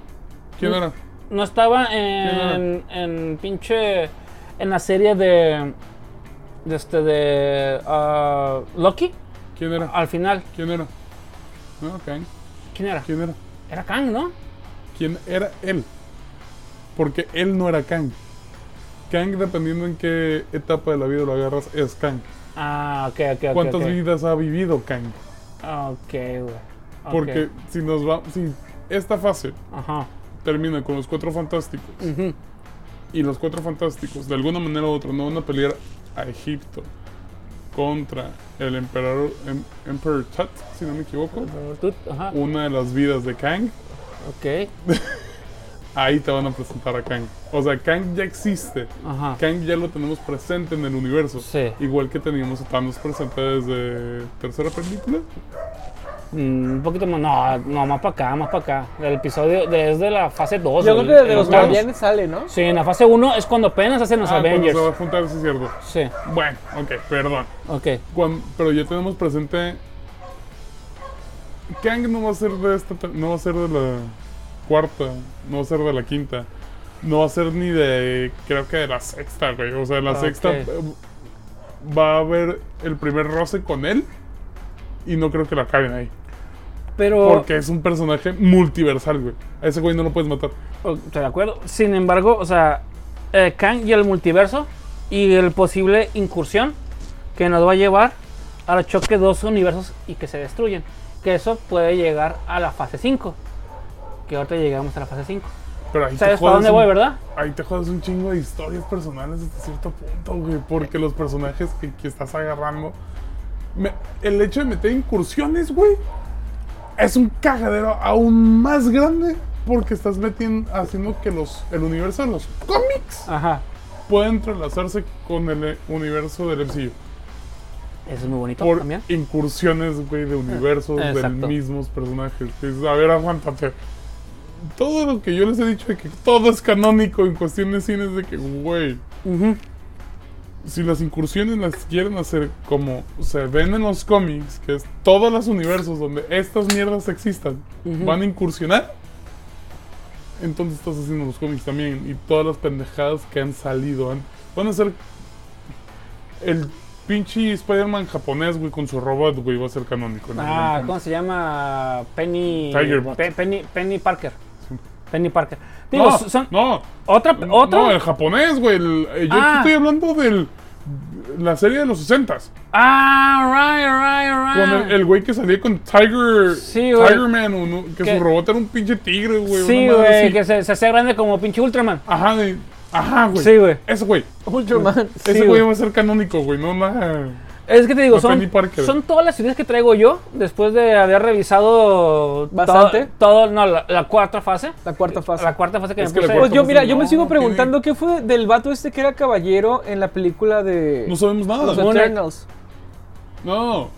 Speaker 1: ¿Quién era?
Speaker 3: No estaba en, en pinche. En la serie de. De este, de. ah, Loki.
Speaker 1: ¿Quién era?
Speaker 3: Al final.
Speaker 1: ¿Quién era? No, Kang.
Speaker 3: ¿Quién era?
Speaker 1: ¿Quién era?
Speaker 3: Era Kang, ¿no?
Speaker 1: quién era él. Porque él no era Kang. Kang, dependiendo en qué etapa de la vida lo agarras, es Kang.
Speaker 3: Ah, ok, ok, ok.
Speaker 1: ¿Cuántas
Speaker 3: ok.
Speaker 1: vidas ha vivido Kang?
Speaker 3: Ah, Ok, güey. Ok.
Speaker 1: Porque si nos va, si esta fase
Speaker 3: Ajá.
Speaker 1: termina con los cuatro fantásticos
Speaker 3: Ujú.
Speaker 1: y los cuatro fantásticos de alguna manera u otra no van a pelear a Egipto contra el emperador em- Emperor Tut, si no me equivoco,
Speaker 3: Tú- Ajá.
Speaker 1: una de las vidas de Kang,
Speaker 3: Ok.
Speaker 1: ahí te van a presentar a Kang. O sea, Kang ya existe.
Speaker 3: Ajá.
Speaker 1: Kang ya lo tenemos presente en el universo.
Speaker 3: Sí.
Speaker 1: Igual que teníamos a Thanos presente desde tercera película.
Speaker 3: Mm, un poquito más. No, no, más para acá, más para acá. El episodio desde la fase 2.
Speaker 2: Yo creo que desde
Speaker 1: en
Speaker 2: los
Speaker 1: los lados.
Speaker 2: guardianes sale, ¿no?
Speaker 3: Sí, en la fase 1 es cuando apenas hacen los
Speaker 1: Ah, cuando
Speaker 3: Avengers.
Speaker 1: se va a juntar, sí es cierto.
Speaker 3: Sí,
Speaker 1: Bueno, ok, perdón.
Speaker 3: ok.
Speaker 1: Cuan- pero ya tenemos presente... Kang no va a ser de esta... te- No va a ser de la cuarta. No va a ser de la quinta. No va a ser ni de... Creo que de la sexta, güey. O sea, la
Speaker 3: Ah,
Speaker 1: sexta...
Speaker 3: ok.
Speaker 1: eh, va a haber el primer roce con él y no creo que la caguen ahí.
Speaker 3: Pero.
Speaker 1: Porque es un personaje multiversal, güey. A ese güey no lo puedes matar.
Speaker 3: O- Estoy de acuerdo. Sin embargo, o sea, eh, Kang y el multiverso y el posible incursión que nos va a llevar al choque de dos universos y que se destruyen. Que eso puede llegar a la fase 5. Que ahorita llegamos a la fase 5.
Speaker 1: Pero ahí
Speaker 3: ¿Sabes
Speaker 1: te
Speaker 3: para
Speaker 1: jodas
Speaker 3: dónde
Speaker 1: un-
Speaker 3: voy, verdad?
Speaker 1: Ahí te jodas un chingo de historias personales hasta cierto punto, güey. Porque los personajes que, que estás agarrando. me- el hecho de meter incursiones, güey, es un cagadero aún más grande. Porque estás metiendo, haciendo que los, el universo de los cómics
Speaker 3: Ajá.
Speaker 1: pueda entrelazarse con el eh, universo del MCU.
Speaker 3: Eso es muy bonito
Speaker 1: por
Speaker 3: también.
Speaker 1: incursiones, güey, de universos,
Speaker 3: Eh,
Speaker 1: de
Speaker 3: exacto.
Speaker 1: mismos personajes. Dices, a ver, aguántate. Todo lo que yo les he dicho de que todo es canónico en cuestión de cine es de que, güey,
Speaker 3: Ujú.
Speaker 1: si las incursiones las quieren hacer como se ven en los cómics, que es todos los universos donde estas mierdas existan,
Speaker 3: Ujú.
Speaker 1: van a incursionar, entonces estás haciendo los cómics también y todas las pendejadas que han salido. han- van a ser el pinche Spider-Man japonés, güey, con su robot, güey, va a ser canónico. ¿no?
Speaker 3: Ah, ¿cómo se llama? Penny.
Speaker 1: Tiger Bot.
Speaker 3: Pe- Penny, Penny Parker.
Speaker 1: Sí.
Speaker 3: Penny Parker. Digo,
Speaker 1: no,
Speaker 3: son.
Speaker 1: no,
Speaker 3: Otra. otra.
Speaker 1: no, el japonés, güey. el- eh, yo te
Speaker 3: Ah.
Speaker 1: estoy hablando del la serie de los 60s.
Speaker 3: Ah, right, right,
Speaker 1: Con
Speaker 3: right.
Speaker 1: el, el güey que salía con Tiger,
Speaker 3: Sí, güey.
Speaker 1: Tiger Man, uno- que
Speaker 3: Que-
Speaker 1: su robot era un pinche tigre, güey.
Speaker 3: Sí,
Speaker 1: una madre
Speaker 3: güey,
Speaker 1: así.
Speaker 3: que se, se hacía grande como pinche Ultraman.
Speaker 1: Ajá, de- ajá, güey.
Speaker 3: Sí, güey.
Speaker 1: Ese güey.
Speaker 2: Ultraman.
Speaker 3: Sí,
Speaker 1: Ese
Speaker 3: güey.
Speaker 1: güey va a ser canónico, güey. No nada.
Speaker 3: Es que te digo,
Speaker 1: Los Penny
Speaker 3: son,
Speaker 1: Parker.
Speaker 3: son todas las ideas que traigo yo después de haber revisado to-
Speaker 2: Bastante.
Speaker 3: Todo, no, la, la cuarta fase.
Speaker 2: La cuarta fase.
Speaker 3: La cuarta fase que
Speaker 1: Es
Speaker 3: me
Speaker 1: que la
Speaker 3: puse.
Speaker 2: Pues
Speaker 1: cuarta-
Speaker 2: yo, mira, yo me
Speaker 1: No,
Speaker 2: sigo
Speaker 1: tiene-
Speaker 2: preguntando qué fue del vato este que era caballero en la película de
Speaker 1: No sabemos nada.
Speaker 2: los
Speaker 1: No,
Speaker 3: Moon Knight.
Speaker 2: Eternals.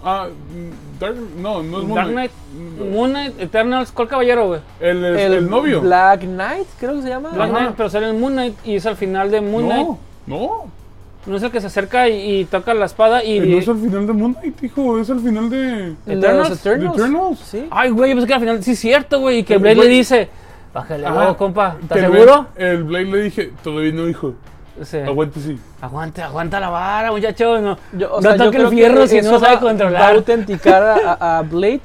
Speaker 1: ah, mm, Dark, no, no es Moon
Speaker 3: Dark
Speaker 1: Knight.
Speaker 3: Knight, Moon Knight, Eternals, ¿cuál caballero, güey?
Speaker 1: El, el, el novio.
Speaker 2: Black Knight, creo que se llama.
Speaker 3: Black
Speaker 1: Ajá.
Speaker 3: Knight, pero sale en Moon Knight y es al final de Moon Knight.
Speaker 1: no, no.
Speaker 3: No es el que se acerca y, y toca la espada y...
Speaker 1: No es el final de Moon Knight, hijo. Es el final de.
Speaker 2: De
Speaker 3: Eternals. Ah.
Speaker 2: los Eternals.
Speaker 1: The Eternals.
Speaker 2: Sí.
Speaker 3: Ay, güey, yo pensé que al final... Sí, es cierto, güey, y que
Speaker 1: El
Speaker 3: Blade le
Speaker 1: güey-
Speaker 3: dice... Bájale,
Speaker 1: Ajá.
Speaker 3: huevo, oh, compa, ¿estás
Speaker 1: Que le-
Speaker 3: seguro?
Speaker 1: El Ah, Blade le dije, todavía no, hijo.
Speaker 3: Sí.
Speaker 1: Aguante, sí.
Speaker 3: Aguante, aguanta la vara, muchacho. No,
Speaker 2: Yo,
Speaker 3: no toque el fierro si
Speaker 2: eso
Speaker 3: no sabe
Speaker 2: va- Va a
Speaker 3: controlar.
Speaker 2: autenticar a, a- a Blade,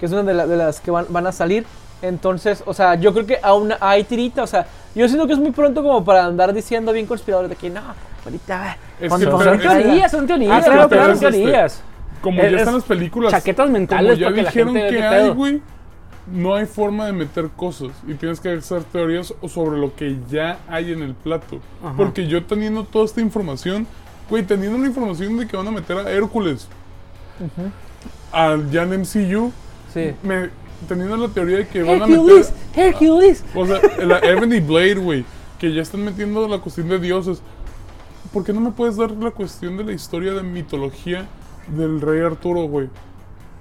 Speaker 2: que es una de, la- de las que van, van a salir. Entonces, o sea, yo creo que aún hay tirita. O sea, yo siento que es muy pronto como para andar diciendo bien conspiradores de que no, ahorita.
Speaker 1: Es
Speaker 2: cuando-
Speaker 1: que espera,
Speaker 2: cuando
Speaker 3: Son
Speaker 1: es que-
Speaker 3: teorías, son teorías.
Speaker 1: Ah, claro,
Speaker 3: claro,
Speaker 1: pero
Speaker 3: claro,
Speaker 1: es
Speaker 3: son
Speaker 1: este.
Speaker 3: teorías.
Speaker 1: Como
Speaker 3: Es-
Speaker 1: ya están
Speaker 3: es
Speaker 1: las películas.
Speaker 3: chaquetas mentales
Speaker 1: pues, Como ya
Speaker 3: para que la
Speaker 1: dijeron
Speaker 3: gente vea
Speaker 1: que
Speaker 3: qué
Speaker 1: hay,
Speaker 3: pedo.
Speaker 1: güey. No hay forma de meter cosas y tienes que hacer teorías sobre lo que ya hay en el plato.
Speaker 3: Ajá.
Speaker 1: Porque yo teniendo toda esta información, güey, teniendo la información de que van a meter a Hércules al Jan MCU,
Speaker 3: Sí.
Speaker 1: me- teniendo la teoría de que van a meter.
Speaker 3: Hercules, Hercules.
Speaker 1: O sea,
Speaker 3: [laughs]
Speaker 1: la Ebony Blade, güey, que ya están metiendo la cuestión de dioses. ¿Por qué no me puedes dar la cuestión de la historia de mitología del rey Arturo, güey?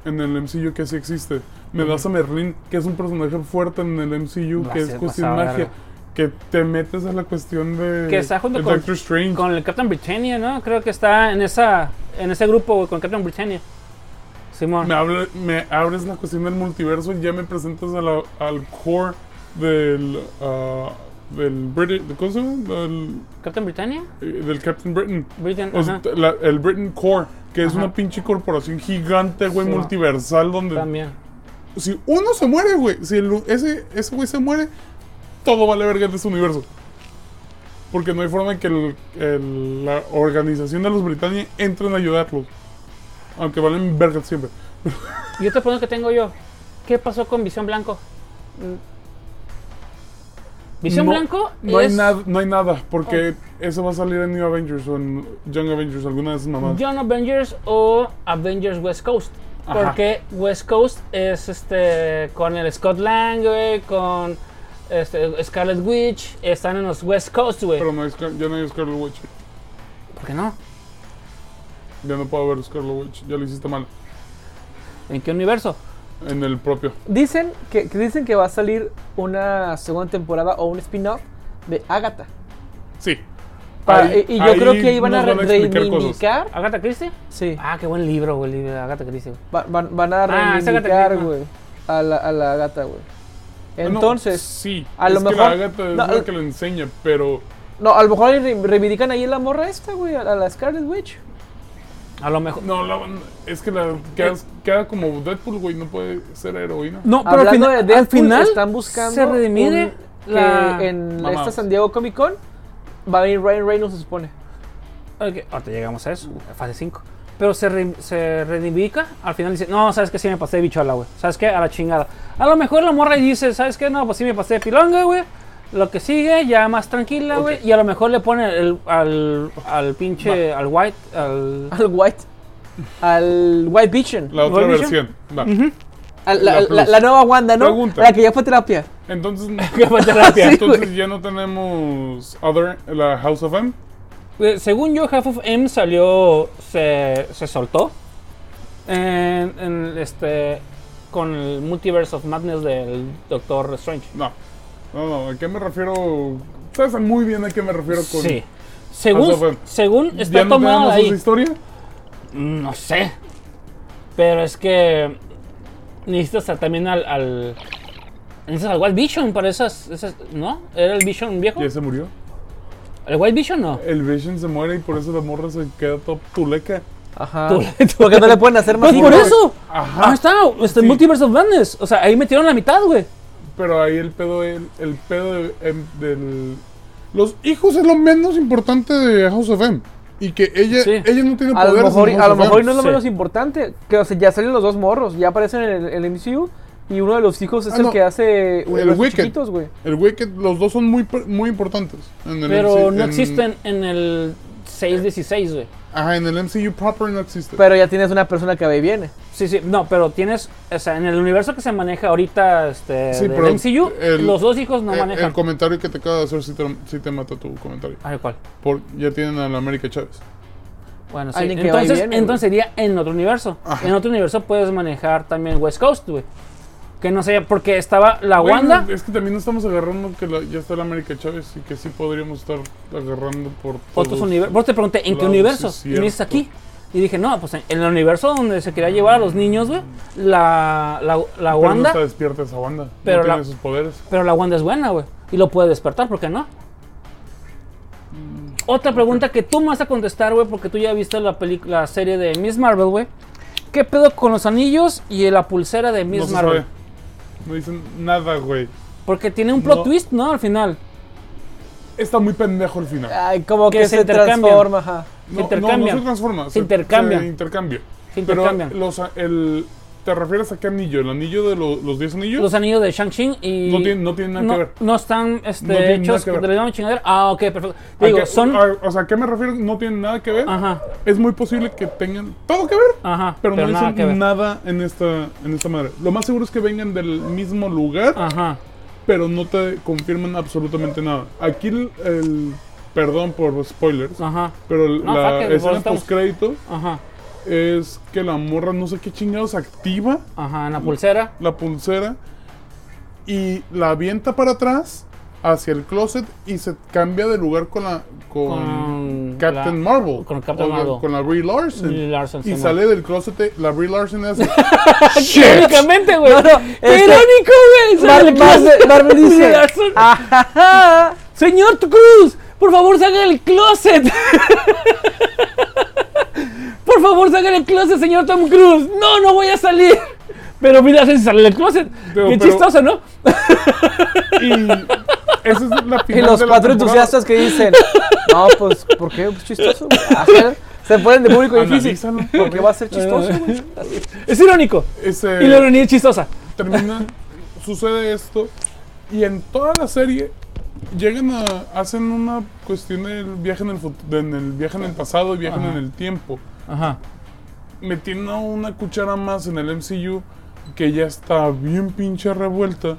Speaker 1: En el MCU que sí existe. Me das a Merlín, que es un personaje fuerte en el MCU,
Speaker 3: Va a
Speaker 1: que es
Speaker 3: ser
Speaker 1: cuestión
Speaker 3: pasado de
Speaker 1: magia.
Speaker 3: verga.
Speaker 1: Que te metes a la cuestión de.
Speaker 3: Que está junto
Speaker 1: de
Speaker 3: con-
Speaker 1: Doctor Strange.
Speaker 3: Con el Captain Britannia, ¿no? Creo que está en esa en ese grupo güey, con Captain Britannia. Simón.
Speaker 1: Me, habla- me abres la cuestión del multiverso y ya me presentas a la- al core del. ah, del British. ¿Cómo se llama? Del,
Speaker 3: Captain Britannia?
Speaker 1: eh, del Captain Britain.
Speaker 3: Britain,
Speaker 1: O sea,
Speaker 3: ajá.
Speaker 1: t- la- el Britain Core, que es
Speaker 3: Ajá.
Speaker 1: una pinche corporación gigante, güey,
Speaker 3: Sí.
Speaker 1: multiversal, donde
Speaker 3: También.
Speaker 1: si uno se muere, güey, si el- ese, ese güey se muere, todo vale verga de este universo. Porque no hay forma de que el- el- la organización de los británicos entren a ayudarlos. Aunque valen verga siempre.
Speaker 3: Y otra pregunta que tengo yo. ¿Qué pasó con Visión Blanco? Visión
Speaker 1: No-
Speaker 3: Blanco
Speaker 1: No,
Speaker 3: es...
Speaker 1: hay, nada no hay nada, porque eso va a salir en New Avengers o en Young Avengers, alguna de esas mamadas.
Speaker 3: John Avengers o Avengers West Coast.
Speaker 1: Ajá.
Speaker 3: Porque West Coast es este con el Scott Lang, güey, con este, Scarlet Witch, están en los West Coast, güey.
Speaker 1: Pero no hay Scar- ya no hay Scarlet Witch.
Speaker 3: ¿Por qué no?
Speaker 1: Ya no puedo ver Scarlet Witch, ya lo hiciste mal.
Speaker 3: ¿En qué universo?
Speaker 1: En el propio.
Speaker 2: Dicen que, que dicen que va a salir una segunda temporada o un spin-off de Agatha.
Speaker 1: Sí.
Speaker 2: Para-
Speaker 1: Ahí-
Speaker 2: eh, y, y yo creo
Speaker 1: ahí
Speaker 2: que ahí van a,
Speaker 1: nos
Speaker 2: re-
Speaker 1: explicar cosas.
Speaker 2: reivindicar.
Speaker 3: ¿Agatha Christie?
Speaker 2: Sí.
Speaker 3: Ah, qué buen libro, güey, el libro de Agatha Christie. güey.
Speaker 2: Va- van, van a
Speaker 3: Ah, es Agatha
Speaker 2: reivindicar,
Speaker 3: Christie.
Speaker 2: güey. a, la, a la gata, güey.
Speaker 3: Ah,
Speaker 1: Bueno,
Speaker 2: Entonces,
Speaker 1: Ah, sí,
Speaker 2: a
Speaker 1: es
Speaker 2: lo
Speaker 1: que
Speaker 2: mejor-
Speaker 1: la Agatha es
Speaker 2: no, eh,
Speaker 1: la
Speaker 2: al-
Speaker 1: que le enseña, pero
Speaker 2: no, a lo mejor ahí re- reivindican ahí la morra esta, güey, a, a la Scarlet Witch.
Speaker 3: A lo mejor.
Speaker 1: No, la, es que la,
Speaker 2: eh,
Speaker 1: queda, queda como Deadpool, güey, no puede ser heroína.
Speaker 3: No, pero al
Speaker 2: Hablando
Speaker 3: fina- al final,
Speaker 2: de Deadpool, están buscando
Speaker 3: se redimide
Speaker 2: un-
Speaker 3: la...
Speaker 2: que en
Speaker 1: Mamadas.
Speaker 2: esta San Diego Comic Con va a venir Ryan Reynolds, se supone. [laughs]
Speaker 3: Ok, Ahorita llegamos a eso, a fase 5. Pero se, re- se reivindica, al final dice, no, ¿sabes qué? Sí me pasé de bichola, güey. ¿Sabes qué? A la chingada. A lo mejor la morra dice, ¿sabes qué? No, pues sí me pasé de pilonga, güey. Lo que sigue, ya más tranquila, güey. Y a lo mejor le pone el- al, al pinche, al white, al...
Speaker 2: Al White. Al White Vision.
Speaker 1: La otra
Speaker 3: ¿Volvision?
Speaker 1: versión. Va.
Speaker 2: Al- la,
Speaker 1: la
Speaker 2: la-
Speaker 1: plus.
Speaker 2: la nueva Wanda, ¿no?
Speaker 1: Pregunta.
Speaker 2: La que ya fue a terapia.
Speaker 1: Entonces,
Speaker 3: [laughs] que fue
Speaker 1: [laughs]
Speaker 2: [laughs]
Speaker 3: terapia.
Speaker 2: Sí.
Speaker 1: entonces
Speaker 2: güey.
Speaker 1: ya no tenemos Other, la House of M.
Speaker 3: Eh, Según yo, Half of M salió, se, se soltó en, en este, con el Multiverse of Madness del Doctor Strange.
Speaker 1: No. No, no, ¿a qué me refiero? Sabes muy bien a qué me refiero con.
Speaker 3: Sí. Según,
Speaker 1: House of M.
Speaker 3: según está
Speaker 1: ¿Ya no
Speaker 3: tomado
Speaker 1: tenemos
Speaker 3: ahí.
Speaker 1: esa historia?
Speaker 3: No sé. Pero es que. Necesitas a- también al. al necesitas al White Vision para esas, esas- ¿No? ¿Era el Vision viejo?
Speaker 1: Ya se murió.
Speaker 3: ¿El White Vision no?
Speaker 1: El Vision se muere y por eso la morra se queda top tuleca.
Speaker 2: Ajá.
Speaker 3: Tú- tú-
Speaker 2: [laughs] Porque no le pueden hacer más.
Speaker 3: Pues por
Speaker 2: hijos.
Speaker 3: eso.
Speaker 1: Ajá.
Speaker 3: Ajá. está. Este
Speaker 1: Sí.
Speaker 3: Multiverse of Madness. O sea, ahí metieron la mitad, güey.
Speaker 1: Pero ahí el pedo, el, el pedo de- em, del. Los hijos es lo menos importante de House of M. Y que ella,
Speaker 3: Sí.
Speaker 1: ella no tiene
Speaker 2: A
Speaker 1: poderes.
Speaker 2: lo mejor,
Speaker 1: en
Speaker 2: a
Speaker 1: House
Speaker 2: lo
Speaker 1: of M.
Speaker 2: mejor no es lo
Speaker 3: Sí.
Speaker 2: menos importante. Que o sea, ya salen los dos morros, ya aparecen en el, en el MCU. Y uno de los hijos es
Speaker 1: Ah,
Speaker 2: el
Speaker 1: no.
Speaker 2: que hace universos
Speaker 1: Wicked.
Speaker 2: chiquitos, güey.
Speaker 1: El Wicked, los dos son muy, per- muy importantes. en el
Speaker 3: Pero
Speaker 1: MCU,
Speaker 3: no
Speaker 1: en-
Speaker 3: existen en el 616, güey.
Speaker 1: Ajá, en el MCU proper no existe.
Speaker 2: Pero ya tienes una persona que va y viene.
Speaker 3: Sí, sí, no, pero tienes, o sea, en el universo que se maneja ahorita, este,
Speaker 1: Sí,
Speaker 3: del
Speaker 1: pero
Speaker 3: MCU,
Speaker 1: el-
Speaker 3: los dos hijos no
Speaker 1: Eh, el,
Speaker 3: manejan.
Speaker 1: el comentario que te acabo de hacer si te, sí te mata tu comentario.
Speaker 3: Ay, ¿cuál?
Speaker 1: Por, ya tienen a la América Chávez.
Speaker 3: Bueno, sí.
Speaker 2: Alguien que va y
Speaker 3: Entonces,
Speaker 2: viene,
Speaker 3: entonces sería en otro universo. En otro universo puedes manejar también West Coast, güey. Que no sé, porque estaba la
Speaker 1: Güey,
Speaker 3: Wanda.
Speaker 1: no, es que también no estamos agarrando que la- ya está la América Chávez y que sí podríamos estar agarrando por
Speaker 3: otros
Speaker 1: todos.
Speaker 3: universos. Vos te pregunté, ¿en qué
Speaker 1: lados,
Speaker 3: universo?
Speaker 1: sí,
Speaker 3: Y
Speaker 1: cierto.
Speaker 3: me dices aquí. Y dije, no, pues en en el universo donde se quería llevar a los niños, güey. La, la, la
Speaker 1: Pero no
Speaker 3: Wanda.
Speaker 1: está despierta esa Wanda.
Speaker 3: Pero
Speaker 1: no tiene
Speaker 3: la-
Speaker 1: sus poderes.
Speaker 3: Pero la Wanda es buena, güey. Y lo puede despertar, ¿por qué no?
Speaker 1: Mm.
Speaker 3: Otra pregunta que tú me vas a contestar, güey, porque tú ya viste la, peli- la serie de Miss Marvel, güey. ¿Qué pedo con los anillos y la pulsera de
Speaker 1: No
Speaker 3: Miss
Speaker 1: se
Speaker 3: Marvel?
Speaker 1: sabe. No dicen nada, güey.
Speaker 3: Porque tiene un plot
Speaker 1: No.
Speaker 3: twist, ¿no? Al final.
Speaker 1: Está muy pendejo el final.
Speaker 2: Ay, como
Speaker 3: Que
Speaker 2: que,
Speaker 3: se
Speaker 2: se,
Speaker 3: intercambian.
Speaker 2: transforma,
Speaker 3: [laughs]
Speaker 2: ajá.
Speaker 1: No, No,
Speaker 3: intercambian.
Speaker 1: no se transforma.
Speaker 3: Se intercambian.
Speaker 1: Se intercambia.
Speaker 3: Se intercambian.
Speaker 1: Pero los, a- el, ¿Te refieres a qué anillo? ¿El anillo de lo- los 10 anillos?
Speaker 3: Los anillos de Shang-Chi y.
Speaker 1: No tiene- no tiene nada que ver.
Speaker 3: No están este,
Speaker 1: No tiene nada
Speaker 3: hechos
Speaker 1: que ver.
Speaker 3: de la misma chingadera. Ah, ok, perfecto. Te
Speaker 1: ¿A
Speaker 3: digo,
Speaker 1: qué-
Speaker 3: son.
Speaker 1: a- o sea, ¿a qué me refiero? No tienen nada que ver.
Speaker 3: Ajá,
Speaker 1: Es muy posible que tengan todo que ver.
Speaker 3: ajá.
Speaker 1: Pero, no
Speaker 3: nada que ver.
Speaker 1: dicen nada en esta, en esta madre. Lo más seguro es que vengan del mismo lugar,
Speaker 3: Ajá.
Speaker 1: pero no te confirman absolutamente nada. Aquí el, el- perdón por spoilers,
Speaker 3: Ajá.
Speaker 1: pero el-
Speaker 3: Ah. No, fuck
Speaker 1: la
Speaker 3: it,
Speaker 1: escena
Speaker 3: estamos-
Speaker 1: post crédito
Speaker 3: Ajá.
Speaker 1: es que la morra no sé qué chingados activa
Speaker 3: Ajá. En la pulsera.
Speaker 1: la pulsera y la avienta para atrás hacia el closet y se cambia de lugar con la con,
Speaker 3: Con
Speaker 1: Mm, Captain
Speaker 3: la-
Speaker 1: Marvel
Speaker 3: con Captain
Speaker 1: o la-
Speaker 3: Marvel.
Speaker 1: con la Brie Larson,
Speaker 3: Brie Larson,
Speaker 1: y
Speaker 3: sí,
Speaker 1: sale del closet la Brie Larson
Speaker 3: [laughs]
Speaker 1: y hace
Speaker 3: Irónicamente, güey.
Speaker 2: No, no,
Speaker 3: ¡Qué
Speaker 2: este-
Speaker 3: irónico, güey! Sale
Speaker 2: Mar-
Speaker 3: el closet.
Speaker 2: Marvel- Marvel dice,
Speaker 3: Larson.
Speaker 2: Ajá.
Speaker 3: Señor Cruz, por favor salga del closet. por favor salga del closet, señor Tom Cruise. No, no voy a salir. Pero mira, se sale del closet.
Speaker 1: Pero-
Speaker 3: Qué
Speaker 1: pero-
Speaker 3: chistoso, ¿no?
Speaker 1: y esa es la final
Speaker 2: Y los
Speaker 1: de la
Speaker 2: cuatro
Speaker 1: temporada.
Speaker 2: entusiastas
Speaker 1: [laughs]
Speaker 2: que dicen, no, pues, ¿por qué? Pues chistoso. güey". Ajá. Se ponen de público difícil.
Speaker 1: Analízalo,
Speaker 2: ¿Por qué va a ser chistoso,
Speaker 3: Eh,
Speaker 2: güey?
Speaker 3: Es irónico.
Speaker 1: Ese-
Speaker 3: Y la ironía es chistosa.
Speaker 1: termina, sucede esto y en toda la serie llegan a hacen una cuestión del viaje en el fut- en el viaje en el pasado y viajan en el tiempo,
Speaker 3: Ajá.
Speaker 1: metiendo una cuchara más en el MCU que ya está bien pinche revuelta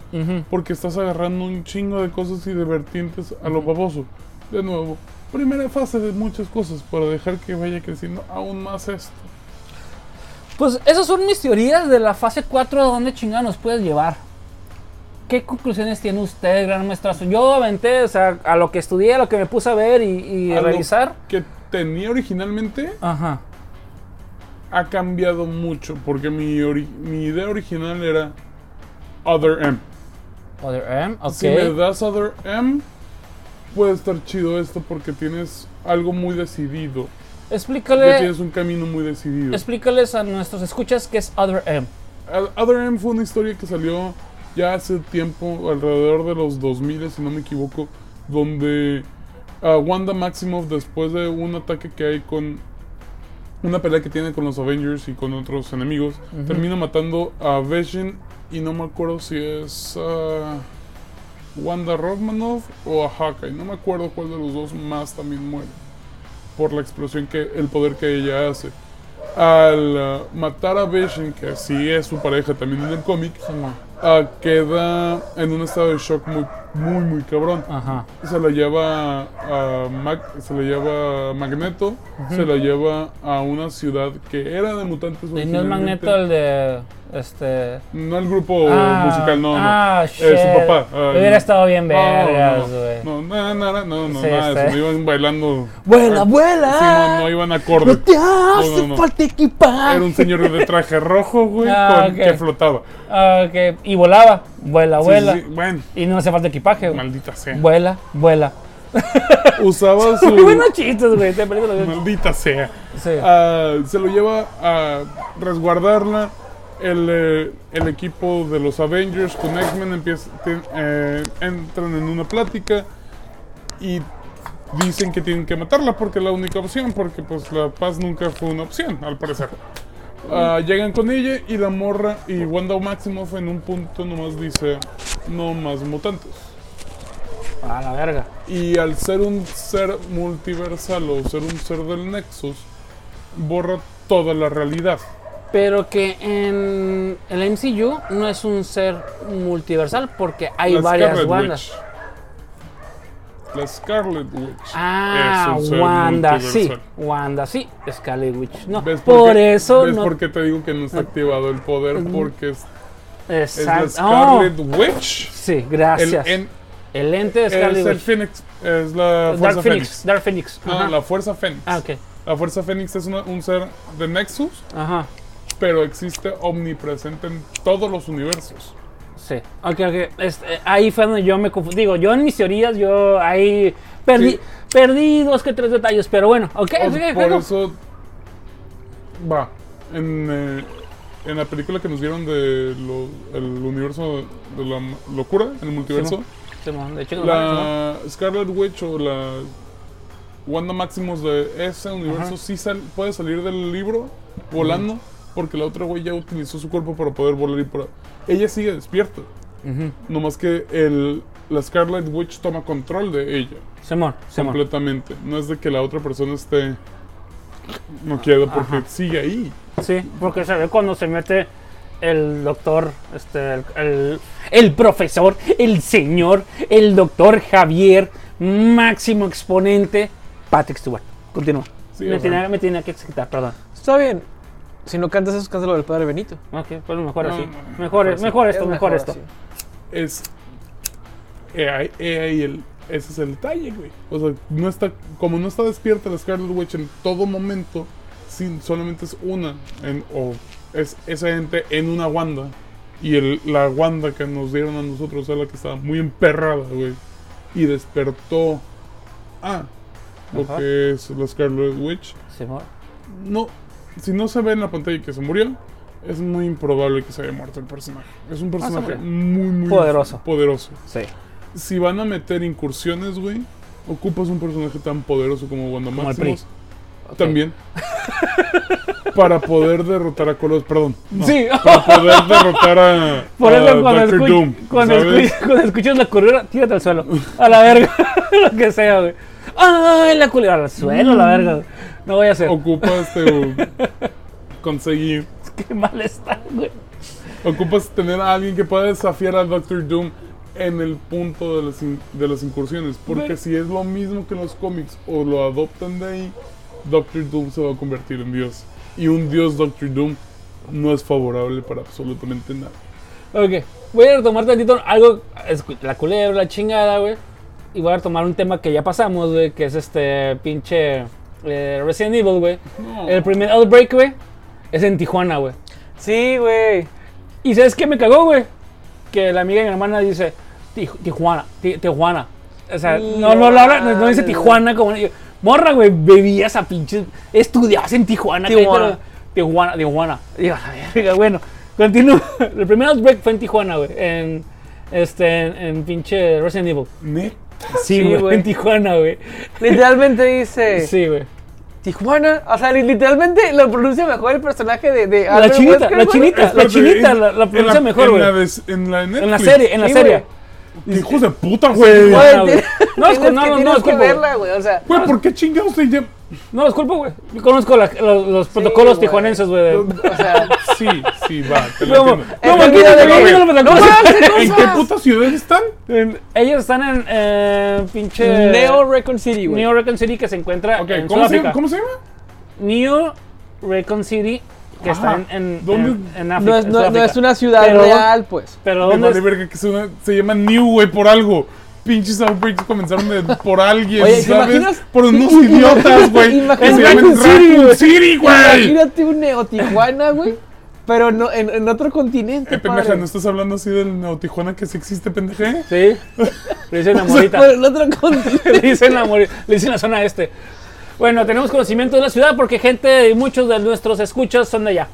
Speaker 1: porque estás agarrando un chingo de cosas y de vertientes a lo baboso. De nuevo, primera fase de muchas cosas para dejar que vaya creciendo aún más esto.
Speaker 3: Pues esas son mis teorías de la fase 4 a dónde chingada nos puedes llevar. ¿Qué conclusiones tiene usted, gran maestrazo? Yo aventé, o sea, a lo que estudié, a lo que me puse a ver y, y a
Speaker 1: Algo
Speaker 3: revisar.
Speaker 1: que tenía originalmente
Speaker 3: Ajá.
Speaker 1: ha cambiado mucho porque mi, ori- mi idea original era Other M.
Speaker 3: Other M, ok.
Speaker 1: Si me das Other M, puede estar chido esto porque tienes algo muy decidido. Ya
Speaker 3: Explícale,
Speaker 1: tienes un camino muy decidido.
Speaker 3: Pues explícales a nuestros escuchas qué es Other M.
Speaker 1: Other M fue una historia que salió ya hace tiempo, alrededor de los 2000, si no me equivoco, donde ah, Wanda Maximoff, después de un ataque que hay con una pelea que tiene con los Avengers y con otros enemigos, termina matando a Vision y no me acuerdo si es ah, Wanda Romanoff o a Hawkeye, no me acuerdo cuál de los dos más también muere por la explosión que el poder que ella hace al ah, matar a Vision, que sí es su pareja también en el cómic, ah, queda en un estado de shock muy, muy, muy cabrón.
Speaker 3: Ajá.
Speaker 1: Se la lleva a Mac- se la lleva a Magneto, se la lleva a una ciudad que era de mutantes.
Speaker 3: Y no es
Speaker 1: originalmente.
Speaker 3: Magneto el de. Este.
Speaker 1: No el grupo
Speaker 3: Ah,
Speaker 1: musical, no, no.
Speaker 3: ah,
Speaker 1: Eh,
Speaker 3: shit.
Speaker 1: su papá. ah,
Speaker 3: Hubiera estado bien vergas,
Speaker 1: no,
Speaker 3: güey.
Speaker 1: No, no, no, no, no, no,
Speaker 3: Sí,
Speaker 1: nada de
Speaker 3: sí.
Speaker 1: eso, Iban bailando.
Speaker 2: ¡Vuela,
Speaker 1: Ah,
Speaker 2: vuela!
Speaker 1: sí, no, no iban acorde.
Speaker 3: [laughs]
Speaker 2: ¡No te
Speaker 1: No,
Speaker 2: hace
Speaker 1: no, no.
Speaker 2: falta equipar!
Speaker 1: Era un señor de traje rojo, güey,
Speaker 3: Ah,
Speaker 1: con-
Speaker 3: ok.
Speaker 1: que flotaba.
Speaker 3: Ah, que- Y volaba. Vuela,
Speaker 1: Sí,
Speaker 3: vuela.
Speaker 1: sí, sí. Bueno,
Speaker 3: Y no hace falta equipaje, güey.
Speaker 1: maldita sea.
Speaker 3: Vuela, vuela.
Speaker 1: [laughs] Usaba
Speaker 3: Muy buenos
Speaker 1: su.
Speaker 3: chistes, güey. Te perdí lo que-
Speaker 1: maldita sea.
Speaker 3: Sí.
Speaker 1: Ah, se lo lleva a resguardarla. El, eh, el equipo de los Avengers con X-Men empieza- te- eh, entran en una plática y dicen que tienen que matarla porque es la única opción, porque pues la paz nunca fue una opción, al parecer. Ah, llegan con ella y la morra y Wanda Maximoff en un punto nomás dice, no más mutantes.
Speaker 3: Ah, A la verga.
Speaker 1: Y al ser un ser multiversal o ser un ser del Nexus, borra toda la realidad.
Speaker 3: Pero que en el MCU no es un ser multiversal porque hay
Speaker 1: la
Speaker 3: varias
Speaker 1: Scarlet
Speaker 3: Wandas.
Speaker 1: Witch. La Scarlet Witch.
Speaker 3: Ah,
Speaker 1: es un ser
Speaker 3: Wanda, sí.
Speaker 1: multiversal.
Speaker 3: Wanda, sí. Scarlet Witch, no.
Speaker 1: ¿Ves
Speaker 3: por
Speaker 1: qué-
Speaker 3: eso
Speaker 1: ¿Ves
Speaker 3: no.
Speaker 1: por qué te digo que no está activado el poder? Porque es, es la
Speaker 3: Exacto. Oh,
Speaker 1: Scarlet Witch.
Speaker 3: sí,
Speaker 1: El,
Speaker 3: ¡Oh! gracias. El,
Speaker 1: en-
Speaker 3: ente de Scarlet
Speaker 1: es el
Speaker 3: Witch.
Speaker 1: Phoenix. Es la Fuerza
Speaker 3: Dark Phoenix.
Speaker 1: Phoenix.
Speaker 3: Dark Phoenix.
Speaker 1: No,
Speaker 3: Ajá.
Speaker 1: la Fuerza Fénix.
Speaker 3: Ah, ok.
Speaker 1: La Fuerza Fénix es una- un ser de Nexus,
Speaker 3: Ajá.
Speaker 1: pero existe omnipresente en todos los universos.
Speaker 3: Sí. Ok, ok. Este, ahí fue donde yo me confundí. Digo, yo en mis teorías, yo ahí perdí,
Speaker 1: Sí.
Speaker 3: perdí dos que tres detalles, pero bueno. Ok,
Speaker 1: O-
Speaker 3: ok, ok,
Speaker 1: por
Speaker 3: no.
Speaker 1: eso va en, eh, en la película que nos dieron de lo- el universo de la m- locura el multiverso
Speaker 3: Simón, de hecho,
Speaker 1: la Scarlet Witch o la Wanda Maximus de ese universo sí sal- puede salir del libro volando porque la otra güey ya utilizó su cuerpo para poder volar y para ella sigue despierta
Speaker 3: Ujú.
Speaker 1: nomás que el la Scarlet Witch toma control de ella
Speaker 3: Simón, Simón.
Speaker 1: completamente. No es de que la otra persona esté no quiera porque sigue ahí.
Speaker 3: Sí, porque se ve cuando se mete el doctor, este, el, el- el profesor, el señor, el doctor Javier, máximo exponente, Patrick Stewart. Continúa.
Speaker 1: Sí,
Speaker 3: me,
Speaker 1: o sea,
Speaker 3: tenía, me tenía que excitar, perdón.
Speaker 2: Está bien. Si no cantas eso, cántalo del Padre Benito.
Speaker 3: Ok, pues mejor
Speaker 1: No,
Speaker 3: así.
Speaker 1: no, no,
Speaker 3: Mejor,
Speaker 1: mejor
Speaker 3: mejor,
Speaker 1: así.
Speaker 3: esto,
Speaker 2: Es
Speaker 3: mejor, esto.
Speaker 2: así.
Speaker 1: es he ahí- he ahí el ese es el detalle, güey. O sea, no está como no está despierta la Scarlet Witch en todo momento, sin solamente es una en- o es esa gente en una Wanda y el, la Wanda que nos dieron a nosotros es la que estaba muy emperrada, güey, y despertó a lo
Speaker 3: Ajá.
Speaker 1: que es la Scarlet Witch.
Speaker 3: Simón.
Speaker 1: no, si no se ve en la pantalla que se murió, es muy improbable que se haya muerto el personaje. Es un personaje
Speaker 3: menos.
Speaker 1: muy, muy
Speaker 3: Poderoso.
Speaker 1: poderoso.
Speaker 3: Sí.
Speaker 1: Si van a meter incursiones, güey, ocupas un personaje tan poderoso como Wanda
Speaker 3: Como el
Speaker 1: Maximus.
Speaker 3: [laughs]
Speaker 1: También. para poder derrotar a Colos, perdón. no,
Speaker 3: Sí. [laughs]
Speaker 1: Para poder derrotar a,
Speaker 3: Por
Speaker 1: a
Speaker 3: eso cuando,
Speaker 1: Doctor
Speaker 3: escu-
Speaker 1: Doom.
Speaker 3: cuando,
Speaker 1: ¿sabes?
Speaker 3: escu- cuando escuchas la culebra, tírate al suelo. A la verga. [laughs] Lo que sea, güey. Ay, la culebra al suelo,
Speaker 1: Mm.
Speaker 3: la verga. güey. No voy a hacer.
Speaker 1: Ocupas este, conseguir
Speaker 3: Qué mal está, güey.
Speaker 1: Ocupas tener a alguien que pueda desafiar al Doctor Doom en el punto de las, in- de las incursiones. Porque
Speaker 3: Pero-
Speaker 1: si es lo mismo que en los cómics o lo adoptan de ahí, Doctor Doom se va a convertir en Dios. Y un Dios Doctor Doom no es favorable para absolutamente nada.
Speaker 3: Ok. Voy a retomar tantito algo. escu- La culebra, la chingada, güey. Y voy a retomar un tema que ya pasamos, güey. Que es este pinche eh, Resident Evil, güey.
Speaker 1: No.
Speaker 3: El primer Outbreak, güey. Es en Tijuana, güey.
Speaker 2: Sí, güey.
Speaker 3: ¿Y sabes qué me cagó, güey? Que la amiga de mi hermana dice Tij- Tijuana, Ti- Tijuana. O sea, no, no, lo habla- no, no dice
Speaker 2: Tijuana.
Speaker 3: Tijuana como. yo, morra, güey, bebías a pinches. Estudiabas en Tijuana, güey,
Speaker 2: Tijuana.
Speaker 3: pero- Tijuana, Tijuana. Digo, a la verga, bueno, continúo. [laughs] El primer outbreak fue en Tijuana, güey. En, este, en, en pinche Resident Evil.
Speaker 1: Neta.
Speaker 3: Sí,
Speaker 2: güey.
Speaker 3: En Tijuana, güey.
Speaker 2: Literalmente dice
Speaker 3: Sí, güey.
Speaker 2: Tijuana. O sea, li- literalmente lo pronuncia mejor el personaje de, de
Speaker 3: La
Speaker 2: Albert
Speaker 3: chinita,
Speaker 2: Wesker,
Speaker 3: la
Speaker 2: güey.
Speaker 3: chinita.
Speaker 1: Espérate,
Speaker 3: chinita
Speaker 1: en-
Speaker 3: la- la
Speaker 1: en
Speaker 3: pronuncia mejor,
Speaker 1: en
Speaker 3: güey.
Speaker 1: la de- En la, de
Speaker 3: En la
Speaker 1: Netflix.
Speaker 3: serie, en la
Speaker 2: Sí,
Speaker 3: serie.
Speaker 2: güey.
Speaker 1: Hijos de puta, güey.
Speaker 3: Güey.
Speaker 2: Güey,
Speaker 3: Tijuana,
Speaker 2: tienes-
Speaker 3: [laughs] No, es que-
Speaker 2: tienes
Speaker 3: no,
Speaker 2: que-
Speaker 3: no, no,
Speaker 2: tienes que
Speaker 3: disculpa, güey.
Speaker 2: verla, güey. O sea,
Speaker 1: Güey, ¿por qué chingados se llama?
Speaker 3: No, disculpa, güey. Yo conozco la- los, los protocolos
Speaker 2: güey.
Speaker 3: tijuanenses, güey. de-
Speaker 2: o
Speaker 3: [laughs]
Speaker 2: sea,
Speaker 1: Sí, sí, va, te lo
Speaker 3: No,
Speaker 1: entiendo.
Speaker 3: no,
Speaker 2: el video de-
Speaker 3: quítate, quítate los
Speaker 2: ¡No
Speaker 3: protocolos.
Speaker 2: mames, qué
Speaker 1: ¿En qué
Speaker 2: cosas!
Speaker 1: puta ciudad están?
Speaker 3: En- Ellos están en eh, pinche.
Speaker 2: Neo Recon City, güey.
Speaker 3: New Recon City que se encuentra
Speaker 1: Ok,
Speaker 3: en
Speaker 1: ¿cómo se,
Speaker 3: Sudáfrica.
Speaker 1: llama? ¿Cómo se llama?
Speaker 3: New Recon City que está
Speaker 1: Ajá.
Speaker 3: en, en,
Speaker 1: ¿Dónde?
Speaker 3: en- en África.
Speaker 2: No es,
Speaker 3: en
Speaker 2: no, no
Speaker 3: Sudáfrica.
Speaker 2: es una ciudad
Speaker 3: Pero-
Speaker 2: real, pues.
Speaker 3: Pero
Speaker 1: Me
Speaker 3: ¿dónde
Speaker 1: vale
Speaker 3: es?
Speaker 1: verga que se, se llama New, güey, por algo. Pinches outbreaks comenzaron de, por alguien,
Speaker 2: Oye, ¿te
Speaker 1: ¿sabes?
Speaker 2: imaginas?
Speaker 1: Por unos idiotas, güey.
Speaker 2: Imagínate-
Speaker 1: que se llaman
Speaker 3: Raccoon City,
Speaker 1: Raccoon
Speaker 3: güey.
Speaker 1: City, güey.
Speaker 2: Imagínate un Neo-Tijuana, güey. Pero no, en, en otro continente.
Speaker 1: Eh, pendeja,
Speaker 2: padre.
Speaker 1: ¿no estás hablando así del Neo Tijuana que sí existe, pendeja?
Speaker 3: Sí.
Speaker 2: [laughs]
Speaker 3: Le dicen la morita.
Speaker 2: Pero en otro continente.
Speaker 3: [laughs] Le dicen la morita. Le dicen la zona este. Bueno, tenemos conocimiento de la ciudad porque gente y muchos de nuestros escuchas son de allá.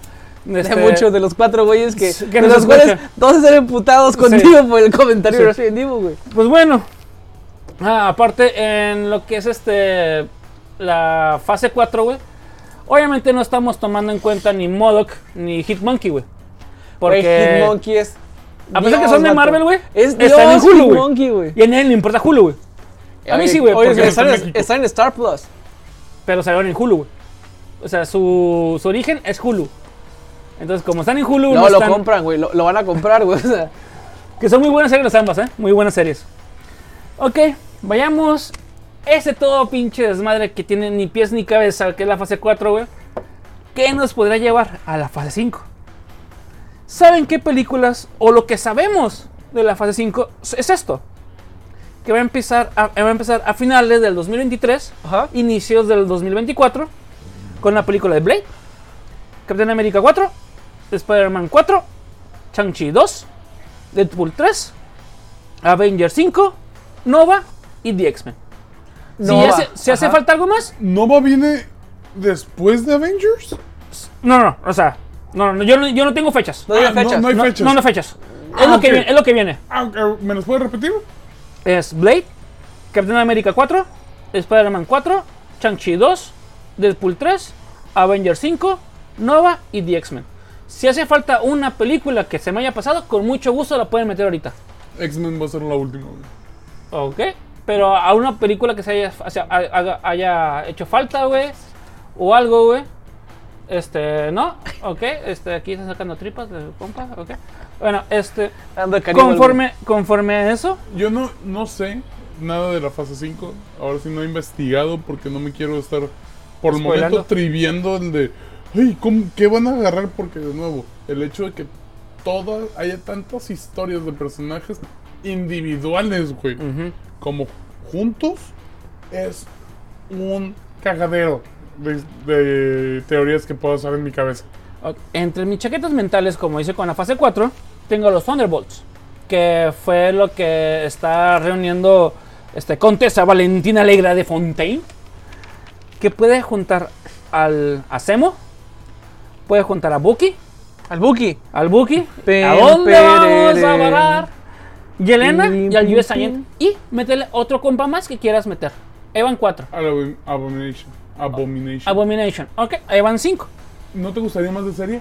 Speaker 2: De
Speaker 3: Este,
Speaker 2: muchos de los cuatro güeyes que,
Speaker 3: Sí, que
Speaker 2: de
Speaker 3: nos
Speaker 2: los cuales
Speaker 3: escuchan.
Speaker 2: todos están emputados contigo por el comentario
Speaker 3: Sí.
Speaker 2: de Resident Evil, güey.
Speaker 3: Pues bueno. Ah, aparte, en lo que es este. La fase 4, güey. Obviamente no estamos tomando en cuenta ni MODOK ni Hitmonkey,
Speaker 2: Güey,
Speaker 3: güey. Porque.
Speaker 2: Hitmonkey es.
Speaker 3: A pesar que
Speaker 2: Dios,
Speaker 3: son de
Speaker 2: vato.
Speaker 3: Marvel, güey,
Speaker 2: Es Dios,
Speaker 3: están en Hulu, güey.
Speaker 2: Hitmonkey, güey.
Speaker 3: Y a nadie le importa Hulu, güey. A mí sí, güey,
Speaker 2: Oye,
Speaker 3: porque
Speaker 2: güey,
Speaker 1: no está
Speaker 2: están
Speaker 1: en
Speaker 2: en-
Speaker 1: México.
Speaker 2: están en Star Plus.
Speaker 3: Pero salieron en Hulu, güey. O sea, su, su origen es Hulu. Entonces, como están en Hulu,
Speaker 2: No, lo
Speaker 3: están-
Speaker 2: compran, güey. Lo, lo van a comprar, güey. [laughs] O sea,
Speaker 3: que son muy buenas series las ambas, ¿eh? Muy buenas series. Ok, vayamos. Ese todo pinche desmadre que tiene ni pies ni cabeza, que es la fase 4, güey. ¿Qué nos podrá llevar a la fase 5? ¿Saben qué películas o lo que sabemos de la fase 5 es esto? Que va a empezar a, va a, empezar a finales del 2023
Speaker 2: ajá.
Speaker 3: inicios del 2024 con la película de Blade, Capitán América 4, Spider-Man 4, Chang-Chi 2, Deadpool 3, Avengers 5, Nova y The X-Men. Si,
Speaker 2: Nova,
Speaker 3: hace, si hace
Speaker 2: ajá.
Speaker 3: falta algo más,
Speaker 1: ¿Nova viene después de Avengers?
Speaker 3: no, no, o sea, no, no, yo, no, yo no tengo fechas.
Speaker 2: No diga
Speaker 1: Ah, no,
Speaker 2: fechas.
Speaker 1: no hay
Speaker 3: No,
Speaker 1: fechas.
Speaker 3: no, no fechas. Es,
Speaker 1: Ah,
Speaker 3: lo que
Speaker 1: ok.
Speaker 3: viene, es lo que viene.
Speaker 1: Ah, ok, ¿Me los puedes repetir?
Speaker 3: Es Blade, Capitán América 4, Spider-Man 4, Chang-Chi 2, Deadpool 3, Avengers 5, Nova y The X-Men. Si hace falta una película que se me haya pasado, con mucho gusto la pueden meter ahorita.
Speaker 1: X-Men va a ser la última, güey.
Speaker 3: ¿Ok? Pero a una película que se haya, o sea, ha- haga- haya hecho falta, güey. O algo, güey. Este, no, ok, este, aquí están sacando tripas de compa, ok. Bueno, este,
Speaker 2: Ando de caníbal, güey.
Speaker 3: conforme, conforme a eso,
Speaker 1: Yo no, no sé nada de la fase 5. Ahora sí no he investigado porque no me quiero estar por el
Speaker 3: Spoilando.
Speaker 1: momento triviando el de, "Ay, ¿cómo- ¿qué van a agarrar? Porque de nuevo, el hecho de que todas, haya tantas historias de personajes individuales, güey,
Speaker 3: ujú,
Speaker 1: como juntos, es un cagadero de, de teorías que puedo usar en mi cabeza.
Speaker 3: Ok, Entre mis chaquetas mentales, como hice con la fase 4, tengo los Thunderbolts, que fue lo que está reuniendo este Contesa Valentina Alegra de Fontaine, que puede juntar al a Zemo, puede juntar a Buki,
Speaker 2: Al Buki.
Speaker 3: al Buki,
Speaker 2: Pem,
Speaker 3: a dónde vamos a
Speaker 2: perere.
Speaker 3: parar, Yelena
Speaker 2: Pim,
Speaker 3: y al
Speaker 2: pim,
Speaker 3: US Agent,
Speaker 2: pim.
Speaker 3: y meterle otro compa más que quieras meter. Evan 4.
Speaker 1: Abomin- Abomination. Abomination.
Speaker 3: Abomination. Ok, Evan 5.
Speaker 1: ¿No te gustaría más de serie?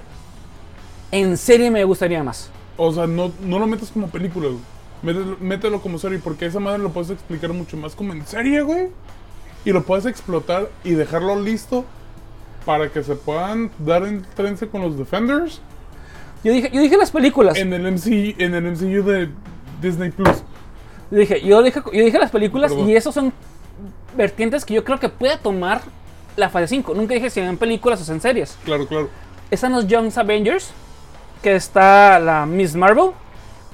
Speaker 3: En serie me gustaría más.
Speaker 1: O sea, no, no lo metas como película, güey. Mételo, mételo como serie, porque esa madre lo puedes explicar mucho más como en serie, güey. Y lo puedes explotar y dejarlo listo para que se puedan dar en trense con los Defenders
Speaker 3: Yo dije, yo dije las películas.
Speaker 1: en el MCU, en el MCU de Disney Plus.
Speaker 3: Yo dije, yo dije, yo dije las películas
Speaker 1: Perdón.
Speaker 3: y esos son vertientes que yo creo que puede tomar la fase 5. Nunca dije si en películas o si en series.
Speaker 1: Claro, claro.
Speaker 3: Están los Young Avengers, que está la Miss Marvel,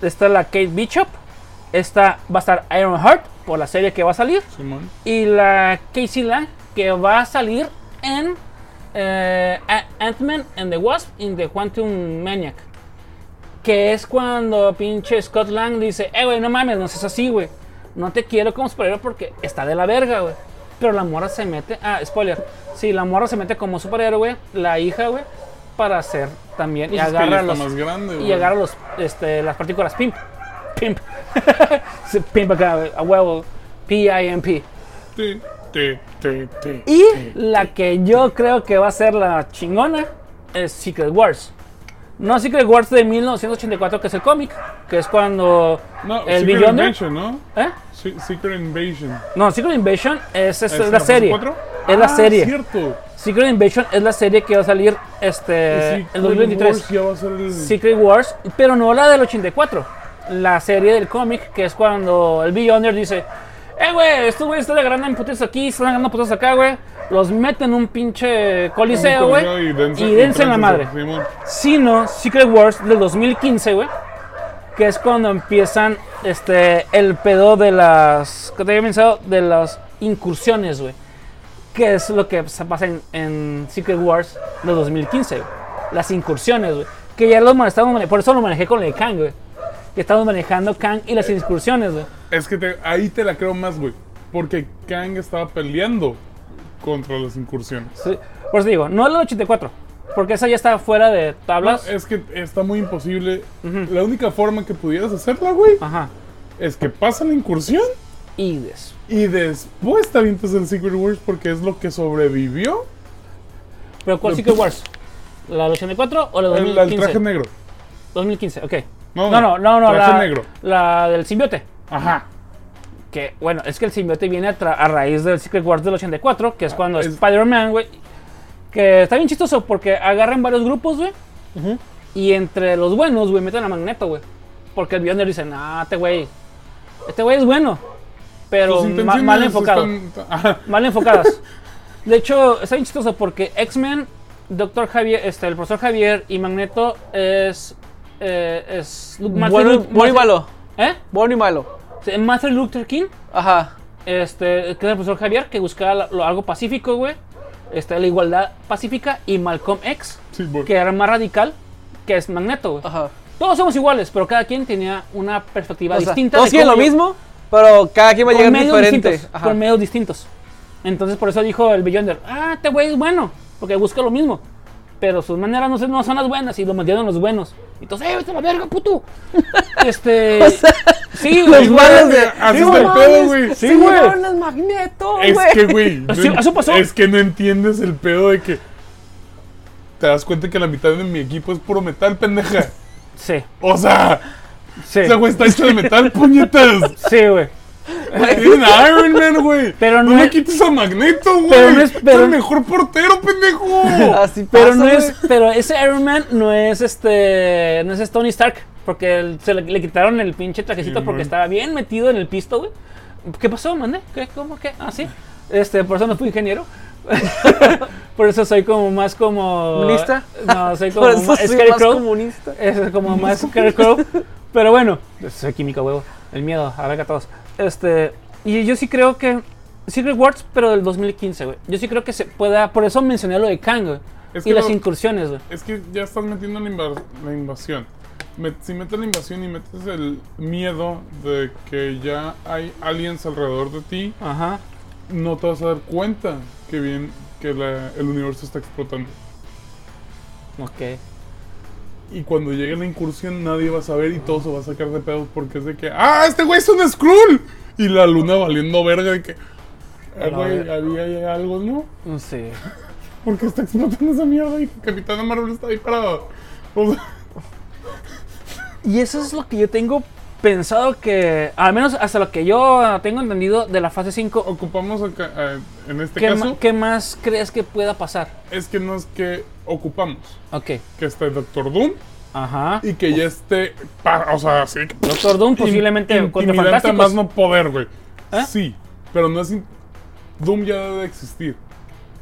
Speaker 3: está la Kate Bishop, está, va a estar Iron Heart por la serie que va a salir,
Speaker 1: Simón.
Speaker 3: y la Casey Lang, que va a salir en eh, A- Ant-Man and the Wasp in the Quantum Maniac. Que es cuando pinche Scott Lang dice, eh, güey, no mames, no seas así, güey. No te quiero como superhéroe porque está de la verga, güey. Pero la morra se mete. Ah, spoiler. Sí, la morra se mete como superhéroe, la hija, güey, para hacer también. y
Speaker 1: Pues es que ya
Speaker 3: agarra
Speaker 1: está
Speaker 3: los.
Speaker 1: más grande,
Speaker 3: y
Speaker 1: güey.
Speaker 3: agarra los, este, las partículas pimp. Pimp. [laughs] Se pimp acá, güey, a huevo. P-I-M-P.
Speaker 1: Ti, ti, ti, ti.
Speaker 3: Y la que yo creo que va a ser la chingona es Secret Wars. No Secret Wars de 1984, que es el cómic, que es cuando
Speaker 1: No,
Speaker 3: el
Speaker 1: Secret
Speaker 3: Beyonder.
Speaker 1: Invasion, ¿no?
Speaker 3: ¿Eh?
Speaker 1: Se- Secret Invasion.
Speaker 3: No, Secret Invasion es, es,
Speaker 1: ¿Es en
Speaker 3: la
Speaker 1: la fase
Speaker 3: serie.
Speaker 1: cuatro?
Speaker 3: Es la
Speaker 1: Ah,
Speaker 3: serie.
Speaker 1: cierto.
Speaker 3: Secret Invasion es la serie que va a salir este,
Speaker 1: Secret
Speaker 3: en 2023.
Speaker 1: Wars ya va a ser el...
Speaker 3: Secret Wars, pero no la del 84. La serie del cómic, que es cuando el Beyonder dice: Eh, güey, estos güeyes están agarrando putazos aquí, están agarrando putazos acá, güey. Los meten en un pinche coliseo, güey.
Speaker 1: Y dense,
Speaker 3: Y dense en la madre.
Speaker 1: Simón.
Speaker 3: Sino Secret Wars del 2015, güey. Que es cuando empiezan este, el pedo de las. Que te había pensado, de las incursiones, güey. Que es lo que se pasa en, en Secret Wars del 2015, güey. Las incursiones, güey. Que ya lo man- estamos mane- Por eso lo manejé con el Kang, güey. Que estamos manejando Kang y las incursiones, güey.
Speaker 1: Es que te- ahí te la creo más, güey. Porque Kang estaba peleando contra las incursiones.
Speaker 3: Sí. Por eso digo, no el 84. Porque esa ya está fuera de tablas.
Speaker 1: Es que está muy imposible. La única forma que pudieras hacerla, güey,
Speaker 3: Ajá.
Speaker 1: es que pasa la incursión
Speaker 3: Y des-
Speaker 1: y después te avientas el Secret Wars porque es lo que sobrevivió
Speaker 3: ¿Pero cuál
Speaker 1: Lo-
Speaker 3: Secret Wars? ¿La del 84 o la del
Speaker 1: el, el
Speaker 3: 2015?
Speaker 1: traje negro.
Speaker 3: 2015, ok. No,
Speaker 1: No,
Speaker 3: no, no, no,
Speaker 1: traje
Speaker 3: la,
Speaker 1: negro.
Speaker 3: la del simbiote.
Speaker 1: Ajá.
Speaker 3: Que bueno, es que el simbiote viene a, tra- a raíz del Secret Wars del 84, que es cuando
Speaker 1: Ah, es-
Speaker 3: Spider-Man, güey. Que está bien chistoso porque agarran varios grupos, güey.
Speaker 1: Ujú.
Speaker 3: Y entre los buenos, güey, meten a Magneto, güey. Porque el Beyonder dice, nah, este güey. Este güey es bueno. Pero
Speaker 1: Sus
Speaker 3: ma-
Speaker 1: intenciones
Speaker 3: mal enfocado.
Speaker 1: están- ajá.
Speaker 2: [laughs]
Speaker 3: Mal enfocadas. De hecho, está bien chistoso porque X-Men, Doctor Javier, este, el profesor Javier y Magneto es. eh, es Martin
Speaker 2: Bueno,
Speaker 3: Luther-
Speaker 2: bueno y malo.
Speaker 3: ¿Eh?
Speaker 2: Bueno y malo.
Speaker 3: Sí, Martin Luther King,
Speaker 2: Ajá.
Speaker 3: este, que era el profesor Javier, que buscaba la- lo- algo pacífico, güey. Este, la igualdad pacífica. Y Malcolm X,
Speaker 1: Sí, güey.
Speaker 3: que era más radical, que es Magneto, güey.
Speaker 2: Ajá.
Speaker 3: Todos somos iguales, pero cada quien tenía una perspectiva
Speaker 2: O sea,
Speaker 3: distinta.
Speaker 2: todos
Speaker 3: de
Speaker 2: quieren lo
Speaker 3: cómo-
Speaker 2: mismo, pero cada quien va a
Speaker 3: con
Speaker 2: llegar
Speaker 3: medios
Speaker 2: diferente.
Speaker 3: distintos.
Speaker 2: Ajá.
Speaker 3: Con medios distintos. Entonces por eso dijo el Beyonder, ah, este güey es bueno, porque busca lo mismo. Pero sus maneras no, son- no son las buenas y lo mantienen los buenos. Entonces, ¡eh, vete a la verga, puto! [laughs]
Speaker 2: [laughs]
Speaker 3: este. sí, güey.
Speaker 2: Los malos de.
Speaker 1: Así está
Speaker 2: ¡No
Speaker 1: el pedo,
Speaker 2: mames!
Speaker 1: güey.
Speaker 2: ¡Se
Speaker 3: Sí, güey.
Speaker 2: llevaron al magneto, güey.
Speaker 1: Es que, güey. no
Speaker 3: [laughs] Así-
Speaker 1: en-
Speaker 3: eso pasó.
Speaker 1: Es que no entiendes el pedo de que. Te das cuenta que la mitad de mi equipo es puro metal, pendeja.
Speaker 3: Sí,
Speaker 1: O sea,
Speaker 3: sí.
Speaker 1: ese güey está hecho de
Speaker 3: [laughs]
Speaker 1: metal, puñetas.
Speaker 3: Sí, güey.
Speaker 1: Tienen a Iron Man, güey.
Speaker 3: Pero no
Speaker 1: me
Speaker 3: es-
Speaker 1: quites a Magneto, güey.
Speaker 3: Pero no es-
Speaker 1: es,
Speaker 3: pero-
Speaker 1: el mejor portero, pendejo.
Speaker 2: [laughs] Así
Speaker 3: Pero
Speaker 2: pasa,
Speaker 3: no es.
Speaker 2: güey.
Speaker 3: Pero ese Iron Man no es este. No es Tony Stark. Porque el- se le, le quitaron el pinche trajecito
Speaker 1: Sí,
Speaker 3: porque
Speaker 1: güey.
Speaker 3: estaba bien metido en el pisto, güey. ¿Qué pasó, mané? ¿Qué? ¿Cómo? ¿Qué? Ah, sí. Este, por eso no fui ingeniero. [laughs] por eso soy como más como.
Speaker 2: ¿Comunista?
Speaker 3: No, soy
Speaker 2: [laughs]
Speaker 3: como
Speaker 2: Por eso
Speaker 3: más
Speaker 2: soy más
Speaker 3: Scarecrow.
Speaker 2: comunista.
Speaker 3: Es como más Scarecrow. Pero bueno, soy química, huevo. El miedo, a ver a todos. Este, y yo sí creo que. Secret Wars, pero del 2015, güey. Yo sí creo que se pueda. Por eso mencioné lo de Kang, güey.
Speaker 1: Es
Speaker 3: y
Speaker 1: que
Speaker 3: las
Speaker 1: no-
Speaker 3: incursiones, güey.
Speaker 1: Es que ya estás metiendo la, invas- la invasión. Me- si metes la invasión y metes el miedo de que ya hay aliens alrededor de ti,
Speaker 3: Ajá.
Speaker 1: no te vas a dar cuenta que bien que la- el universo está explotando.
Speaker 3: Ok.
Speaker 1: Y cuando llegue la incursión nadie va a saber y todo se va a sacar de pedos porque es de que ¡Ah, este güey es un Skrull! Y la luna valiendo verga de que "Ah,
Speaker 3: No,
Speaker 1: güey,
Speaker 3: eh.
Speaker 1: había ya algo, ¿no?
Speaker 3: No sé.
Speaker 1: Porque está explotando esa mierda y Capitana Marvel está ahí parado. O sea, [laughs]
Speaker 3: Y eso es lo que yo tengo pensado que. Al menos hasta lo que yo tengo entendido de la fase 5.
Speaker 1: ocupamos acá, eh, en este
Speaker 3: ¿Qué,
Speaker 1: caso
Speaker 3: ma- qué más crees que pueda pasar?
Speaker 1: es que no es que ocupamos
Speaker 3: Ok.
Speaker 1: que esté Doctor Doom
Speaker 3: Ajá.
Speaker 1: y que ya esté para, o sea, sí.
Speaker 3: Doctor Doom posiblemente contra
Speaker 1: intimidante a
Speaker 3: Fantásticos.
Speaker 1: Pues, más no poder, güey.
Speaker 3: ¿Eh?
Speaker 1: Sí, pero no es in- Doom ya debe de existir.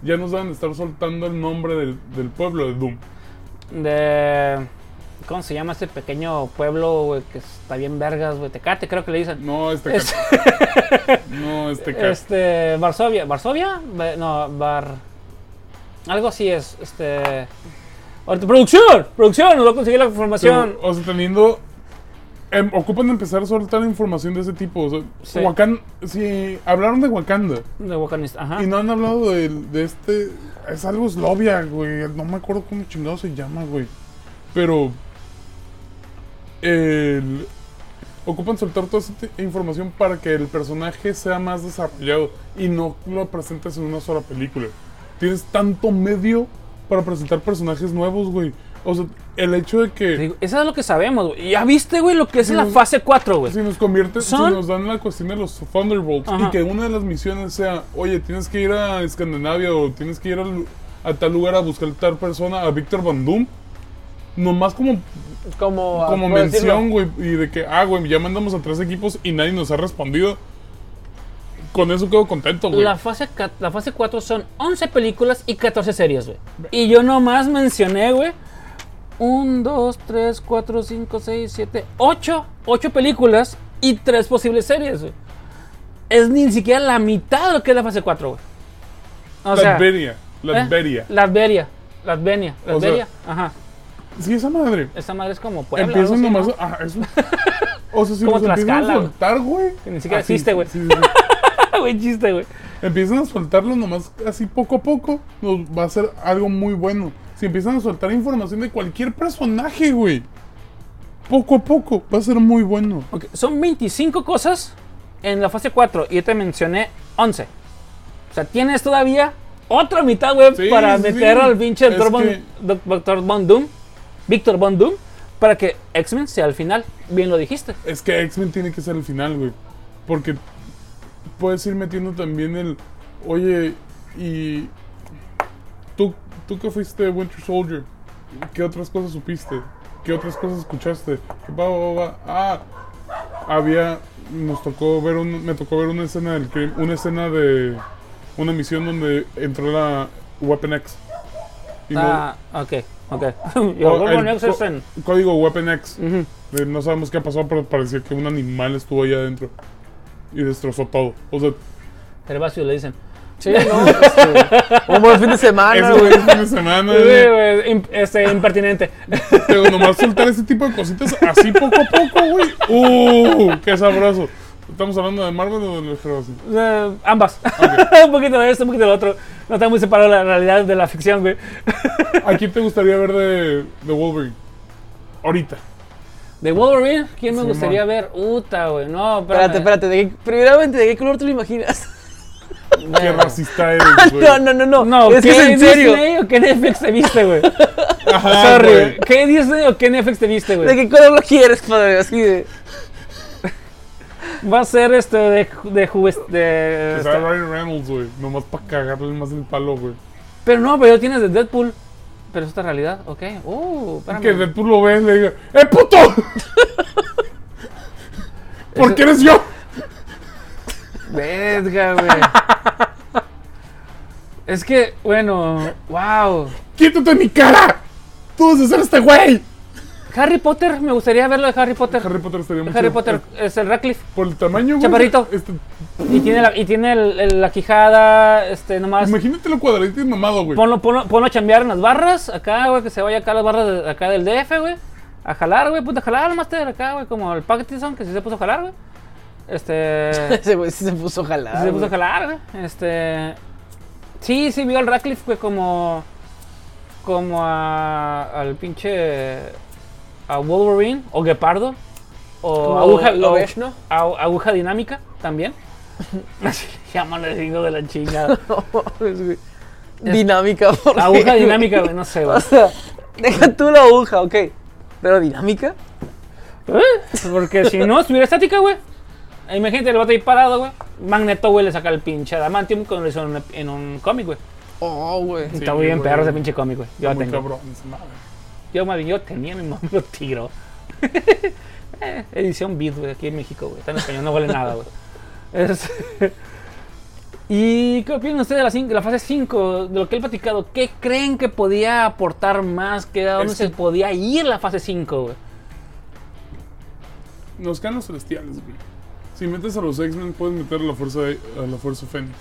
Speaker 1: Ya nos deben de estar soltando el nombre del, del pueblo de Doom.
Speaker 3: de. ¿Cómo se llama este pequeño pueblo, güey? Que está bien vergas, güey. Tecate, creo que le dicen.
Speaker 1: No este
Speaker 3: Es-
Speaker 1: caso.
Speaker 3: [laughs]
Speaker 1: No este caso.
Speaker 3: este. Varsovia. ¿Varsovia? Ba- No, Bar. Algo así es. Este. ahorita- ¡Producción! ¡Producción! Nos va a conseguir la información.
Speaker 1: o sea, teniendo em, ocupan empezar a soltar información de ese tipo. O sea,
Speaker 3: Sí.
Speaker 1: Wakan- si hablaron de Wakanda
Speaker 3: De Wakanist, ajá.
Speaker 1: y no han hablado de, de este. Es algo Slovia, güey. No me acuerdo cómo chingado se llama, güey. Pero. el- ocupan soltar toda esa ti- información para que el personaje sea más desarrollado y no lo presentes en una sola película. Tienes tanto medio para presentar personajes nuevos, güey. O sea, el hecho de que.
Speaker 3: Te digo, eso es lo que sabemos, güey. Ya viste, güey, lo que es
Speaker 1: Sí,
Speaker 3: la
Speaker 1: güey.
Speaker 3: fase 4, güey.
Speaker 1: Si nos convierte,
Speaker 3: Son-
Speaker 1: si nos dan la cuestión de los Thunderbolts
Speaker 3: Ajá.
Speaker 1: y que una de las misiones sea, oye, tienes que ir a Escandinavia o tienes que ir al- a, tal lugar a buscar tal persona, a Víctor Van Doom, nomás como,
Speaker 2: Como, ah,
Speaker 1: como
Speaker 2: por decirlo.
Speaker 1: mención, güey, y de que, ah, güey, ya mandamos a tres equipos y nadie nos ha respondido. Con eso quedo contento, güey.
Speaker 3: La fase, ca- la fase 4 son 11 películas y 14 series, güey. Y yo nomás mencioné, güey. 1, 2, 3, 4, 5, 6, 7, 8. 8 películas y 3 posibles series, güey. Es ni siquiera la mitad de lo que es la fase 4, güey. O sea,
Speaker 1: Latveria, Latveria.
Speaker 3: ¿eh? Latveria. Latveria. Latveria. Ajá.
Speaker 1: Sí, esa madre.
Speaker 3: Esa madre es como Puebla. algo
Speaker 1: Empiezan
Speaker 3: así,
Speaker 1: nomás
Speaker 3: ¿no?
Speaker 1: a... ah,
Speaker 3: [laughs]
Speaker 1: es un- o sea, si
Speaker 3: Como
Speaker 1: los empiezan a
Speaker 3: Tlaxcala, güey.
Speaker 1: soltar, güey.
Speaker 3: Que ni siquiera
Speaker 1: así,
Speaker 3: existe, güey.
Speaker 1: sí, sí, sí.
Speaker 3: Buen chiste, [laughs] güey.
Speaker 1: empiezan a soltarlo nomás así poco a poco, nos va a ser algo muy bueno. Si empiezan a soltar información de cualquier personaje, güey, poco a poco, va a ser muy bueno.
Speaker 3: Ok, Son 25 cosas en la fase 4 y yo te mencioné 11. O sea, tienes todavía otra mitad, güey,
Speaker 1: Sí,
Speaker 3: para
Speaker 1: sí,
Speaker 3: meter
Speaker 1: sí.
Speaker 3: al pinche
Speaker 1: Es
Speaker 3: Dr. Von,
Speaker 1: que-
Speaker 3: Doc- Dr. Von Doom, Víctor Von Doom, para que X-Men sea al final. Bien lo dijiste.
Speaker 1: Es que X-Men tiene que ser el final, güey, porque puedes ir metiendo también el, oye, y tú, tú que fuiste Winter Soldier, ¿qué otras cosas supiste? ¿Qué otras cosas escuchaste? Va, va, va. Ah, había nos tocó ver un, me tocó ver una escena del crimen, una escena de una misión donde entró la Weapon X. Y no-
Speaker 3: Ah, ok,
Speaker 1: o
Speaker 3: ok. [laughs] Yo vuelvo
Speaker 1: el
Speaker 3: a Nexus
Speaker 1: co-
Speaker 3: en-
Speaker 1: código Weapon X.
Speaker 3: Ujú.
Speaker 1: Eh, No sabemos qué pasó, pero parecía que un animal estuvo ahí adentro y destrozó todo. O sea,
Speaker 3: Gervasio le dicen.
Speaker 2: [laughs] Sí, no, este, un buen fin de semana,
Speaker 1: eso
Speaker 2: güey.
Speaker 1: fue el fin de semana.
Speaker 3: Ah, [laughs] Sí,
Speaker 1: güey.
Speaker 3: güey, imp- este,
Speaker 1: [laughs]
Speaker 3: impertinente.
Speaker 1: Pero nomás soltar ese tipo de cositas así poco a poco, güey. ¡Uh! ¡Qué sabroso! ¿Estamos hablando de Marvel o de los Heroes?
Speaker 3: Eh, ambas. [laughs] un poquito de esto, un poquito de lo otro. No está muy separado la realidad de la ficción, güey.
Speaker 1: ¿A quién te gustaría ver de, de Wolverine? Ahorita.
Speaker 3: De Wolverine, ¿quién me
Speaker 1: Sí,
Speaker 3: gustaría
Speaker 1: mon.
Speaker 3: ver? Uta, güey. No,
Speaker 2: Espérate, espérate, ¿de qué- primeramente, ¿de qué color te lo imaginas? [laughs]
Speaker 1: Qué
Speaker 3: [laughs]
Speaker 1: racista eres, güey.
Speaker 2: No, no, no, no.
Speaker 3: No,
Speaker 2: es que es
Speaker 3: ¿qué
Speaker 2: en serio. Ah,
Speaker 3: Disney o qué Netflix te
Speaker 2: [laughs]
Speaker 3: viste, güey?
Speaker 1: Ajá,
Speaker 3: Sorry,
Speaker 1: güey.
Speaker 3: ¿qué Disney o qué Netflix te viste,
Speaker 2: ¿De
Speaker 3: güey?
Speaker 2: qué color lo quieres, padre? Así de.
Speaker 3: Va a ser este de, ju- de, este, ju- de
Speaker 1: Que sea Ryan Reynolds, güey. Nomás para cagarle más el palo, güey.
Speaker 3: Pero no, pero ya tienes de Deadpool. Pero es otra realidad, ok. Uh, espérame.
Speaker 1: Que Deadpool lo ve y le diga, ¡Eh, [laughs] puto! ¿Por qué eres yo?
Speaker 3: Verga, güey. es que, bueno, wow.
Speaker 1: ¡Quítate de mi cara! ¡Tú vas a ser este güey!
Speaker 3: Harry Potter, me gustaría verlo de Harry Potter.
Speaker 1: Harry Potter estaría muy
Speaker 3: Harry
Speaker 1: chido. Eh,
Speaker 3: Potter es el Radcliffe.
Speaker 1: Por el tamaño, güey.
Speaker 3: Chaparrito.
Speaker 1: este,
Speaker 3: Y tiene la, y tiene el- el- la quijada, este, nomás.
Speaker 1: imagínate lo cuadradito y mamado, güey.
Speaker 3: Ponlo, ponlo, ponlo a chambear en las barras, acá, güey, que se vaya acá a las barras de, acá del DF, güey. A jalar, güey, puta, jalar al máster acá, güey, como el Parkinson, que sí se puso a jalar, güey. Este. sí
Speaker 2: [laughs] Ese güey sí se puso jalado.
Speaker 3: se puso a jalar, güey. Este. Sí, sí, vio al Radcliffe, güey, como. Como a. Al pinche. A Wolverine, o Gepardo, o Aguja,
Speaker 2: lo
Speaker 3: o-
Speaker 2: ves, [laughs] ¿no?
Speaker 3: a- aguja Dinámica también. [laughs] Así, llámalo de de la
Speaker 2: [laughs]
Speaker 3: chingada.
Speaker 2: Dinámica, por
Speaker 3: Aguja
Speaker 2: qué?
Speaker 3: Dinámica, güey, no sé,
Speaker 2: [laughs]
Speaker 3: güey.
Speaker 2: O sea, deja tú la aguja, ok. Pero dinámica.
Speaker 3: ¿Eh? Porque si no, estuviera estática, güey. Imagínate el vato ahí parado, güey. Magneto, güey, le saca el pinche adamantium cuando lo hizo en, una- en un cómic, güey.
Speaker 2: Oh, güey.
Speaker 3: Está
Speaker 1: güey.
Speaker 3: bien perro ese pinche cómic, güey. Yo
Speaker 1: Está
Speaker 3: lo
Speaker 1: muy
Speaker 3: tengo.
Speaker 1: cabrón, esa madre.
Speaker 3: Yo, más bien, yo tenía mi mamá [laughs] lo tiro. Eh, Edición beat, güey, aquí en México, güey. Está en español, no vale nada, güey. Es- [laughs] ¿Y qué opinan ustedes de la, cin- de la fase 5? De lo que he platicado, ¿qué creen que podía aportar más? ¿Qué, ¿A dónde
Speaker 1: Es
Speaker 3: se podía ir la fase 5, güey?
Speaker 1: Nos caen los celestiales, güey. Si metes a los X-Men, puedes meter a la fuerza, de- a la fuerza Fénix.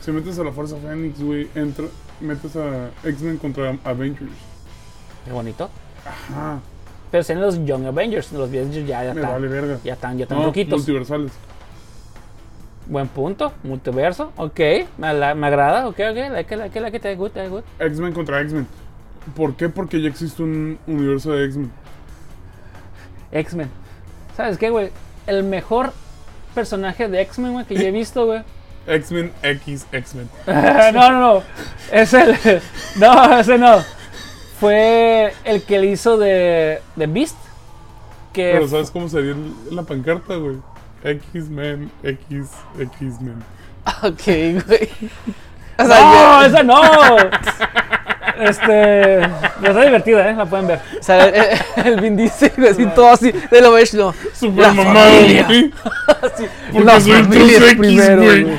Speaker 1: Si metes a la fuerza Fénix, güey, entra, metes a X-Men contra Avengers.
Speaker 3: Qué bonito.
Speaker 1: Ah,
Speaker 3: Pero serían los Young Avengers. Los Avengers ya, ya
Speaker 1: Me
Speaker 3: están.
Speaker 1: vale verga.
Speaker 3: Ya están, ya están
Speaker 1: No,
Speaker 3: poquitos.
Speaker 1: multiversales.
Speaker 3: Buen punto. Multiverso. Ok. Me, la- me agrada. Ok, ok. Like, it, like, it, like, it, that's good, that's good.
Speaker 1: X-Men contra X-Men. ¿Por qué? Porque ya existe un universo de X-Men.
Speaker 3: X-Men. ¿Sabes qué, güey? El mejor personaje de X-Men, güey, que yo he
Speaker 1: [laughs]
Speaker 3: visto, güey. [laughs]
Speaker 1: X-Men X X-Men.
Speaker 3: no, no, no. Es el. [laughs] No, ese no. Fue el que le hizo de, de Beast. Que
Speaker 1: Pero ¿sabes cómo sería el- la pancarta, güey? X-Men X X-Men.
Speaker 2: [laughs] Ok, güey. O sea,
Speaker 1: [laughs]
Speaker 3: ¡No!
Speaker 2: yo-
Speaker 3: ¡Esa no! Este. pero Está divertida, ¿eh? La pueden ver.
Speaker 2: o sea, el, el Vin Diesel, güey, así todo así, de lo ves, no.
Speaker 1: Super
Speaker 2: La
Speaker 1: mamado,
Speaker 2: familia.
Speaker 3: [laughs]
Speaker 1: güey.
Speaker 2: Así,
Speaker 1: Porque
Speaker 2: la
Speaker 1: soy
Speaker 2: familia
Speaker 1: Trus X,
Speaker 2: primero,
Speaker 1: güey.
Speaker 2: güey.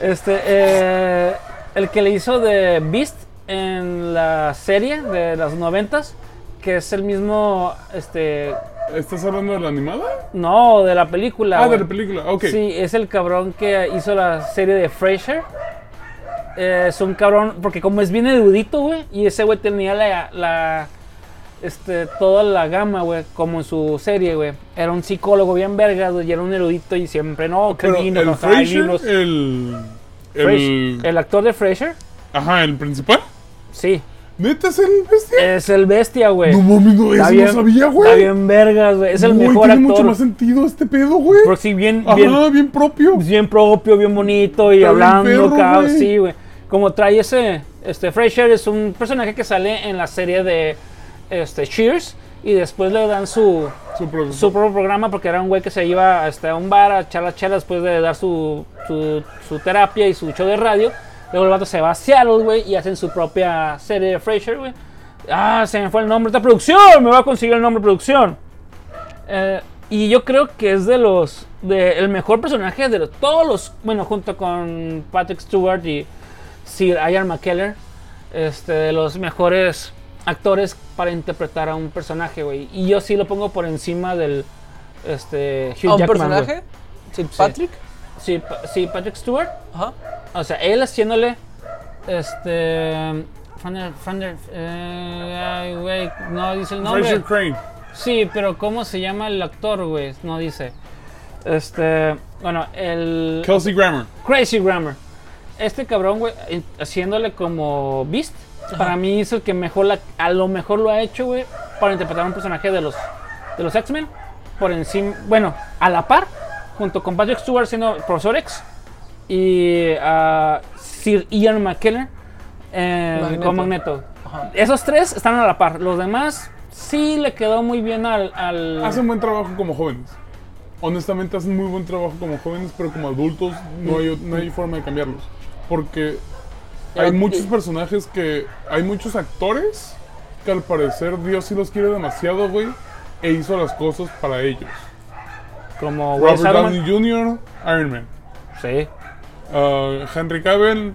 Speaker 3: Este. eh, el que le hizo de Beast en la serie de las noventas. Que es el mismo. Este.
Speaker 1: ¿Estás hablando de la animada?
Speaker 3: No, de la película.
Speaker 1: Ah, de
Speaker 3: güey.
Speaker 1: la película. Ok.
Speaker 3: Sí, es el cabrón que hizo la serie de Frasier. Eh, es un cabrón, porque como es bien erudito, güey, y ese güey tenía la, la- este, toda la gama, güey, como en su serie, güey. Era un psicólogo bien verga, güey, y era un erudito y siempre, no, que
Speaker 1: Pero
Speaker 3: vino,
Speaker 1: el
Speaker 3: ajá, hay
Speaker 1: Frasier,
Speaker 3: libros.
Speaker 1: el,
Speaker 3: Frasier-
Speaker 1: el,
Speaker 3: el actor de Frasier,
Speaker 1: Ajá, el principal.
Speaker 3: sí,
Speaker 1: ¿Neta es el bestia?
Speaker 3: es el bestia, güey.
Speaker 1: no mames, no, eso no sabía, güey.
Speaker 3: Eh, Está bien vergas, güey. Es el
Speaker 1: Güey,
Speaker 3: mejor
Speaker 1: tiene mucho
Speaker 3: actor.
Speaker 1: más sentido este pedo, güey.
Speaker 3: Porque sí, bien,
Speaker 1: Ajá,
Speaker 3: bien, pues,
Speaker 1: bien, propio.
Speaker 3: bien propio, bien bonito y
Speaker 1: Está bien
Speaker 3: hablando,
Speaker 1: perro,
Speaker 3: cabrón,
Speaker 1: güey.
Speaker 3: sí, güey. Como trae ese, este Frasier es un personaje que sale en la serie de este Cheers y después le dan su
Speaker 1: Su propio.
Speaker 3: su propio programa porque era un güey que se iba hasta un bar a echar la chela después de dar su, su, su terapia y su show de radio. Luego el vato se va a Seattle, güey, y hacen su propia serie de Frasier, güey. Ah, se me fue el nombre. ¡Esta producción! Me va a conseguir el nombre de producción. Eh, y yo creo que es de los. De, el mejor personaje de los- todos los. Bueno, junto con Patrick Stewart y Sir Ian McKellar. Este, de los mejores actores para interpretar a un personaje, güey. Y yo sí lo pongo por encima del. Este. Hugh
Speaker 2: ¿A un
Speaker 3: Jackman,
Speaker 2: personaje?
Speaker 3: güey.
Speaker 2: ¿Sí, Patrick?
Speaker 3: Sí, pa- sí, Patrick Stewart.
Speaker 2: Ajá.
Speaker 3: O sea, él haciéndole. Este. Frander. Frander. eh, ay, güey. No dice el nombre.
Speaker 1: Frasier Crane.
Speaker 3: Sí, pero ¿cómo se llama el actor, güey? No dice. Este. Bueno, el.
Speaker 1: Kelsey Grammer.
Speaker 3: Crazy Grammar. Este cabrón, güey, eh, haciéndole como Beast. Para mí es el que mejor la- a lo mejor lo ha hecho, güey, para interpretar a un personaje de los, de los X-Men. Por encima, bueno, a la par, junto con Patrick Stewart siendo Profesor X y a Sir Ian McKellen eh,
Speaker 2: Magneto.
Speaker 3: con Magneto.
Speaker 2: Ajá.
Speaker 3: Esos tres están a la par. Los demás sí le quedó muy bien al. al-
Speaker 1: Hacen buen trabajo como jóvenes. Honestamente, hacen muy buen trabajo como jóvenes, pero como adultos no hay, no hay forma de cambiarlos. Porque hay
Speaker 2: Eh,
Speaker 1: muchos
Speaker 2: eh.
Speaker 1: personajes que. Hay muchos actores que al parecer Dios sí los quiere demasiado, güey, e hizo las cosas para ellos.
Speaker 3: como Wes
Speaker 1: Robert
Speaker 3: Saruman.
Speaker 1: Downey Jr., Iron Man.
Speaker 3: Sí,
Speaker 1: Ah, Henry Cavill.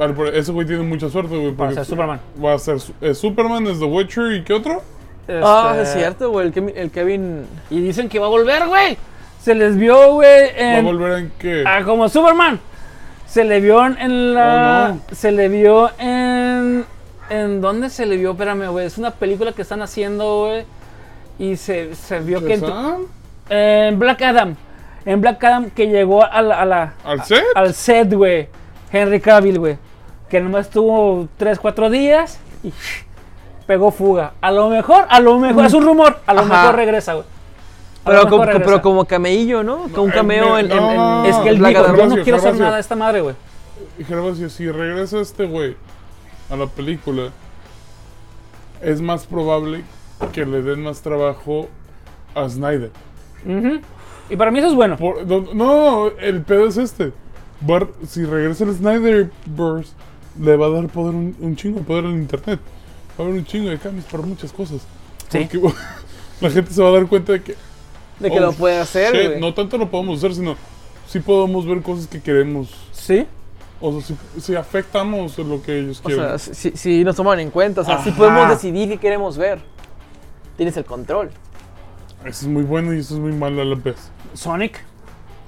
Speaker 1: al pare- Ese güey tiene mucha suerte, güey.
Speaker 3: para
Speaker 1: porque
Speaker 3: ser Superman.
Speaker 1: Va a ser su- eh, Superman, es The Witcher y ¿qué otro?
Speaker 2: Ah,
Speaker 3: Este,
Speaker 2: es cierto, güey. El Kevin, el Kevin
Speaker 3: Y dicen que va a volver, güey. Se les vio, güey,
Speaker 1: Va a
Speaker 3: en-
Speaker 1: volver en que.
Speaker 3: ah, como Superman. Se le vio en- en la.
Speaker 1: Oh,
Speaker 3: Se le vio en. ¿En dónde se le vio? Espérame, güey. Es una película que están haciendo, güey. Y se, se vio que. En,
Speaker 1: ¿Shazam?
Speaker 3: en Black Adam. En Black Adam que llegó a la- a la,
Speaker 1: ¿Al set?
Speaker 3: al set, güey. Henry Cavill, güey. Que nomás estuvo 3, 4 días y pegó fuga. A lo mejor, a lo mejor, es un rumor, a lo
Speaker 2: Ajá.
Speaker 3: mejor regresa, güey. A lo
Speaker 2: Pero,
Speaker 3: mejor
Speaker 2: como,
Speaker 3: regresa.
Speaker 2: pero como cameillo, ¿no? Con un
Speaker 1: eh,
Speaker 2: cameo
Speaker 1: me-
Speaker 2: en, en-
Speaker 1: no.
Speaker 2: en-
Speaker 3: Es que él
Speaker 2: Black
Speaker 3: dijo,
Speaker 2: Adam.
Speaker 3: yo no
Speaker 1: Gracias,
Speaker 3: quiero hacer
Speaker 1: gracias.
Speaker 3: nada de esta madre, güey.
Speaker 1: Y Gervasio, pues, si regresa este güey a la película, es más probable que le den más trabajo a Snyder.
Speaker 3: Ujú. Y para mí eso es bueno.
Speaker 1: Por- no, no, el pedo es este. Bar- si regresa el Snyderverse, le va a dar poder un, un chingo de poder al internet. Va a haber un chingo de cambios para muchas cosas.
Speaker 3: Sí.
Speaker 1: Porque [laughs] la gente se va a dar cuenta de que
Speaker 2: De que
Speaker 1: Oh,
Speaker 2: lo puede
Speaker 1: shit,
Speaker 2: hacer, güey.
Speaker 1: no tanto lo podemos hacer, sino sí podemos ver cosas que queremos.
Speaker 3: Sí.
Speaker 1: O sea, si, si afectamos lo que ellos
Speaker 2: O
Speaker 1: quieren.
Speaker 2: sea, si, si nos toman en cuenta, o sea, si
Speaker 1: Ajá.
Speaker 2: podemos decidir qué queremos ver. Tienes el control.
Speaker 1: Eso es muy bueno y eso es muy malo a la vez.
Speaker 3: Sonic.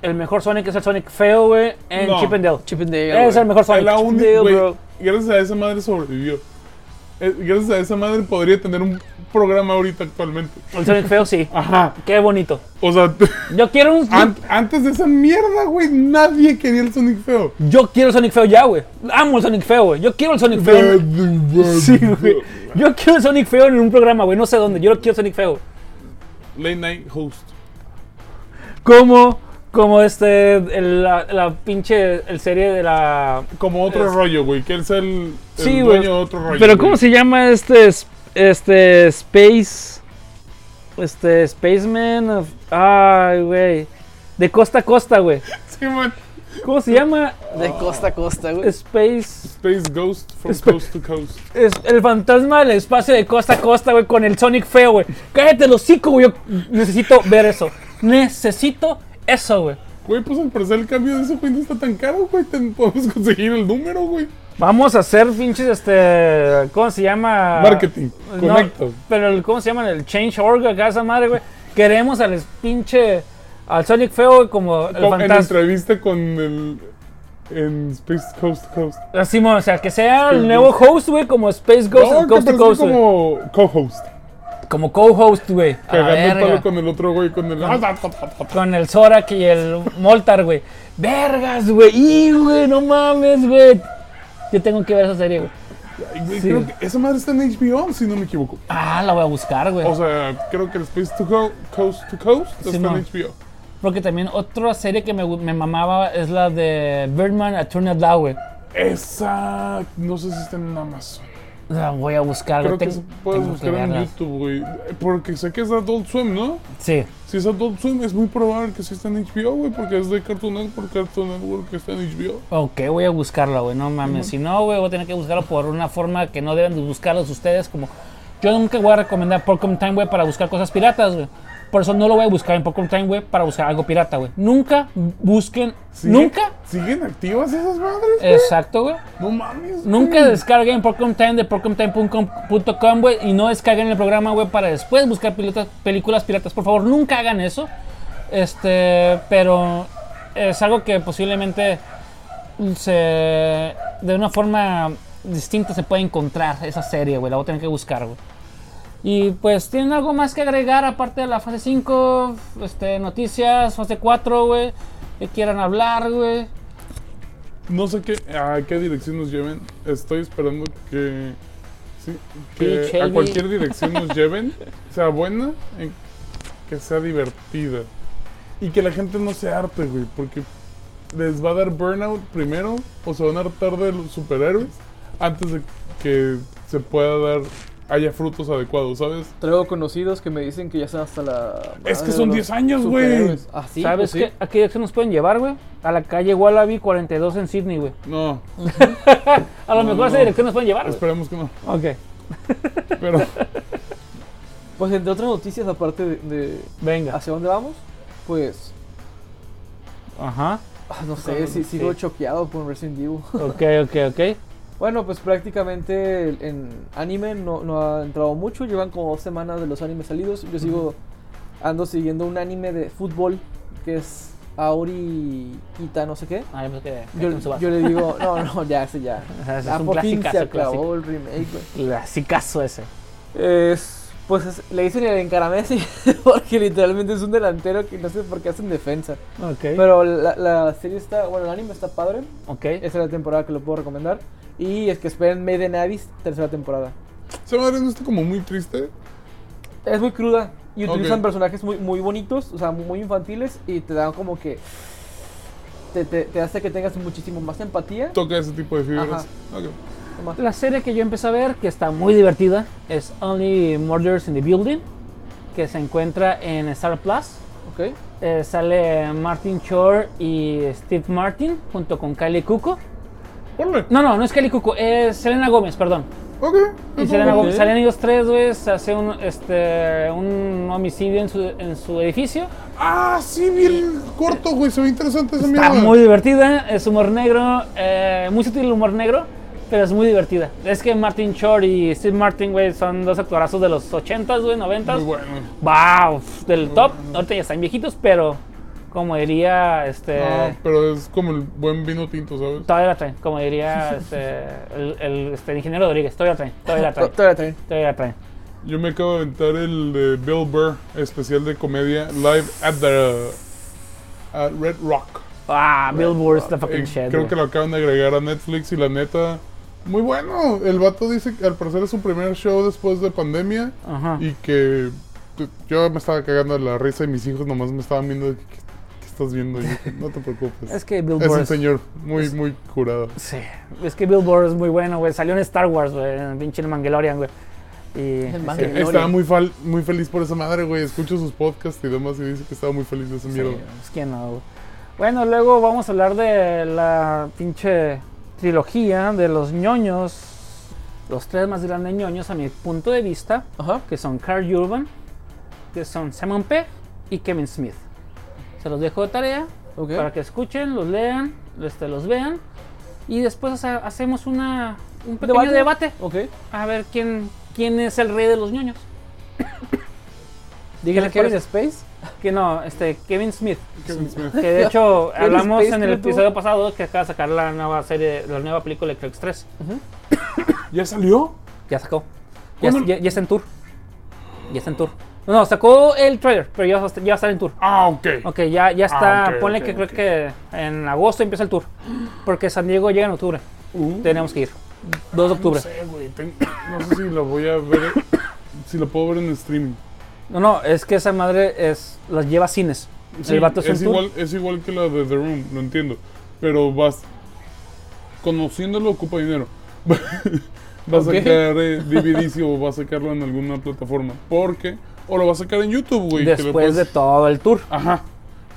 Speaker 3: El mejor Sonic es el Sonic feo, güey, en
Speaker 1: No.
Speaker 3: Chip and Dale.
Speaker 2: Chip and Dale,
Speaker 3: es el
Speaker 2: güey.
Speaker 3: mejor Sonic.
Speaker 1: la
Speaker 3: Chip and
Speaker 1: única,
Speaker 3: Dale,
Speaker 1: güey,
Speaker 3: bro.
Speaker 1: gracias a esa madre sobrevivió. eh, gracias a esa madre podría tener un programa ahorita actualmente.
Speaker 3: El Sonic feo, sí.
Speaker 1: Ajá.
Speaker 3: Qué bonito.
Speaker 1: O sea, [laughs]
Speaker 3: Yo quiero un.
Speaker 1: Ah. an- antes de esa mierda, güey, nadie quería el Sonic feo.
Speaker 3: Yo quiero el Sonic feo ya, güey. Amo el Sonic feo, güey. Yo quiero el Sonic feo. Sí, güey. Yo quiero el Sonic feo en un programa, güey. No sé dónde. Yo quiero el Sonic feo.
Speaker 1: Late Night Host.
Speaker 3: Como, como este, el- la, la pinche el serie de la.
Speaker 1: Como otro rollo, güey. Que él sea el, el
Speaker 3: Sí,
Speaker 1: dueño
Speaker 3: güey.
Speaker 1: de otro rollo.
Speaker 3: Pero ¿cómo
Speaker 1: güey.
Speaker 3: se llama este, es- este Space, este Spaceman? of- Ay, güey. De costa a costa, güey.
Speaker 1: Sí, man.
Speaker 3: ¿Cómo se llama?
Speaker 2: De costa a costa, güey.
Speaker 3: Space.
Speaker 1: Space Ghost from
Speaker 3: Espe-
Speaker 1: Coast to Coast.
Speaker 3: Es el fantasma del espacio de costa a costa, güey, con el Sonic feo, güey. Cállate los hocico, güey. Yo necesito ver eso. Necesito eso, güey.
Speaker 1: Güey, pues al parecer el cambio de ese güey no está tan caro, güey. Ten- podemos conseguir el número, güey.
Speaker 3: Vamos a hacer pinches, este. ¿Cómo se llama?
Speaker 1: Marketing.
Speaker 3: Ah, No,
Speaker 1: Conecta.
Speaker 3: pero el, ¿cómo se llama? El Change.org, acá esa madre, güey. Queremos al pinche. Al Sonic feo, güey, como el
Speaker 1: Con- en la
Speaker 3: fantasma.
Speaker 1: entrevista con el. En Space Coast to Coast.
Speaker 3: Así, mo- Ah, o sea, que sea
Speaker 1: Space
Speaker 3: el nuevo host, güey, como Space Ghost,
Speaker 1: No,
Speaker 3: and Coast
Speaker 1: que
Speaker 3: to Coast,
Speaker 1: parecía
Speaker 3: güey.
Speaker 1: como co-host.
Speaker 3: como co-host, güey. A la
Speaker 1: Cagando el
Speaker 3: verga.
Speaker 1: palo con el otro güey, con el. Ah,
Speaker 3: Con el Zorak y el Moltar, güey. Vergas, güey. Y, güey, no mames, güey. Yo tengo que ver esa serie, güey.
Speaker 1: Ay, güey,
Speaker 3: Sí.
Speaker 1: Creo que esa madre está en HBO, si no me equivoco.
Speaker 3: Ah, la voy a buscar, güey.
Speaker 1: O sea, creo que el Space to Co- Coast to Coast está en
Speaker 3: Simón.
Speaker 1: HBO.
Speaker 3: Porque también otra serie que me, gu- me mamaba es la de Birdman Attorney at Law, güey.
Speaker 1: Esa. No sé si está en Amazon.
Speaker 3: La voy a buscar,
Speaker 1: Creo
Speaker 3: güey.
Speaker 1: que
Speaker 3: Ten-
Speaker 1: se puede
Speaker 3: Ah, tengo que
Speaker 1: buscar en
Speaker 3: verla.
Speaker 1: YouTube, güey. Porque sé que es Adult Swim, ¿no?
Speaker 3: Sí.
Speaker 1: Si es Adult Swim, es muy probable que sí está en HBO, güey, é porque es de Cartoon Network, Cartoon Network está en HBO.
Speaker 3: Ok, voy a buscarla, güey. No mames. Si no, güey, voy a tener que buscarlo por una forma que no deben de buscarlos ustedes. Como yo nunca voy a recomendar Porcom Time, güey, para buscar cosas piratas, güey. Por eso no lo voy a buscar en Porcom Time, güey, para buscar algo pirata, güey. Nunca busquen.
Speaker 1: ¿Sigue-
Speaker 3: Nunca.
Speaker 1: ¿Siguen activas esas madres? güey?
Speaker 3: Exacto, güey.
Speaker 1: No mames.
Speaker 3: É,
Speaker 1: né?
Speaker 3: Nunca
Speaker 1: güey.
Speaker 3: descarguen Porcom Time de porcomtime.com, güey. Y no descarguen el programa, güey, para después buscar pilota- películas piratas. Por favor, nunca hagan eso. Este, pero es algo que posiblemente se, de una forma distinta se puede encontrar esa serie, güey. La voy a tener que buscar, güey. Y pues, ¿tienen algo más que agregar aparte de la fase 5? Este, noticias, fase 4, güey. Que quieran hablar, güey.
Speaker 1: No sé qué, a qué dirección nos lleven. Estoy esperando que. sí,
Speaker 3: Pinche
Speaker 1: que a
Speaker 3: Elvis.
Speaker 1: cualquier dirección nos lleven, sea buena, en- que sea divertida. Y que la gente no se harte, güey, porque les va a dar burnout primero, o se van a hartar de los superhéroes antes de que se pueda dar, haya frutos adecuados, ¿sabes?
Speaker 2: Traigo conocidos que me dicen que ya están hasta la.
Speaker 1: Es que
Speaker 2: madre
Speaker 1: son
Speaker 2: de los
Speaker 1: 10 años, güey.
Speaker 2: superhéroes. Ah, sí, pues
Speaker 3: ¿Sabes
Speaker 2: sí.
Speaker 3: qué? ¿A qué dirección nos pueden llevar, güey? A la calle Wallaby 42 en Sydney, güey.
Speaker 1: No,
Speaker 3: A lo mejor a esa
Speaker 1: no. Pues,
Speaker 3: dirección nos pueden llevar. güey.
Speaker 1: esperemos que no.
Speaker 3: Ok,
Speaker 1: Pero
Speaker 2: Pues entre otras noticias, aparte de, de
Speaker 3: venga.
Speaker 2: hacia dónde vamos, pues
Speaker 3: Ajá.
Speaker 2: ah, no sé, si, sigo
Speaker 3: sí.
Speaker 2: choqueado por Resident Evil.
Speaker 3: Ok, ok, ok.
Speaker 2: bueno, pues prácticamente el- en anime no, no ha entrado mucho, llevan como dos semanas de los animes salidos. Yo sigo ando siguiendo un anime de fútbol que es Auri Ita, no sé qué.
Speaker 3: Ah, yo pensé que-
Speaker 2: Yo,
Speaker 3: que no se va.
Speaker 2: yo le digo, no, no, [laughs] ya, ese ya.
Speaker 3: Ajá, ese
Speaker 2: Ah,
Speaker 3: es un
Speaker 2: por fin se
Speaker 3: clasicazo,
Speaker 2: clavó el remake, güey.
Speaker 3: Clasicazo ese.
Speaker 2: Es, pues es- le dicen el encaramesi [laughs] porque literalmente es un delantero que no sé por qué hacen defensa.
Speaker 3: Ok.
Speaker 2: Pero la, la serie está, bueno, el anime está padre.
Speaker 3: ok.
Speaker 2: Esa es la temporada que lo puedo recomendar. Y es que esperen Made in Abyss, tercera temporada.
Speaker 1: esa madre no está como muy triste.
Speaker 2: Es muy cruda y
Speaker 1: Ok.
Speaker 2: utilizan personajes muy, muy bonitos, o sea, muy infantiles y te dan como que... Te, te- te hace que tengas muchísimo más empatía.
Speaker 1: Toca ese tipo de fibras. Ok.
Speaker 2: Toma.
Speaker 3: La serie que yo empecé a ver, que está muy divertida, es Only Murders in the Building, que se encuentra en Star Plus.
Speaker 2: Ok.
Speaker 3: Eh, sale Martin Shore y Steve Martin junto con Kylie Cuco.
Speaker 1: Ponle.
Speaker 3: No, no, no es Kylie Cuco, es Selena Gómez, perdón.
Speaker 1: Ok.
Speaker 3: Y
Speaker 1: eso
Speaker 3: Selena
Speaker 1: no-
Speaker 3: Gómez, salen ellos tres, güey, se hace un, este, un homicidio en su, en su edificio.
Speaker 1: Ah, sí, vi el corto, güey. Se ve interesante esa
Speaker 3: Está
Speaker 1: mierda.
Speaker 3: muy divertida, es humor negro, eh, muy sutil el humor negro, pero es muy divertida. Es que Martin Short y Steve Martin, güey, son dos actorazos de los 80s, güey, 90s.
Speaker 1: Muy bueno.
Speaker 3: Wow, del top. Ahorita ya están viejitos, pero como diría este.
Speaker 1: Ah, pero es como el buen vino tinto, ¿sabes?
Speaker 3: Todavía la traen, como
Speaker 1: [laughs]
Speaker 3: diría este, el, el, este, el ingeniero Rodríguez, todavía la traen, todavía
Speaker 1: [laughs]
Speaker 3: la traen,
Speaker 2: Todavía trae.
Speaker 3: todavía la traen.
Speaker 1: Yo me acabo de aventar el de Bill Burr, especial de comedia, live at the at Red Rock.
Speaker 3: Ah, Billboard's the fucking
Speaker 1: Eh,
Speaker 3: shit.
Speaker 1: creo
Speaker 3: güey.
Speaker 1: que lo acaban de agregar a Netflix y la neta, muy bueno. El vato dice que al parecer es su primer show después de pandemia
Speaker 3: Ajá.
Speaker 1: y que t- yo me estaba cagando de la risa y mis hijos nomás me estaban viendo de que, "¿Qué- qué estás viendo? Y yo, no te preocupes.
Speaker 3: Es que
Speaker 1: Es
Speaker 3: Billboard
Speaker 1: un
Speaker 3: es,
Speaker 1: señor muy, muy curado.
Speaker 3: sí, es que Billboard es muy bueno, güey. Salió en Star Wars, güey, en pinche Mangalorian, güey. Y
Speaker 2: En
Speaker 3: sí,
Speaker 2: Mandalorian.
Speaker 1: Estaba muy, fal- muy feliz por esa madre, güey. Escucho sus podcasts y demás y dice que estaba muy feliz de esa
Speaker 3: sí,
Speaker 1: mierda.
Speaker 3: pues, ¿quién no, güey? Bueno, luego vamos a hablar de la pinche trilogía de los ñoños. Los tres más grandes ñoños, a mi punto de vista,
Speaker 2: Ajá.
Speaker 3: que son Carl Urban, que son Simon Pegg y Kevin Smith. Se los dejo de tarea
Speaker 2: Ok.
Speaker 3: para que escuchen, los lean, este, los vean. Y después hace- hacemos una, un pequeño
Speaker 2: ¿Debate?
Speaker 3: debate.
Speaker 2: Ok.
Speaker 3: a ver quién, quién es el rey de los ñoños.
Speaker 2: Díganle
Speaker 3: les
Speaker 2: Kevin
Speaker 3: parece?
Speaker 2: Space.
Speaker 3: Que no, este, Kevin Smith.
Speaker 1: Kevin Smith.
Speaker 3: Que de hecho
Speaker 2: Kevin
Speaker 3: hablamos
Speaker 2: Space,
Speaker 3: en el
Speaker 2: creo tú.
Speaker 3: episodio pasado que acaba de sacar la nueva serie, la nueva película de Craig 3.
Speaker 1: ¿Ya salió?
Speaker 3: Ya sacó. Ya, ya- ya está en tour. Ya está en tour. No, no, sacó el trailer, pero ya, va a estar- ya va a estar en tour.
Speaker 1: Ah, ok.
Speaker 3: Ok, ya, ya está.
Speaker 1: Ah, ok,
Speaker 3: ponle
Speaker 1: ok,
Speaker 3: que
Speaker 1: ok.
Speaker 3: creo que en agosto empieza el tour. Porque San Diego llega en octubre.
Speaker 1: Uh,
Speaker 3: Tenemos que ir. 2 de
Speaker 1: No
Speaker 3: octubre.
Speaker 1: sé, Eh, güey. ten- No sé si la voy a ver. Si la puedo ver en streaming.
Speaker 3: No, no, es que esa madre es las lleva a cines.
Speaker 1: Sí,
Speaker 3: el vato es,
Speaker 1: es
Speaker 3: un tour.
Speaker 1: igual, es igual que la de The Room, lo entiendo. Pero vas. Conociéndolo ocupa dinero. [laughs] vas
Speaker 2: Ok.
Speaker 1: a sacar eh, DVDs o vas a sacarlo en alguna plataforma. Porque. O lo vas a sacar en YouTube, güey. que lo
Speaker 3: después
Speaker 1: puedes-
Speaker 3: de todo el tour.
Speaker 1: Ajá.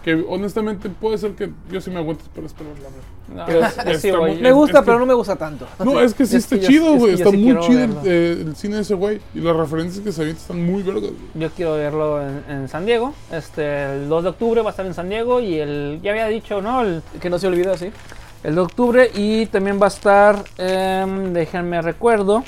Speaker 1: Que honestamente puede ser que yo sí me aguante para esperar la verdad.
Speaker 3: Pero
Speaker 1: es-
Speaker 3: sí,
Speaker 1: está
Speaker 3: güey.
Speaker 1: muy-
Speaker 2: Me
Speaker 1: es
Speaker 2: gusta,
Speaker 1: que-
Speaker 2: pero no me gusta tanto.
Speaker 1: No, es que sí
Speaker 2: Es
Speaker 1: está
Speaker 2: que yo- es
Speaker 1: chido,
Speaker 2: que
Speaker 1: güey.
Speaker 2: yo
Speaker 1: Está
Speaker 2: sí
Speaker 1: muy
Speaker 2: quiero
Speaker 1: chido el,
Speaker 2: verlo.
Speaker 1: eh, el cine de ese güey. Y las referencias que se avientan están muy vergas, güey.
Speaker 3: Yo quiero verlo en, en San Diego. Este, el 2 de octubre va a estar en San Diego y el ya había dicho, ¿no? El,
Speaker 2: Que no se olvida, sí.
Speaker 3: el 2 de octubre y también va a estar em, déjenme recuerdo.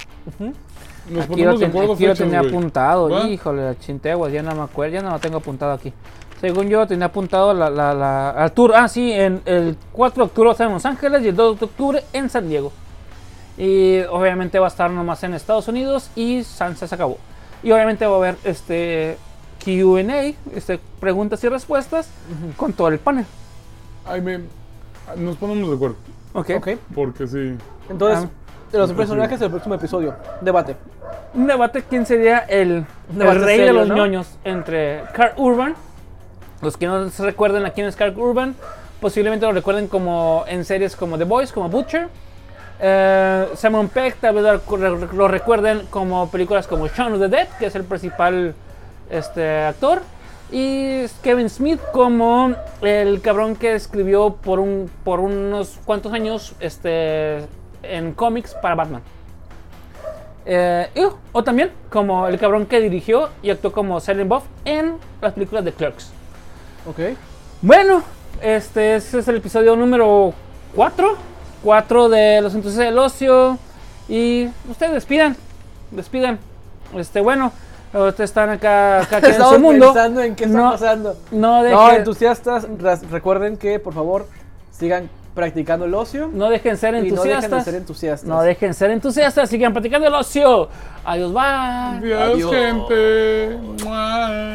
Speaker 1: Nos
Speaker 3: Aquí lo,
Speaker 1: ponemos de
Speaker 3: ten-
Speaker 1: acuerdo
Speaker 3: aquí lo
Speaker 1: fechas,
Speaker 3: tenía
Speaker 1: güey.
Speaker 3: apuntado.
Speaker 1: ¿Va?
Speaker 3: Híjole, la chintegua, ya no me acuerdo, ya no lo tengo apuntado aquí. Según yo tenía apuntado la, la, la- al tour. Ah, sí, en el 4 de octubre va a estar en Los Ángeles y el 2 de octubre en San Diego. Y obviamente va a estar nomás en Estados Unidos y Sansa se acabó. Y obviamente va a haber este QA, este, preguntas y respuestas con todo el panel.
Speaker 1: Ay, me- Nos ponemos de acuerdo.
Speaker 3: Ok.
Speaker 2: Ok.
Speaker 1: Porque sí.
Speaker 2: Entonces, de los
Speaker 1: Ah.
Speaker 2: personajes del próximo episodio. Debate.
Speaker 3: Un debate: ¿quién sería el,
Speaker 2: Un debate
Speaker 3: el rey
Speaker 2: serio,
Speaker 3: de los
Speaker 2: ¿no?
Speaker 3: ñoños entre Carl Urban? Los que no se recuerden a quién es Carl Urban, posiblemente lo recuerden como en series como The Boys, como Butcher. Eh, Simon Peck tal vez lo- lo recuerden como películas como Shaun of the Dead, que es el principal este, actor. Y Kevin Smith como el cabrón que escribió por, un, por unos cuantos años este, en cómics para Batman. Eh, y- o también como el cabrón que dirigió y actuó como Silent Bob en las películas de Clerks.
Speaker 2: Ok.
Speaker 3: Bueno, este ese es el episodio número 4. 4 de Los Entonces del Ocio. Y ustedes despidan. Despidan. Este, bueno, ustedes están acá, acá
Speaker 2: [laughs]
Speaker 3: aquí en
Speaker 2: Estamos
Speaker 3: su mundo.
Speaker 2: pensando en qué está
Speaker 3: No,
Speaker 2: pasando.
Speaker 3: No dejen,
Speaker 2: No, entusiastas, ras- recuerden que por favor sigan practicando el ocio
Speaker 3: no dejen ser
Speaker 2: y no
Speaker 3: entusiastas.
Speaker 2: dejen de ser entusiastas.
Speaker 3: No dejen ser entusiastas. Sigan practicando el ocio. Adiós, bye.
Speaker 1: Adiós,
Speaker 2: Adiós.
Speaker 1: gente. Mua.